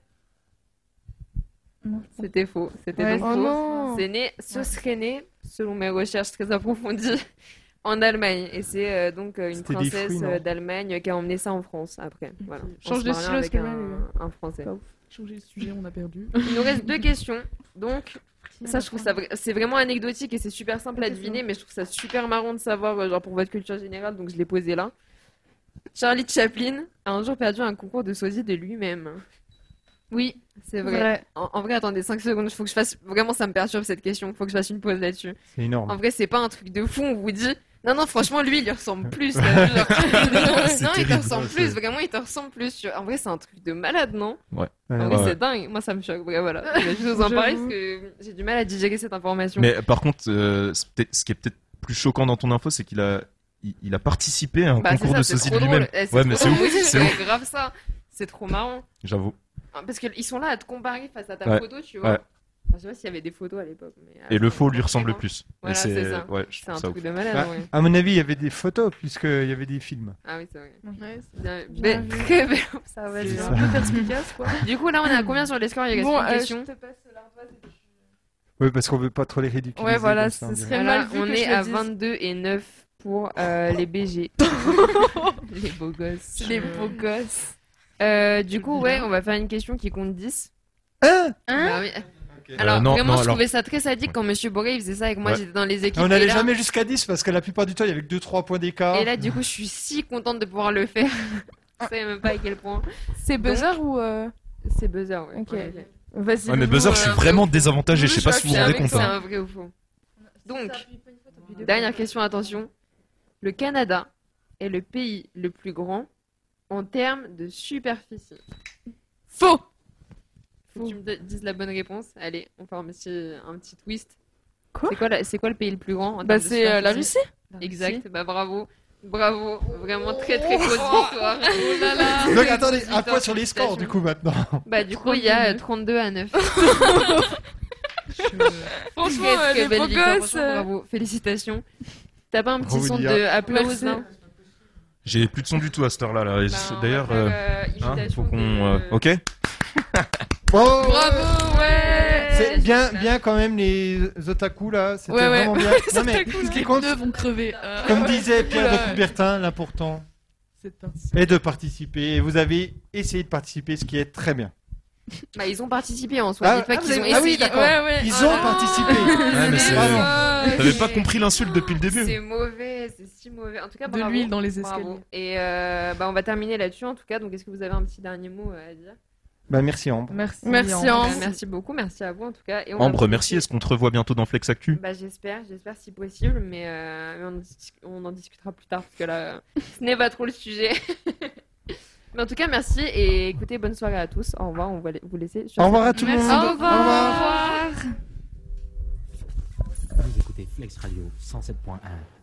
[SPEAKER 2] C'était faux. C'était
[SPEAKER 6] Ouais,
[SPEAKER 2] donc
[SPEAKER 17] Oh
[SPEAKER 6] c'est
[SPEAKER 2] faux.
[SPEAKER 6] faux.
[SPEAKER 2] C'est né, ce serait né, selon mes recherches très approfondies, en Allemagne. Et c'est euh, donc euh, une
[SPEAKER 6] C'était des
[SPEAKER 2] princesse
[SPEAKER 6] fruits, non
[SPEAKER 2] euh, d'Allemagne qui a emmené ça en France après. Voilà. En
[SPEAKER 17] Change
[SPEAKER 2] se
[SPEAKER 17] de
[SPEAKER 2] mariant
[SPEAKER 17] stylo,
[SPEAKER 2] avec
[SPEAKER 17] c'est
[SPEAKER 2] un,
[SPEAKER 17] mal, les
[SPEAKER 2] un français.
[SPEAKER 17] Changer de sujet, on a perdu.
[SPEAKER 2] Il nous reste deux questions. Donc, ça, je trouve ça vra- c'est vraiment anecdotique et c'est super simple à deviner, mais je trouve ça super marrant de savoir, euh, genre pour votre culture générale, donc je l'ai posé là. Charlie Chaplin a un jour perdu un concours de sosie de lui-même. Oui, c'est vrai.
[SPEAKER 6] Vrai.
[SPEAKER 2] En, en vrai, attendez 5 secondes, faut que je fasse. Vraiment, ça me perturbe cette question, faut que je fasse une pause là-dessus.
[SPEAKER 1] C'est énorme.
[SPEAKER 2] En vrai, c'est pas un truc de fou, on vous dit. Non, non, franchement, lui, il lui ressemble plus. là, genre.
[SPEAKER 1] C'est
[SPEAKER 2] non, il te
[SPEAKER 1] terrible.
[SPEAKER 2] ressemble
[SPEAKER 1] Ouais,
[SPEAKER 2] plus,
[SPEAKER 1] c'est-
[SPEAKER 2] vraiment, il te ressemble plus. tu vois. En vrai, c'est un truc de malade, non
[SPEAKER 14] Ouais.
[SPEAKER 2] en
[SPEAKER 14] Ouais,
[SPEAKER 2] vrai,
[SPEAKER 14] ouais.
[SPEAKER 2] c'est dingue. Moi, ça me choque. Ouais, voilà. Je vais juste vous en
[SPEAKER 6] J'avoue.
[SPEAKER 2] parler parce que j'ai du mal à digérer cette information.
[SPEAKER 14] Mais par contre, euh, c'est peut-être- ce qui est peut-être plus choquant dans ton info, c'est qu'il a, il, il a participé à un
[SPEAKER 2] Bah, c'est
[SPEAKER 14] concours
[SPEAKER 2] ça,
[SPEAKER 14] de
[SPEAKER 2] c'est
[SPEAKER 14] sosie de
[SPEAKER 2] trop
[SPEAKER 14] lui-même.
[SPEAKER 2] drôle. Eh, c'est
[SPEAKER 14] Ouais, mais
[SPEAKER 2] trop
[SPEAKER 14] c'est
[SPEAKER 2] drôle.
[SPEAKER 14] ouf, c'est ouf,
[SPEAKER 2] C'est grave ça. C'est trop marrant.
[SPEAKER 14] j'avoue.
[SPEAKER 2] Ah, Parce qu'ils sont là à te comparer face à ta
[SPEAKER 14] Ouais.
[SPEAKER 2] photo, tu vois.
[SPEAKER 14] Ouais.
[SPEAKER 2] Enfin, je sais pas s'il y avait des photos à l'époque. mais euh, à
[SPEAKER 14] Et le
[SPEAKER 2] la
[SPEAKER 14] faux lui
[SPEAKER 2] fin,
[SPEAKER 14] ressemble
[SPEAKER 2] vraiment.
[SPEAKER 14] plus. Mais
[SPEAKER 2] Voilà,
[SPEAKER 14] c'est-
[SPEAKER 2] c'est ça.
[SPEAKER 14] ouais, je
[SPEAKER 2] C'est
[SPEAKER 14] trouve
[SPEAKER 2] un
[SPEAKER 14] ça
[SPEAKER 2] truc
[SPEAKER 14] ouf.
[SPEAKER 2] de malade.
[SPEAKER 1] Bah,
[SPEAKER 2] ouais.
[SPEAKER 1] À mon avis, il y avait des photos puisqu'il y avait des films.
[SPEAKER 2] Ah oui, c'est vrai.
[SPEAKER 6] Ouais,
[SPEAKER 2] Bien-
[SPEAKER 6] bien
[SPEAKER 2] be-
[SPEAKER 6] vu.
[SPEAKER 2] très belle
[SPEAKER 6] Ça va,
[SPEAKER 2] observation.
[SPEAKER 6] c'est un peu perspicace, quoi.
[SPEAKER 2] Du coup, là, on est à combien sur les scores Il reste
[SPEAKER 6] Bon,
[SPEAKER 2] Ah, une
[SPEAKER 6] euh,
[SPEAKER 2] question.
[SPEAKER 1] Oui, parce qu'on veut pas trop les ridiculiser.
[SPEAKER 6] Ouais, voilà,
[SPEAKER 1] comme ça,
[SPEAKER 6] ce
[SPEAKER 1] on dirait.
[SPEAKER 6] serait
[SPEAKER 2] Voilà,
[SPEAKER 6] mal vu
[SPEAKER 2] on
[SPEAKER 6] que
[SPEAKER 2] est
[SPEAKER 6] je le
[SPEAKER 2] à
[SPEAKER 6] dise.
[SPEAKER 2] 22 et 9 pour euh, les BG. les beaux gosses.
[SPEAKER 6] Les beaux gosses.
[SPEAKER 2] Euh, du coup, ouais, on va faire une question qui compte 10.
[SPEAKER 1] Hein
[SPEAKER 2] Bah oui.
[SPEAKER 1] Ok.
[SPEAKER 2] Alors,
[SPEAKER 1] Euh, non,
[SPEAKER 2] vraiment,
[SPEAKER 1] non,
[SPEAKER 2] je
[SPEAKER 1] alors-
[SPEAKER 2] trouvais ça très sadique quand Monsieur Boré il faisait ça et que moi
[SPEAKER 1] Ouais.
[SPEAKER 2] j'étais dans les équipes.
[SPEAKER 1] On
[SPEAKER 2] et
[SPEAKER 1] n'allait
[SPEAKER 2] là-
[SPEAKER 1] jamais jusqu'à 10 parce que la plupart du temps, il y avait que 2-3 points d'écart.
[SPEAKER 2] Et là, du coup, je suis si contente de pouvoir le faire. je savais même pas à quel point.
[SPEAKER 6] C'est buzzer ou. euh,
[SPEAKER 2] C'est buzzer, ouais.
[SPEAKER 6] Ok.
[SPEAKER 2] en effet.
[SPEAKER 6] Vas-y.
[SPEAKER 14] Ouais, mais
[SPEAKER 6] dis-nous,
[SPEAKER 14] buzzer,
[SPEAKER 6] euh,
[SPEAKER 14] je suis vraiment désavantagé. Je sais pas si vous vous rendez
[SPEAKER 2] Avec
[SPEAKER 14] compte.
[SPEAKER 2] C'est un
[SPEAKER 14] hein.
[SPEAKER 2] vrai ou faux. Donc, dernière question, attention. Le Canada est le pays le plus grand en termes de superficie.
[SPEAKER 6] Faux
[SPEAKER 2] Faut que tu me de- dises la bonne réponse. Allez, on fait un petit, un petit twist. C'est quoi, la- c'est quoi le pays le plus grand en
[SPEAKER 6] Bah,
[SPEAKER 2] termes de
[SPEAKER 6] c'est, euh, la
[SPEAKER 2] superficie Exact, bah bravo. Bravo, vraiment très très grosse victoire. Oh là là.
[SPEAKER 1] Donc attendez, un
[SPEAKER 2] Victoire,
[SPEAKER 1] point sur les scores du coup maintenant.
[SPEAKER 2] Bah du coup, il y a euh, 32 à 9.
[SPEAKER 6] Franchement,
[SPEAKER 2] Très,
[SPEAKER 6] euh,
[SPEAKER 2] très
[SPEAKER 6] les
[SPEAKER 2] belle
[SPEAKER 6] beaux
[SPEAKER 2] victoire,
[SPEAKER 6] gosses,
[SPEAKER 2] franchement,
[SPEAKER 6] euh,
[SPEAKER 2] Bravo, félicitations. T'as pas un petit
[SPEAKER 6] Bravo,
[SPEAKER 2] son
[SPEAKER 6] Lia.
[SPEAKER 2] de applause
[SPEAKER 6] Merci.
[SPEAKER 2] là
[SPEAKER 14] J'ai plus de son du tout à cette heure-là. là. Et
[SPEAKER 6] Bah,
[SPEAKER 14] c'est-
[SPEAKER 6] on va
[SPEAKER 14] D'ailleurs,
[SPEAKER 6] faire,
[SPEAKER 14] euh,
[SPEAKER 6] euh,
[SPEAKER 14] hein,
[SPEAKER 6] imitation
[SPEAKER 14] faut qu'on.
[SPEAKER 6] de-
[SPEAKER 14] euh, ok.
[SPEAKER 1] Oh
[SPEAKER 6] Bravo, ouais
[SPEAKER 1] C'est bien, bien quand même les otaku là, c'était
[SPEAKER 6] Ouais, ouais.
[SPEAKER 1] vraiment bien.
[SPEAKER 6] Les
[SPEAKER 1] Non, mais
[SPEAKER 6] otaku,
[SPEAKER 1] ce
[SPEAKER 6] là.
[SPEAKER 1] qui compte,
[SPEAKER 17] Deux vont crever. euh.
[SPEAKER 1] comme disait Pierre
[SPEAKER 17] Oula,
[SPEAKER 1] de Coubertin, l'important
[SPEAKER 17] C'est un-
[SPEAKER 1] est de participer. Et vous avez essayé de participer, ce qui est très bien.
[SPEAKER 2] Bah, ils ont participé en soi.
[SPEAKER 1] Ah,
[SPEAKER 2] dites pas
[SPEAKER 1] ah,
[SPEAKER 2] qu'ils
[SPEAKER 1] vous
[SPEAKER 2] ont
[SPEAKER 1] avez- ah oui,
[SPEAKER 2] essayé. Ah.
[SPEAKER 1] d'accord. Ils ont participé.
[SPEAKER 14] Ouais, mais c'est-
[SPEAKER 2] Bravo.
[SPEAKER 14] T'avais pas compris l'insulte depuis le début.
[SPEAKER 2] C'est mauvais, c'est si mauvais. En tout cas,
[SPEAKER 17] De
[SPEAKER 2] bravo,
[SPEAKER 17] l'huile dans les
[SPEAKER 2] bravo.
[SPEAKER 17] escaliers.
[SPEAKER 2] Et euh, bah, on va terminer là-dessus en tout cas. Donc, est-ce que vous avez un petit dernier mot euh, à dire
[SPEAKER 1] Bah, merci Ambre.
[SPEAKER 9] Merci.
[SPEAKER 2] Bah,
[SPEAKER 9] Merci, Ambre.
[SPEAKER 2] Merci beaucoup, merci à vous en tout cas. Et on va
[SPEAKER 14] Ambre,
[SPEAKER 2] vous
[SPEAKER 14] merci. Est-ce qu'on te revoit bientôt dans Flex Actu
[SPEAKER 2] Bah, j'espère, j'espère si possible, mais, euh, mais on, en dis- on en discutera plus tard parce que là, euh, ce n'est pas trop le sujet. mais en tout cas, merci et écoutez, bonne soirée à tous. Au revoir, on va la- vous laisser. sur
[SPEAKER 1] Au revoir
[SPEAKER 2] cette-
[SPEAKER 1] à tout le
[SPEAKER 2] Merci.
[SPEAKER 1] monde.
[SPEAKER 2] Au revoir.
[SPEAKER 3] Vous écoutez Flex Radio 107.1.